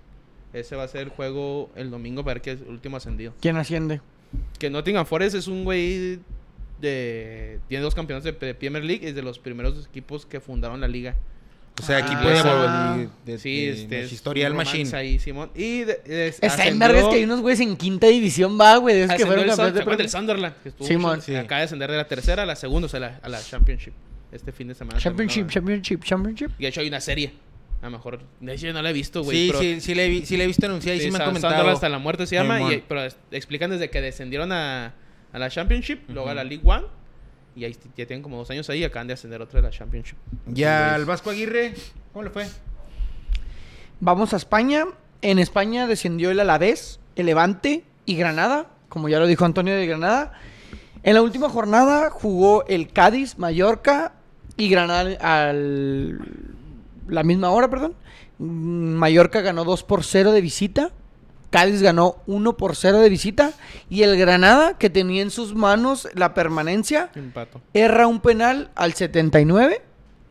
Speaker 2: Ese va a ser el juego el domingo para ver que es el último ascendido.
Speaker 1: ¿Quién asciende?
Speaker 2: Que Nottingham Forest es un güey de... Tiene dos campeonatos de, de Premier League, es de los primeros equipos que fundaron la liga.
Speaker 3: O sea, aquí
Speaker 2: Ah,
Speaker 3: puede
Speaker 2: esa-
Speaker 3: volver.
Speaker 2: Sí, este. es
Speaker 3: Historial
Speaker 2: un romance
Speaker 3: Machine.
Speaker 2: Ahí, Simón. Y. De, es-
Speaker 1: Steinberg es
Speaker 2: ascendió-
Speaker 1: que hay unos güeyes en quinta división, va, güey. de esos que
Speaker 2: ascendió
Speaker 1: fueron
Speaker 2: el Sun-
Speaker 1: campeones
Speaker 2: ¿te
Speaker 1: de
Speaker 2: acuerdas del
Speaker 1: Premier.
Speaker 2: Sunderland? Que estuvo
Speaker 1: Simón.
Speaker 2: mucho-
Speaker 3: Sí.
Speaker 2: Acaba de ascender de la tercera a la segunda, o sea, la- a la Championship. Este fin de semana.
Speaker 1: Championship,
Speaker 2: terminó,
Speaker 1: championship, championship.
Speaker 2: güey. Y de hecho hay una serie. A lo mejor. De hecho yo no la he visto, güey.
Speaker 3: Sí,
Speaker 2: pero-
Speaker 3: sí, sí, le vi- sí le he visto anunciada y sí,
Speaker 2: Sí,
Speaker 3: me han
Speaker 2: Sun-
Speaker 3: comentado.
Speaker 2: Sunderland hasta la muerte se llama.
Speaker 3: Simón.
Speaker 2: Y, pero es- explican desde que descendieron a, a la Championship, luego a la League One. Y ahí t- ya tienen como dos años ahí y acaban de ascender otra de la Championship.
Speaker 3: Y al Vasco Aguirre, ¿cómo le fue?
Speaker 1: Vamos a España. En España descendió el Alavés, el Levante y Granada, como ya lo dijo Antonio de Granada. En la última jornada jugó el Cádiz, Mallorca y Granada al la misma hora, perdón. Mm, Mallorca ganó 2 por 0 de visita. Cádiz ganó 1 por 0 de visita y el Granada que tenía en sus manos la permanencia
Speaker 2: Empato.
Speaker 1: erra un penal al 79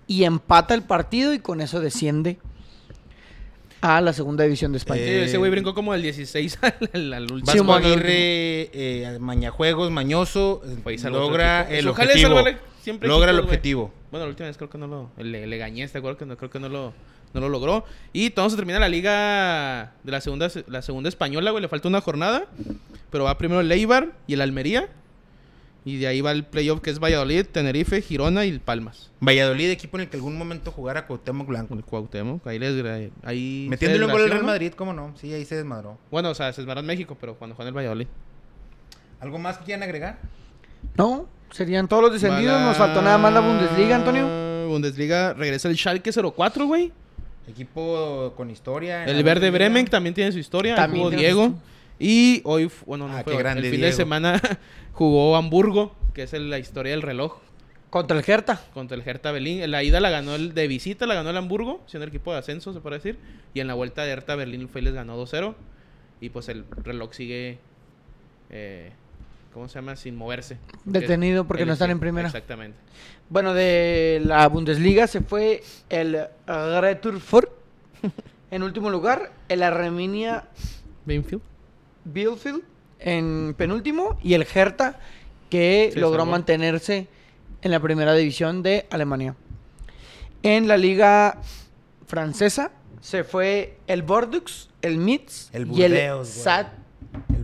Speaker 1: y empata el partido y con eso desciende a la segunda división de España.
Speaker 3: Eh,
Speaker 2: ese güey brincó como del 16 al, *laughs* al, al último.
Speaker 3: Vasco
Speaker 1: Simón, el
Speaker 3: Aguirre, eh, mañajuegos, mañoso, eh,
Speaker 2: Pues, al otro
Speaker 3: logra
Speaker 2: equipo.
Speaker 3: el
Speaker 2: Pues, ojalá
Speaker 3: objetivo.
Speaker 2: ese güey siempre
Speaker 3: Logra el
Speaker 2: chicos, güey.
Speaker 3: objetivo.
Speaker 2: Bueno, la última vez creo que no lo. Le, le gañé este gol que no, creo que no lo, no lo logró. Y entonces termina la liga de la segunda, la segunda española, güey. Le falta una jornada. Pero va primero el Eibar y el Almería. Y de ahí va el playoff que es Valladolid, Tenerife, Girona y el Palmas.
Speaker 3: Valladolid, equipo en el que algún momento jugara Cuauhtémoc Blanco.
Speaker 2: Con el Cuauhtémoc. Ahí les gra- ahí se
Speaker 3: Metiéndole un gol
Speaker 2: desgració,
Speaker 3: al Real
Speaker 2: ¿no?
Speaker 3: Madrid, ¿cómo no? Sí, ahí se desmadró.
Speaker 2: Bueno, o sea, se esmeró en México, pero cuando juega en el Valladolid.
Speaker 3: ¿Algo más que quieran agregar?
Speaker 1: No, serían todos los descendidos.
Speaker 2: Va la-
Speaker 1: Nos faltó nada más la Bundesliga, Antonio.
Speaker 2: Bundesliga regresa el Schalke 04, güey.
Speaker 3: Equipo con historia. en
Speaker 2: El
Speaker 3: la
Speaker 2: Verde
Speaker 3: Bundesliga.
Speaker 2: Bremen también tiene su historia. ahí
Speaker 1: También
Speaker 2: jugó
Speaker 1: tiene su
Speaker 2: Diego.
Speaker 1: historia.
Speaker 2: Y hoy, f- bueno, no
Speaker 3: Ah,
Speaker 2: fue
Speaker 3: qué
Speaker 2: hoy,
Speaker 3: grande
Speaker 2: el fin de
Speaker 3: Diego.
Speaker 2: semana *laughs* jugó Hamburgo, que es el- la historia del reloj,
Speaker 1: Contra el Hertha.
Speaker 2: contra el Hertha Berlín. La ida la ganó el de visita, la ganó el Hamburgo, siendo el equipo de ascenso, se puede decir. Y en la vuelta de Hertha Berlín fue y les ganó 2-0. Y pues el reloj sigue, eh, ¿cómo se llama? Sin moverse.
Speaker 1: Detenido porque
Speaker 2: El-
Speaker 1: no están en primera.
Speaker 2: Exactamente.
Speaker 1: Bueno, de la Bundesliga se fue el Greuther Fürth. En último lugar, el Armenia
Speaker 2: Benfield.
Speaker 1: Bielefeld en penúltimo y el Hertha que
Speaker 2: Se
Speaker 1: logró
Speaker 2: salvó.
Speaker 1: mantenerse en la primera división de Alemania. En la liga francesa se fue el Bordeaux, el Metz
Speaker 3: El
Speaker 1: y el
Speaker 3: Burdeos, güey.
Speaker 1: Sat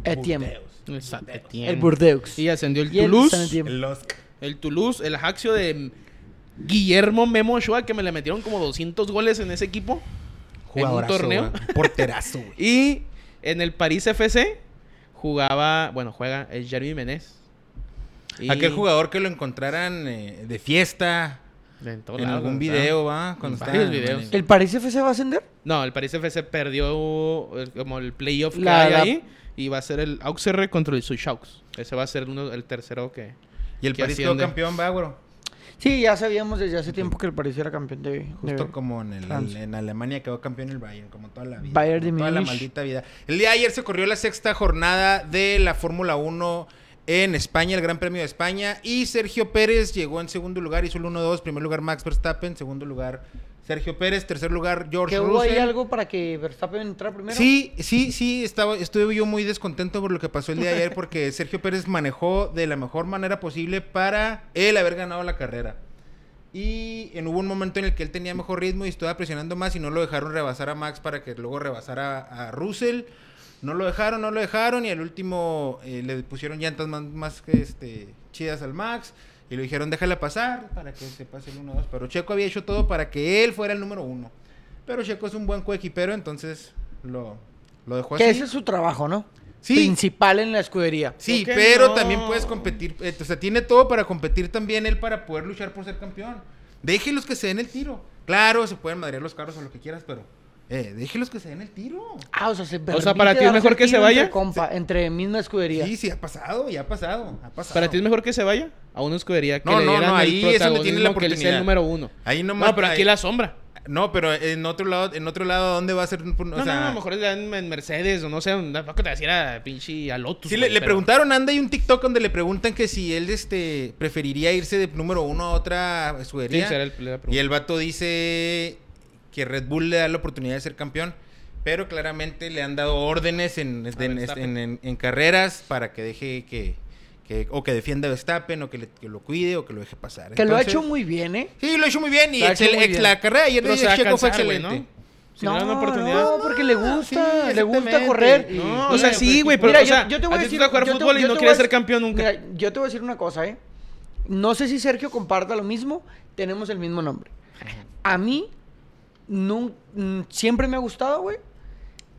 Speaker 3: El
Speaker 1: Etienne.
Speaker 3: Burdeos.
Speaker 2: El Saint-Étienne.
Speaker 1: el Bordeaux.
Speaker 2: Y ascendió el
Speaker 1: Y el
Speaker 2: Toulouse.
Speaker 1: Saint-Étienne.
Speaker 3: El Osk.
Speaker 2: El Toulouse, el Ajaxio de Guillermo Memo Ochoa, que me le metieron como 200 goles en ese equipo.
Speaker 3: Jugadorazo,
Speaker 2: en un torneo.
Speaker 3: güey. Porterazo, *laughs* güey.
Speaker 2: Y en el París FC jugaba, bueno, juega el Jeremy Menez. Y-
Speaker 3: Aquel jugador que lo encontraran eh, de fiesta
Speaker 2: En, todo
Speaker 3: en
Speaker 2: lado,
Speaker 3: algún
Speaker 2: ¿no?
Speaker 3: video, ¿va? Cuando
Speaker 2: En varios
Speaker 3: estaban-
Speaker 2: videos.
Speaker 1: ¿El París FC va a ascender?
Speaker 2: No, el París FC perdió eh, como el playoff que
Speaker 1: La-
Speaker 2: hay
Speaker 1: la-
Speaker 2: ahí. Y va a ser el Auxerre contra el Suchaux. Ese va a ser uno, el tercero que.
Speaker 3: Y el
Speaker 2: que
Speaker 3: París quedó
Speaker 2: asciende.
Speaker 3: campeón, ¿va, güero?
Speaker 1: Sí, ya sabíamos desde hace tiempo que el París era campeón de, de-
Speaker 3: Justo como en, el-
Speaker 1: Francia.
Speaker 3: en Alemania quedó campeón el Bayern, como toda la vida.
Speaker 1: Bayern de
Speaker 3: como toda la
Speaker 1: Múnich.
Speaker 3: maldita vida. El día de ayer se corrió la sexta jornada de la Fórmula 1 en España, el Gran Premio de España. Y Sergio Pérez llegó en segundo lugar, hizo el 1-2. Primer lugar Max Verstappen, segundo lugar Sergio Pérez, tercer lugar George
Speaker 1: ¿Que hubo ahí
Speaker 3: Russell.
Speaker 1: algo para que Verstappen entrara primero?
Speaker 3: Sí, sí, sí, estaba, estuve yo muy descontento por lo que pasó el día de ayer porque *laughs* Sergio Pérez manejó de la mejor manera posible para él haber ganado la carrera. Y en, hubo un momento en el que él tenía mejor ritmo y estaba presionando más y no lo dejaron rebasar a Max para que luego rebasara a, a Russell. No lo dejaron, no lo dejaron y al último eh, le pusieron llantas más, más que este, chidas al Max y le dijeron déjala pasar para que se pase el 1-2. Pero Checo había hecho todo para que él fuera el número uno. Pero Checo es un buen coequipero, entonces lo, lo dejó así.
Speaker 1: Que ese es su trabajo, ¿no?
Speaker 3: pues Sí.
Speaker 1: Principal en la escudería.
Speaker 3: Sí,
Speaker 2: ¿Por qué
Speaker 3: pero
Speaker 2: no?
Speaker 3: también puedes competir. eh, O sea, tiene todo para competir también él para poder luchar por ser campeón. Déjelos que se den el tiro. Claro, se pueden madrear los carros o lo que quieras, pero eh, déjelos que se den el tiro.
Speaker 1: Ah, o sea, se
Speaker 2: sea, para
Speaker 1: permite
Speaker 2: ti es
Speaker 1: darse
Speaker 2: mejor que
Speaker 1: el
Speaker 2: se
Speaker 1: tiro
Speaker 2: vaya.
Speaker 1: Entre, compa, entre misma escudería.
Speaker 3: Sí, sí, ha pasado, ya ha pasado. Ha pasado.
Speaker 2: Para ti es mejor que se vaya a una escudería que
Speaker 3: No,
Speaker 2: le
Speaker 3: no,
Speaker 2: dieran
Speaker 3: no,
Speaker 2: el
Speaker 3: ahí es donde tiene la
Speaker 2: protagonismo que él sea
Speaker 3: oportunidad.
Speaker 2: el número uno.
Speaker 3: Ahí nomás.
Speaker 2: No, pero aquí
Speaker 3: ahí-
Speaker 2: la sombra.
Speaker 3: No, pero en otro lado, en otro lado, ¿a ¿dónde va a ser? O
Speaker 2: No,
Speaker 3: sea,
Speaker 2: no, no, a lo mejor le dan en Mercedes o no sé, un- tampoco te decía pinche a Lotus.
Speaker 3: Sí, le,
Speaker 2: güey,
Speaker 3: le
Speaker 2: pero-
Speaker 3: preguntaron, anda, hay un TikTok donde le preguntan que si él este, preferiría irse de número uno a otra
Speaker 2: Sí,
Speaker 3: escudería.
Speaker 2: esa era el- la pregunta.
Speaker 3: Y el vato dice que Red Bull le da la oportunidad de ser campeón, pero claramente le han dado órdenes en, en- en-
Speaker 2: Verstappen.
Speaker 3: en- en- en carreras para que deje que, que, o que defienda a Verstappen, o que, le- que lo cuide, o que lo deje pasar.
Speaker 1: Que lo ha hecho
Speaker 3: Entonces,
Speaker 1: muy bien, ¿eh?
Speaker 3: Sí, lo ha hecho muy bien. Y
Speaker 1: Lo ha hecho
Speaker 3: excel-
Speaker 1: muy
Speaker 3: ex-
Speaker 1: bien.
Speaker 3: la carrera de ayer
Speaker 2: Pero
Speaker 3: de
Speaker 2: se va a
Speaker 3: Checo fue
Speaker 2: cansar, güey,
Speaker 3: excelente.
Speaker 2: ¿no? Si le dan una oportunidad. Ah,
Speaker 1: No, porque le gusta,
Speaker 3: sí,
Speaker 1: le gusta
Speaker 3: exactamente.
Speaker 1: correr.
Speaker 3: Y-
Speaker 2: No,
Speaker 1: Y-
Speaker 2: o sea, sí, güey, pero
Speaker 1: Mira,
Speaker 2: o sea,
Speaker 1: yo, yo te voy a decir,
Speaker 2: gusta jugar
Speaker 1: yo te-
Speaker 2: fútbol y
Speaker 1: yo
Speaker 2: no
Speaker 1: te
Speaker 2: quieres
Speaker 1: voy a-
Speaker 2: ser campeón nunca.
Speaker 1: Mira, yo te voy a decir una cosa, ¿eh? No sé si Sergio comparta lo mismo, tenemos el mismo nombre. A mí, nun- mm, siempre me ha gustado, güey,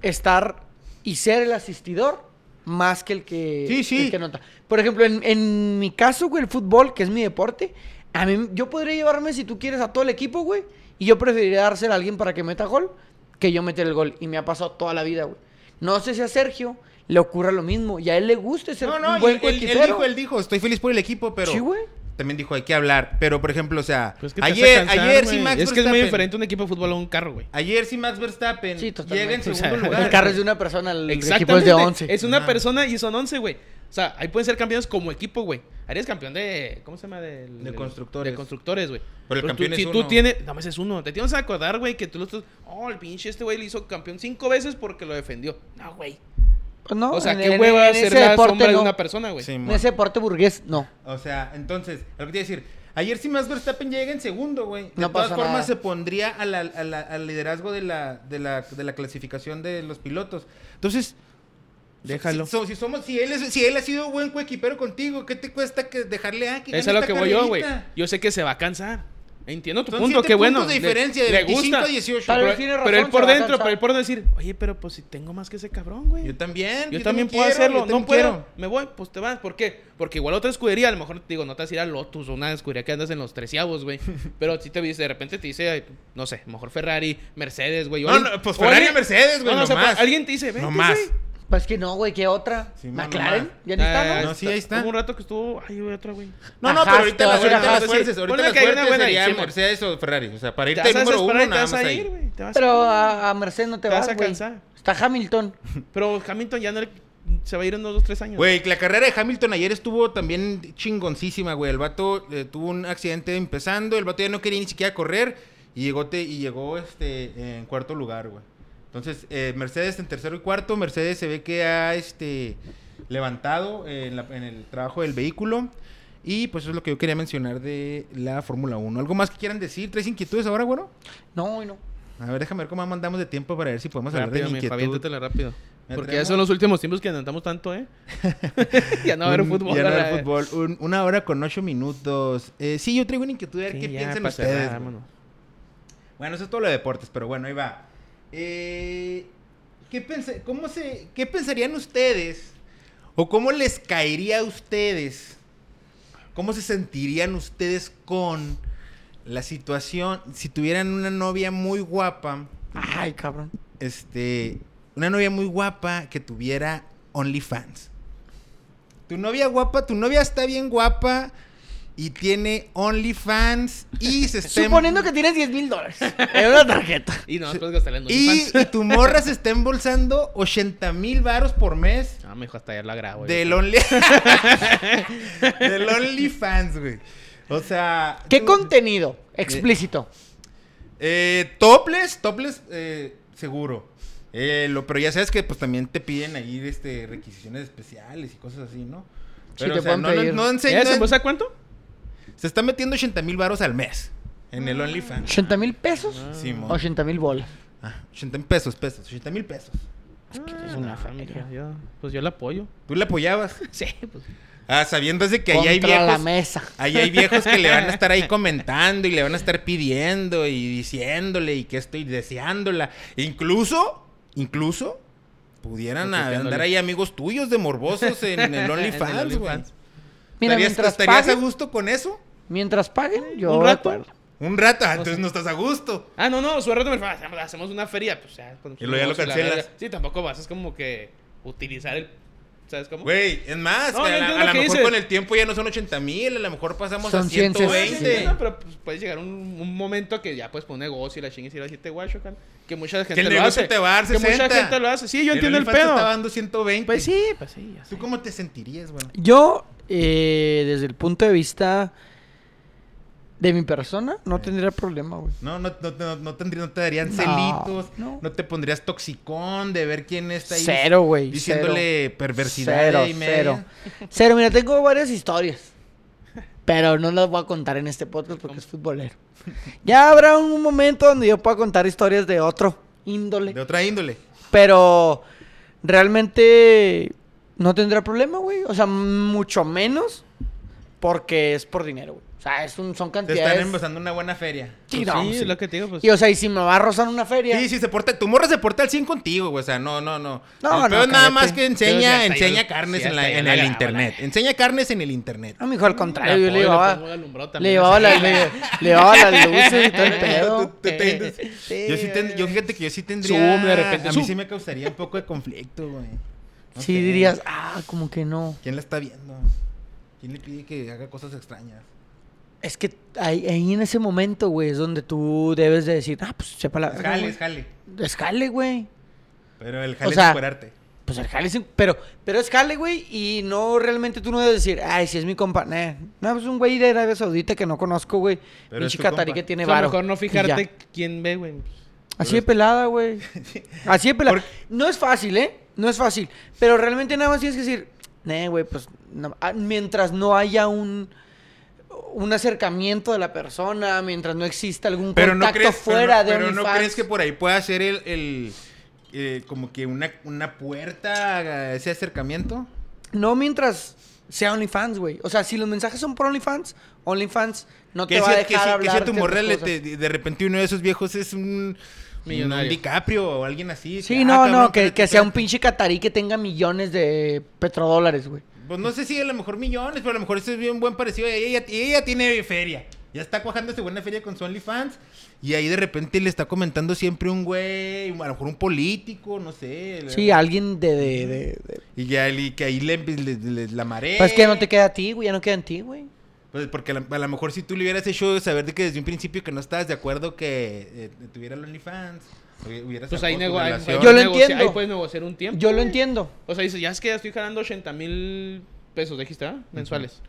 Speaker 1: estar y ser el asistidor más que el que,
Speaker 3: Sí, sí.
Speaker 1: el que nota. Por ejemplo, en, en mi caso, güey, el fútbol, que es mi deporte, a mí, yo podría llevarme, si tú quieres, a todo el equipo, güey, y yo preferiría dársela a alguien para que meta gol que yo meter el gol. Y me ha pasado toda la vida, güey. No sé si a Sergio le ocurra lo mismo y a él le gusta ser
Speaker 3: No, no,
Speaker 1: un buen
Speaker 3: y él, él
Speaker 1: coequipero.
Speaker 3: dijo, él dijo, estoy feliz por el equipo, pero
Speaker 1: Sí, güey.
Speaker 3: también dijo, hay que hablar. Pero, por ejemplo, o sea,
Speaker 2: Pues es que te
Speaker 3: ayer,
Speaker 2: hace cansar,
Speaker 3: ayer
Speaker 2: güey.
Speaker 3: sí Max
Speaker 2: Es que es muy
Speaker 3: Verstappen-
Speaker 2: diferente un equipo de fútbol a un carro, güey.
Speaker 3: Ayer sí Max Verstappen
Speaker 1: Sí,
Speaker 3: llega en
Speaker 1: totalmente.
Speaker 3: segundo
Speaker 2: O sea,
Speaker 3: lugar.
Speaker 1: El carro es de una persona, el equipo
Speaker 2: Exactamente.
Speaker 1: es de 11.
Speaker 2: Es una
Speaker 3: Ajá.
Speaker 2: persona y son 11, güey. O sea, ahí pueden ser campeones como equipo, güey. Harías campeón de. ¿Cómo se llama? Del-
Speaker 3: De
Speaker 2: del-
Speaker 3: constructores.
Speaker 2: De constructores, güey.
Speaker 3: Pero el
Speaker 2: tú-
Speaker 3: campeón es
Speaker 2: si
Speaker 3: uno.
Speaker 2: tú tienes. No, más es uno. Te tienes que acordar, güey, que tú lo estás. Oh, el pinche este güey le hizo campeón cinco veces porque lo defendió. No, güey.
Speaker 1: Pues no,
Speaker 2: o sea,
Speaker 1: en-
Speaker 2: qué
Speaker 1: en-
Speaker 2: hueva
Speaker 1: en
Speaker 2: ser
Speaker 1: ese
Speaker 2: la
Speaker 1: deporte
Speaker 2: sombra de
Speaker 1: no.
Speaker 2: una persona, güey.
Speaker 3: Sí,
Speaker 1: En
Speaker 3: mon.
Speaker 1: ese deporte burgués, no.
Speaker 3: O sea, entonces, lo que te iba a decir. Ayer si Max Verstappen llega en segundo, güey. De
Speaker 1: No
Speaker 3: todas
Speaker 1: pasa
Speaker 3: formas
Speaker 1: nada.
Speaker 3: se pondría a la- a la- al liderazgo de la, de, la, de la clasificación de los pilotos. Entonces,
Speaker 2: Déjalo.
Speaker 3: Si, so- si somos, si él es- si él ha sido buen coequipero contigo, ¿qué te cuesta que dejarle a
Speaker 2: Eso es lo que voy yo, güey. Yo sé que se va a cansar. Entiendo tu
Speaker 3: Son
Speaker 2: punto,
Speaker 3: siete
Speaker 2: qué bueno.
Speaker 3: puntos de diferencia, de 25 a 18.
Speaker 1: Tal
Speaker 2: Pero,
Speaker 1: vez tiene
Speaker 2: pero
Speaker 1: razón,
Speaker 2: él por
Speaker 1: se va a
Speaker 2: dentro,
Speaker 1: cansar.
Speaker 2: pero él por decir, oye, pero pues si tengo más que ese cabrón, güey.
Speaker 3: Yo también.
Speaker 2: Yo, también, puedo
Speaker 3: quiero,
Speaker 2: hacerlo,
Speaker 3: yo también
Speaker 2: no puedo.
Speaker 3: quiero.
Speaker 2: Me voy, pues te vas. ¿Por qué? Porque igual otra escudería, a lo mejor, digo, no te vas a ir a Lotus o una escudería que andas en los treceavos,
Speaker 3: *laughs*
Speaker 2: güey. Pero si te dice, de repente te dice, ay, no sé, mejor Ferrari, Mercedes, güey. o
Speaker 3: No,
Speaker 2: alguien-
Speaker 3: no, pues
Speaker 2: o
Speaker 3: Ferrari,
Speaker 2: alguien-
Speaker 3: Mercedes, güey,
Speaker 2: No, no, o sea,
Speaker 3: nomás.
Speaker 2: alguien te dice, vente,
Speaker 3: No más.
Speaker 2: güey".
Speaker 1: Pues que no, güey, ¿qué otra?
Speaker 3: Sí, no,
Speaker 1: ¿McLaren?
Speaker 3: nomás.
Speaker 1: ¿Ya ni está,
Speaker 2: Ah,
Speaker 1: no?
Speaker 3: no, sí, ahí está.
Speaker 2: Hubo un rato que estuvo, ay, güey, otra, güey.
Speaker 3: No, no,
Speaker 1: Ajá,
Speaker 3: pero ahorita
Speaker 1: te
Speaker 3: las
Speaker 1: vas a ir a
Speaker 3: ahorita las
Speaker 1: Haas,
Speaker 3: fuertes,
Speaker 2: sí.
Speaker 3: ahorita
Speaker 2: Ponle
Speaker 3: las
Speaker 2: que hay una
Speaker 3: fuertes
Speaker 2: buena ahí,
Speaker 3: serían
Speaker 2: Simón.
Speaker 3: Mercedes o Ferrari. O sea, para
Speaker 2: Te
Speaker 3: irte
Speaker 2: vas a
Speaker 3: el número uno
Speaker 2: desesperar y te
Speaker 3: nada
Speaker 2: vas
Speaker 3: más
Speaker 2: a
Speaker 3: ahí.
Speaker 2: ir, güey. Te vas
Speaker 1: Pero
Speaker 2: a ir.
Speaker 1: a, a Mercedes no te,
Speaker 2: Te vas
Speaker 1: vas,
Speaker 2: a
Speaker 1: güey.
Speaker 2: cansar.
Speaker 1: Está Hamilton.
Speaker 2: Pero Hamilton ya no le- se va a ir en unos dos, tres años.
Speaker 3: Güey, la carrera de Hamilton ayer estuvo también chingoncísima, güey. El vato eh, tuvo un accidente empezando, el vato ya no quería ni siquiera correr y llegó, te, y llegó este, en cuarto lugar, güey. Entonces, eh, Mercedes en tercero y cuarto, Mercedes se ve que ha este, levantado eh, en, la- en el trabajo del vehículo. Y pues eso es lo que yo quería mencionar de la Fórmula 1. ¿Algo más que quieran decir? ¿Tres inquietudes ahora, güero?
Speaker 1: No, hoy no.
Speaker 3: A ver, déjame ver cómo mandamos de tiempo para ver si podemos hablar
Speaker 2: Rápido,
Speaker 3: de mi
Speaker 2: mi Fabi,
Speaker 3: inquietud.
Speaker 2: aviéntatela rápido.
Speaker 3: Me
Speaker 2: Porque
Speaker 3: tremo.
Speaker 2: ya son los últimos tiempos que andamos tanto,
Speaker 3: *laughs*
Speaker 2: ¿eh? ya no va a haber
Speaker 3: Un-
Speaker 2: fútbol.
Speaker 3: Ya
Speaker 2: *laughs*
Speaker 3: no
Speaker 2: a
Speaker 3: va a
Speaker 2: la-
Speaker 3: haber fútbol. Un- una hora con ocho minutos. Eh, sí, yo traigo una inquietud a ver
Speaker 2: Sí,
Speaker 3: qué
Speaker 2: ya,
Speaker 3: piensan
Speaker 2: para cerrar,
Speaker 3: ustedes. güey.
Speaker 2: vámonos.
Speaker 3: Bueno, eso es todo lo de deportes, pero bueno, ahí va. Eh, ¿qué, pens- cómo se, ¿Qué pensarían ustedes? ¿O cómo les caería a ustedes? ¿Cómo se sentirían ustedes con la situación? Si tuvieran una novia muy guapa,
Speaker 1: Ay, cabrón.
Speaker 3: este, una novia muy guapa que tuviera OnlyFans. Tu novia guapa, tu novia está bien guapa y tiene OnlyFans y se
Speaker 1: *laughs*
Speaker 3: está...
Speaker 1: Suponiendo que tienes 10 mil dólares en una tarjeta.
Speaker 2: Y no, después gastarle en
Speaker 3: Y, *laughs*
Speaker 2: OnlyFans.
Speaker 3: y tu morra se está embolsando 80 mil varos por mes
Speaker 2: Ah, mejor hasta ayer la grabo.
Speaker 3: del
Speaker 2: güey.
Speaker 3: Only... del OnlyFans, güey. O sea...
Speaker 1: ¿Qué
Speaker 3: tú-
Speaker 1: contenido explícito?
Speaker 3: Eh, topless, topless, eh, seguro. Eh, lo, pero ya sabes que pues también te piden ahí este, requisiciones especiales y cosas así, ¿no?
Speaker 1: Sí,
Speaker 3: Pero,
Speaker 1: te
Speaker 3: o sea,
Speaker 1: pueden
Speaker 3: no, no-
Speaker 1: pedir.
Speaker 3: no enseñan-
Speaker 2: ¿Ya se embolsa cuánto?
Speaker 3: Se está metiendo 80 mil varos al mes en
Speaker 1: Ah.
Speaker 3: el OnlyFans.
Speaker 1: ¿80 mil pesos?
Speaker 3: Sí, mo.
Speaker 1: 80 mil bolas.
Speaker 3: Ah, 80 mil pesos, pesos, 80 mil pesos.
Speaker 1: es
Speaker 2: Ah,
Speaker 1: una
Speaker 2: mija,
Speaker 1: feria.
Speaker 2: yo- pues yo la apoyo. *laughs*
Speaker 3: ¿Tú le apoyabas?
Speaker 2: Sí, pues.
Speaker 3: Ah, sabiendo desde que ahí
Speaker 1: Contra
Speaker 3: hay viejos.
Speaker 1: la mesa.
Speaker 3: Ahí hay viejos que le van a
Speaker 2: *laughs*
Speaker 3: estar ahí comentando y le van a estar pidiendo y diciéndole y que estoy deseándola. Incluso, incluso, pudieran a-
Speaker 2: Coqueteándole.
Speaker 3: andar ahí amigos tuyos de morbosos en el
Speaker 2: Pues *laughs* En
Speaker 3: OnlyFans,
Speaker 2: el
Speaker 3: güey.
Speaker 2: OnlyFans.
Speaker 1: Mira,
Speaker 3: ¿Estarías,
Speaker 1: mientras
Speaker 3: estarías a
Speaker 1: paguen,
Speaker 3: gusto con eso?
Speaker 1: mientras paguen, yo
Speaker 2: ¿Un
Speaker 1: de
Speaker 2: rato?
Speaker 1: acuerdo.
Speaker 3: Un rato, ah, entonces no estás a gusto.
Speaker 2: Ah, no, no, su rato me fa- hacemos- hacemos una feria, pues ya. ponemos
Speaker 3: Y luego ya lo
Speaker 2: un negocio, la
Speaker 3: cancelas.
Speaker 2: verga. Sí, tampoco vas, es como que utilizar el. ¿Sabes cómo?
Speaker 3: Güey, es más,
Speaker 2: No, yo
Speaker 3: a, la-
Speaker 2: entiendo
Speaker 3: a
Speaker 2: lo
Speaker 3: lo
Speaker 2: que
Speaker 3: mejor
Speaker 2: dices.
Speaker 3: con el tiempo ya no son 80 mil, a lo mejor pasamos a
Speaker 1: Son
Speaker 3: 120.
Speaker 1: 160.
Speaker 2: Sí, no, pero pues, puedes llegar a un, un momento que ya puedes poner negocio y la chingue y decir, te guacho, can", que mucha gente
Speaker 3: Que el
Speaker 2: lo
Speaker 3: negocio
Speaker 2: hace.
Speaker 3: te va a dar
Speaker 2: que mucha
Speaker 3: 60.
Speaker 2: gente lo hace. Sí, yo entiendo el
Speaker 3: OnlyFans te
Speaker 2: pedo.
Speaker 3: estaba dando 120.
Speaker 2: Pues sí, pues sí, ya sé.
Speaker 3: ¿Tú cómo te sentirías, güey?
Speaker 1: Yo, eh, desde el punto de vista de mi persona, no tendría problema, güey.
Speaker 3: No, no, no, no, no tendría- no te darían
Speaker 1: No,
Speaker 3: celitos, no.
Speaker 1: no.
Speaker 3: te pondrías toxicón de ver quién está ahí.
Speaker 1: Cero, güey,
Speaker 3: Diciéndole perversidad.
Speaker 1: Cero,
Speaker 3: y media.
Speaker 1: cero. Cero, mira, tengo varias historias. Pero no las voy a contar en este podcast porque es futbolero. Ya habrá un momento donde yo pueda contar historias de otro índole.
Speaker 3: De otra índole.
Speaker 1: Pero realmente no tendrá problema, güey. O sea, mucho menos porque es por dinero, güey. O sea, es un, son
Speaker 3: Te están
Speaker 1: cantidades.
Speaker 3: empezando una buena feria.
Speaker 1: Sí,
Speaker 2: Pues
Speaker 1: no,
Speaker 2: sí,
Speaker 1: sí.
Speaker 2: es lo que te digo, pues.
Speaker 1: Y o sea, y si me va a rozar una feria.
Speaker 3: Sí, sí, se porta, tu morra se porta al 100 contigo, güey. O sea, no, no, no.
Speaker 1: No,
Speaker 3: El
Speaker 1: no,
Speaker 3: pedo es nada
Speaker 1: cállate.
Speaker 3: más que
Speaker 2: Yo ya
Speaker 3: enseña,
Speaker 2: hasta
Speaker 3: enseña
Speaker 2: yo-
Speaker 3: carnes
Speaker 2: sí,
Speaker 3: en, la-
Speaker 2: hasta yo
Speaker 3: en
Speaker 2: la
Speaker 3: el
Speaker 2: grabo,
Speaker 3: internet.
Speaker 2: la-
Speaker 3: Enseña carnes en el internet.
Speaker 1: No, mijo, al contrario, yo le "Ah,
Speaker 2: apoyo,
Speaker 1: llevaba.
Speaker 2: le pongo alumbrado
Speaker 1: Le
Speaker 2: también,
Speaker 1: llevaba,
Speaker 2: así.
Speaker 1: la- le, le llevaba las luces y todo el
Speaker 3: Tú-
Speaker 1: pedo. Eh,
Speaker 3: tú *laughs* te entiendes.
Speaker 1: Sí,
Speaker 3: yo sí ten- yo fíjate que yo sí tendría.
Speaker 2: Zoom, de repente,
Speaker 3: a mí
Speaker 2: zoom.
Speaker 3: sí me causaría un poco de conflicto, güey. No
Speaker 1: Sí,
Speaker 3: sé.
Speaker 1: dirías, ah, como que no.
Speaker 3: ¿Quién la está viendo? ¿Quién le pide que haga cosas extrañas?
Speaker 1: Es que ahí, ahí en ese momento, güey, es donde tú debes de decir, ah, pues sepa la.
Speaker 3: Es jale, es jale.
Speaker 1: Es jale, güey.
Speaker 3: Pero el jale
Speaker 1: O sea,
Speaker 3: es superarte.
Speaker 1: Pues el jale es un- Pero, pero es jale, güey, y no realmente tú no debes decir, ay, si es mi compa. Nah. No, pues un güey de Arabia Saudita que no conozco, güey.
Speaker 3: Pero es
Speaker 1: Pinche
Speaker 3: tu
Speaker 1: catarí
Speaker 3: compa.
Speaker 1: que tiene
Speaker 2: O sea,
Speaker 1: varo.
Speaker 2: mejor no
Speaker 1: Y ya.
Speaker 2: fijarte quién ve, güey.
Speaker 1: Así de pelada,
Speaker 3: *laughs*
Speaker 1: güey. Así de pelada.
Speaker 3: Porque-
Speaker 1: No es fácil, ¿eh? No es fácil. Pero realmente nada más tienes que decir, nee, güey, pues no- ah, mientras no haya un un acercamiento de la persona, mientras no exista algún
Speaker 3: Pero no
Speaker 1: contacto
Speaker 3: crees,
Speaker 1: fuera
Speaker 3: pero no,
Speaker 1: de
Speaker 3: pero no
Speaker 1: OnlyFans.
Speaker 3: crees que por ahí pueda ser el, el, eh, como que una, una puerta a ese acercamiento.
Speaker 1: No mientras sea OnlyFans, güey. O sea, si los mensajes son por OnlyFans, OnlyFans no te
Speaker 3: que
Speaker 1: va a
Speaker 3: si,
Speaker 1: dejar
Speaker 3: que si, que si
Speaker 1: hablar
Speaker 3: a tu
Speaker 1: de
Speaker 3: morra
Speaker 1: otras
Speaker 3: le
Speaker 1: cosas.
Speaker 3: te- de repente uno de esos viejos es un
Speaker 2: Millonario.
Speaker 3: un DiCaprio o alguien así. que,
Speaker 1: Sí,
Speaker 3: ah,
Speaker 1: no,
Speaker 3: cabrón,
Speaker 1: no, que,
Speaker 3: espérate,
Speaker 1: que sea un
Speaker 3: espérate.
Speaker 1: pinche catarí que tenga millones de petrodólares, güey.
Speaker 3: Pues no sé si a lo mejor millones, pero a lo mejor ese es bien buen parecido. Y ella, y ella tiene feria. Ya está cuajándose buena feria con su OnlyFans. Y ahí de repente le está comentando siempre un güey, a lo mejor un político, no sé. la-
Speaker 1: Sí, alguien de- de- de- de
Speaker 3: Y ya y que ahí le, pues, le- le- la marea.
Speaker 1: Pues es
Speaker 2: Eh,
Speaker 1: que no te queda a ti, güey, ya no queda en ti, güey.
Speaker 3: Pues porque a la- a lo mejor si tú le hubieras hecho saber de que desde un principio que no estabas de acuerdo que eh, tuviera el OnlyFans. hubi- hubieras
Speaker 2: Pues
Speaker 3: sacado
Speaker 2: ahí,
Speaker 3: tu
Speaker 2: nego- ahí-
Speaker 3: relación.
Speaker 1: Yo lo
Speaker 2: ahí puedes negociar-
Speaker 1: entiendo.
Speaker 2: Ahí puedes negociar un tiempo.
Speaker 1: Yo lo
Speaker 2: güey.
Speaker 1: entiendo.
Speaker 2: O sea, dices, ya es que ya estoy jalando 80 mil pesos, dijiste, ¿verdad? Mensuales.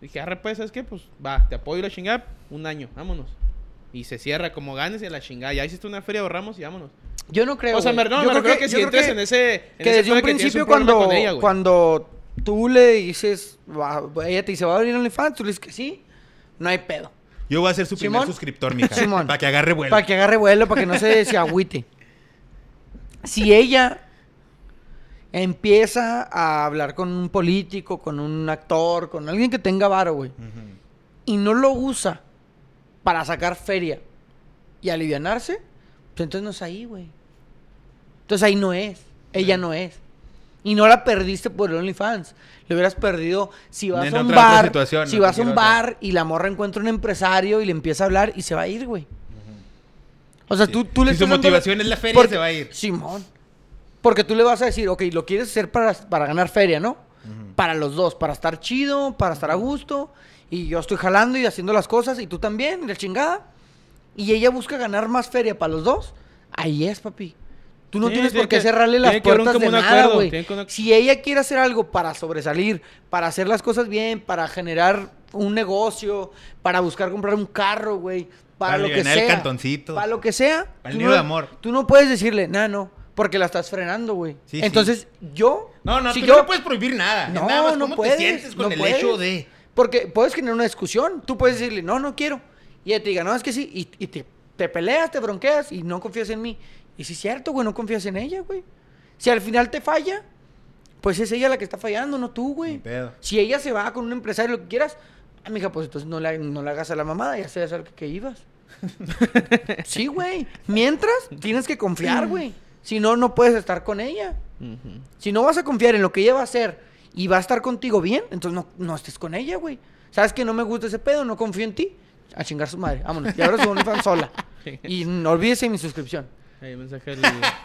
Speaker 2: Dije, arre, pues, ¿sabes qué? Pues, va, te apoyo y la chingada, un año, vámonos. Y se cierra como ganes y a la chingada. Ya hiciste una feria, ahorramos y vámonos.
Speaker 1: Yo no creo.
Speaker 2: o sea, me,
Speaker 1: güey.
Speaker 2: no,
Speaker 1: Yo
Speaker 2: me
Speaker 1: creo
Speaker 2: refiero que, si
Speaker 1: yo creo
Speaker 2: entras
Speaker 1: que-
Speaker 2: en ese... en
Speaker 1: que
Speaker 2: ese
Speaker 1: desde un
Speaker 2: pedo que tienes
Speaker 1: principio
Speaker 2: problema
Speaker 1: cuando,
Speaker 2: con ella, güey.
Speaker 1: cuando tú le dices, va- ella te dice, ¿va a abrir OnlyFans? Tú le dices que sí, no hay pedo.
Speaker 3: Yo voy a ser su primer
Speaker 1: Simón.
Speaker 3: suscriptor, mija.
Speaker 1: Simón.
Speaker 3: Para que agarre vuelo.
Speaker 1: Para que agarre vuelo, para que
Speaker 2: *laughs*
Speaker 1: no se, se agüite. Si ella empieza a hablar con un político, con un actor, con alguien que tenga varo, güey,
Speaker 3: Ujú.
Speaker 1: y no lo usa para sacar feria y alivianarse, pues entonces no es ahí, güey. Entonces ahí no es. Ella no es. Y no la perdiste por el OnlyFans. Lo hubieras perdido si vas
Speaker 3: En
Speaker 1: a un
Speaker 3: otra- otra
Speaker 1: bar.
Speaker 3: situación,
Speaker 1: si
Speaker 3: en
Speaker 1: vas a un
Speaker 3: cualquier otra.
Speaker 1: bar y la morra encuentra un empresario y le empieza a hablar y se va a ir, güey. O sea, tú, tú le
Speaker 3: Si su
Speaker 1: estás dando-
Speaker 3: motivación es la feria, se va a ir.
Speaker 1: Simón. Porque tú le vas a decir, ok, lo quieres hacer para, para ganar feria, ¿no?
Speaker 3: Ujú.
Speaker 1: Para los dos, para estar chido, para estar a gusto. Y yo estoy jalando y haciendo las cosas, y tú también, y la chingada. Y ella busca ganar más feria para los dos. Ahí es, papi. Tú no
Speaker 2: Sí,
Speaker 1: tienes
Speaker 2: tiene
Speaker 1: por qué
Speaker 2: que-
Speaker 1: cerrarle las
Speaker 2: tiene que haber un
Speaker 1: puertas de
Speaker 2: común
Speaker 1: nada,
Speaker 2: acuerdo,
Speaker 1: güey.
Speaker 2: tiene que una-
Speaker 1: Si ella quiere hacer algo para sobresalir, para hacer las cosas bien, para generar un negocio, para buscar comprar un carro, güey, para,
Speaker 3: Para
Speaker 1: lo que sea.
Speaker 3: alivianar el cantoncito.
Speaker 1: Para lo que sea.
Speaker 3: Para el
Speaker 1: tú
Speaker 3: nido
Speaker 1: no-
Speaker 3: de amor.
Speaker 1: Tú no puedes decirle, nah, no, porque la estás frenando, güey.
Speaker 3: Sí, sí.
Speaker 1: Entonces, yo...
Speaker 3: No, no,
Speaker 1: si
Speaker 3: tú
Speaker 1: yo-
Speaker 3: no puedes prohibir nada. No,
Speaker 1: No,
Speaker 3: nada más
Speaker 1: no
Speaker 3: cómo
Speaker 1: puedes,
Speaker 3: te sientes con
Speaker 1: no
Speaker 3: el
Speaker 1: puedes.
Speaker 3: hecho de.
Speaker 1: Porque puedes generar una discusión. Tú puedes decirle, no, no quiero. Y ella te diga, no, es que sí. Y, y te, te peleas, te bronqueas y no confías en mí. Y sí es cierto, güey, no confías en ella, güey. Si al final te falla, pues es ella la que está fallando, no tú,
Speaker 3: Ni
Speaker 1: güey.
Speaker 3: pedo.
Speaker 1: Si ella se va con un empresario, lo que quieras, ah, mija, pues entonces no le, no le hagas a la mamada, ya sabes al que, que
Speaker 3: *laughs*
Speaker 1: ibas. sí, güey. Mientras, tienes que confiar, güey. Si no, no puedes estar con ella.
Speaker 2: Ujú.
Speaker 1: Si no vas a confiar en lo que ella va a hacer y va a estar contigo bien, entonces no, no estés con ella, güey. ¿Sabes que no me gusta ese pedo? No confío en ti. A chingar su madre. Vámonos. Y ahora su OnlyFans
Speaker 3: *laughs*
Speaker 1: sola. Y no olvides de mi suscripción.
Speaker 2: Ahí, mensaje *laughs* del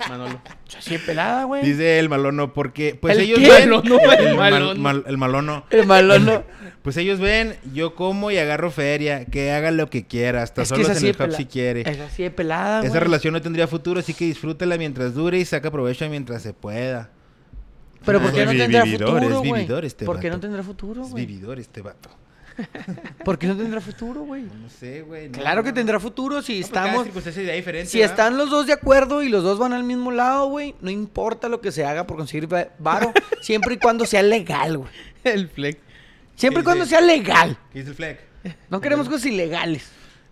Speaker 2: Manolo.
Speaker 1: O sea, así de pelada, güey.
Speaker 3: Dice el malono, porque. Pues
Speaker 1: ¿El
Speaker 3: ellos
Speaker 1: qué?
Speaker 3: ven.
Speaker 2: Malono, el
Speaker 3: mal-
Speaker 2: malono.
Speaker 3: mal- el malono.
Speaker 1: El
Speaker 3: *laughs*
Speaker 1: malono.
Speaker 3: Pues ellos ven, yo como y agarro feria, que haga lo que quiera, hasta
Speaker 1: Es que
Speaker 3: solos
Speaker 1: es
Speaker 3: en
Speaker 1: así Ah,
Speaker 3: el
Speaker 1: de
Speaker 3: hub
Speaker 1: pelada.
Speaker 3: si quiere.
Speaker 1: Es así de pelada, güey.
Speaker 3: Esa relación no tendría futuro, así que disfrútela mientras dure y saca provecho mientras se pueda.
Speaker 1: Pero ¿por qué no
Speaker 3: Es
Speaker 1: tendrá
Speaker 3: vividor,
Speaker 1: futuro,
Speaker 3: es
Speaker 1: güey?
Speaker 3: vividor este
Speaker 1: ¿Por qué
Speaker 3: vato.
Speaker 1: no tendrá futuro,
Speaker 3: Es
Speaker 1: güey?
Speaker 3: vividor este vato.
Speaker 1: ¿Por qué no tendrá futuro, güey?
Speaker 3: No sé, güey. no,
Speaker 1: Claro que
Speaker 3: no.
Speaker 1: tendrá futuro si
Speaker 3: No, pues cada
Speaker 1: estamos.
Speaker 3: circunstancia es diferente,
Speaker 1: Si
Speaker 3: ¿verdad?
Speaker 1: están los dos de acuerdo y los dos van al mismo lado, güey, no importa lo que se haga por conseguir va-
Speaker 3: *laughs*
Speaker 1: varo, siempre y cuando sea legal, güey.
Speaker 2: El flex.
Speaker 1: Siempre y
Speaker 3: Sí,
Speaker 1: cuando
Speaker 3: sí.
Speaker 1: sea legal.
Speaker 3: ¿Qué dice el flag?
Speaker 1: No queremos cosas ilegales.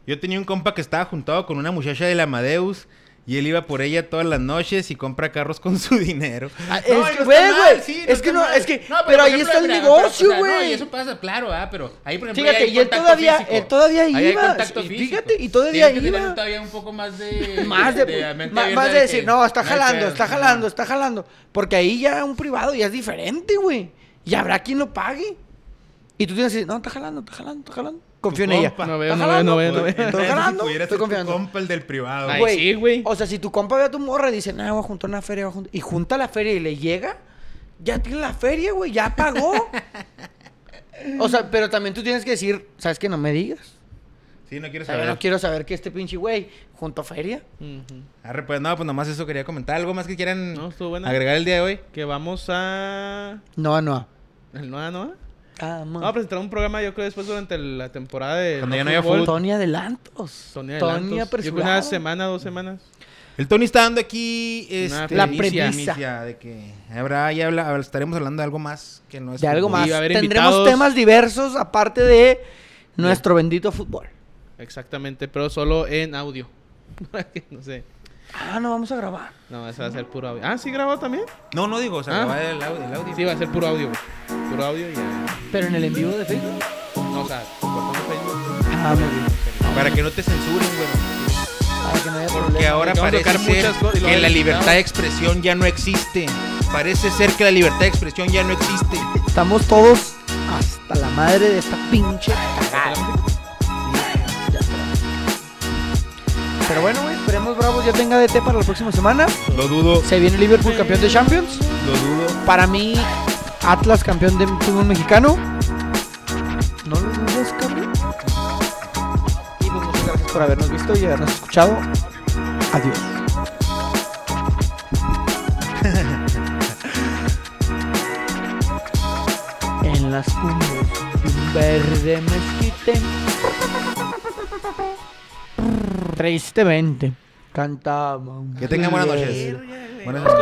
Speaker 3: Yo tenía un compa que estaba juntado con una muchacha del Amadeus y él iba por ella todas las noches y compra carros con su *laughs* dinero.
Speaker 1: Ah, es
Speaker 3: No, y
Speaker 1: que,
Speaker 3: no está
Speaker 1: güey,
Speaker 3: mal,
Speaker 1: güey,
Speaker 3: sí,
Speaker 1: es
Speaker 3: está
Speaker 1: que no-
Speaker 3: mal.
Speaker 1: es que- pero
Speaker 3: por
Speaker 1: ahí está el
Speaker 3: mira, pero,
Speaker 1: negocio,
Speaker 3: o sea, no,
Speaker 1: güey.
Speaker 3: y eso pasa, claro, ah, pero ahí por ejemplo.
Speaker 1: Fíjate,
Speaker 3: ahí hay
Speaker 1: y él
Speaker 3: contacto
Speaker 1: todavía,
Speaker 3: físico.
Speaker 1: él todavía
Speaker 3: Ahí hay
Speaker 1: iba.
Speaker 3: contacto
Speaker 1: y
Speaker 3: físico.
Speaker 1: Fíjate, y todavía
Speaker 3: Tienes que tener
Speaker 1: iba.
Speaker 3: todavía un poco más de.
Speaker 1: Más de,
Speaker 3: mente
Speaker 1: ma-
Speaker 3: abierta
Speaker 1: más de
Speaker 3: que
Speaker 1: decir, no, está
Speaker 3: hay
Speaker 1: jalando,
Speaker 3: pedo,
Speaker 1: está
Speaker 3: ajá.
Speaker 1: jalando, está jalando. Porque ahí ya un privado ya es diferente, güey. Y habrá quien lo pague. Y tú tienes que decir, no, está jalando, está jalando, está jalando. Confío en ella.
Speaker 3: compa.
Speaker 2: No veo,
Speaker 1: Está
Speaker 2: no veo,
Speaker 1: jalando,
Speaker 2: no veo, no
Speaker 1: güey.
Speaker 2: veo.
Speaker 1: Estoy jalando,
Speaker 3: Pudiera
Speaker 1: estoy
Speaker 3: ser tu
Speaker 1: confiando.
Speaker 3: compa el del privado.
Speaker 2: Ay,
Speaker 1: Güey,
Speaker 2: sí, güey.
Speaker 1: O sea, si tu compa ve a tu morra y dice, nah, voy a juntar una feria, voy a juntar... Y junta la feria y le llega, ya tiene la feria, güey, ya pagó.
Speaker 2: *laughs*
Speaker 1: o sea, pero también tú tienes que decir, ¿sabes qué? No me digas.
Speaker 3: Sí, no
Speaker 1: O
Speaker 3: quiero
Speaker 1: sea,
Speaker 3: saber.
Speaker 1: yo no quiero saber que este pinche güey juntó feria.
Speaker 2: Ujú.
Speaker 3: Arre, pues no, pues nomás eso quería comentar. ¿Algo más que quieran
Speaker 2: No, estuvo buena.
Speaker 3: agregar el día de hoy?
Speaker 2: Que vamos a.
Speaker 1: No, no.
Speaker 2: ¿El Noa Noa?
Speaker 1: Ah,
Speaker 2: Vamos a presentar un programa, yo creo, después durante la temporada de.
Speaker 3: Cuando
Speaker 2: no
Speaker 3: ya no haya fútbol.
Speaker 1: Tony Adelantos.
Speaker 2: Tony
Speaker 1: Tony
Speaker 2: Adelantos. Yo creo
Speaker 1: Apresurado.
Speaker 2: una semana, dos semanas.
Speaker 3: El Tony está dando aquí
Speaker 2: Una
Speaker 3: este,
Speaker 2: La
Speaker 1: premisa.
Speaker 3: de que habrá, ya habla- estaremos hablando de algo más que no es
Speaker 1: De algo
Speaker 3: fútbol.
Speaker 1: más.
Speaker 2: iba a haber
Speaker 1: Tendremos
Speaker 2: invitados.
Speaker 1: temas diversos aparte de nuestro bendito fútbol.
Speaker 2: Exactamente, pero solo en audio. *laughs* no sé.
Speaker 1: Ah, no vamos a grabar.
Speaker 2: No, eso va a ser puro audio. Ah, sí, grabado también.
Speaker 3: No, no digo, o sea,
Speaker 2: Ah.
Speaker 3: va el audio, el audio.
Speaker 2: Sí, va a ser puro audio, güey. Puro audio y ya.
Speaker 1: Pero en el en vivo de Facebook.
Speaker 2: No, o sea, cortamos Facebook.
Speaker 1: Ah, muy bien.
Speaker 3: Para que no te censuren, güey.
Speaker 1: Para que no haya
Speaker 3: Porque
Speaker 1: problema.
Speaker 3: ahora
Speaker 2: que vamos a
Speaker 3: parece
Speaker 2: tocar
Speaker 3: ser
Speaker 2: muchas cosas y lo
Speaker 3: que
Speaker 2: van a
Speaker 3: la libertad
Speaker 2: quitar.
Speaker 3: de expresión ya no existe. Parece ser que la libertad de expresión ya no existe.
Speaker 1: Estamos todos hasta la madre de esta pinche cagada. Ya está. Pero bueno, güey, esperemos Bravos ya tenga DT para la próxima semana.
Speaker 3: Lo dudo,
Speaker 1: Se viene Liverpool campeón de Champions.
Speaker 3: lo dudo.
Speaker 1: Para mí, Atlas campeón de fútbol mexicano. No lo dudes, cabrón. Y pues muchas gracias por habernos visto y habernos escuchado. Adiós. *laughs* en las cumbres de un verde mezquite. Tristemente, cantaba. un
Speaker 3: Que tengan buenas
Speaker 1: tigre.
Speaker 3: noches. Buenas noches.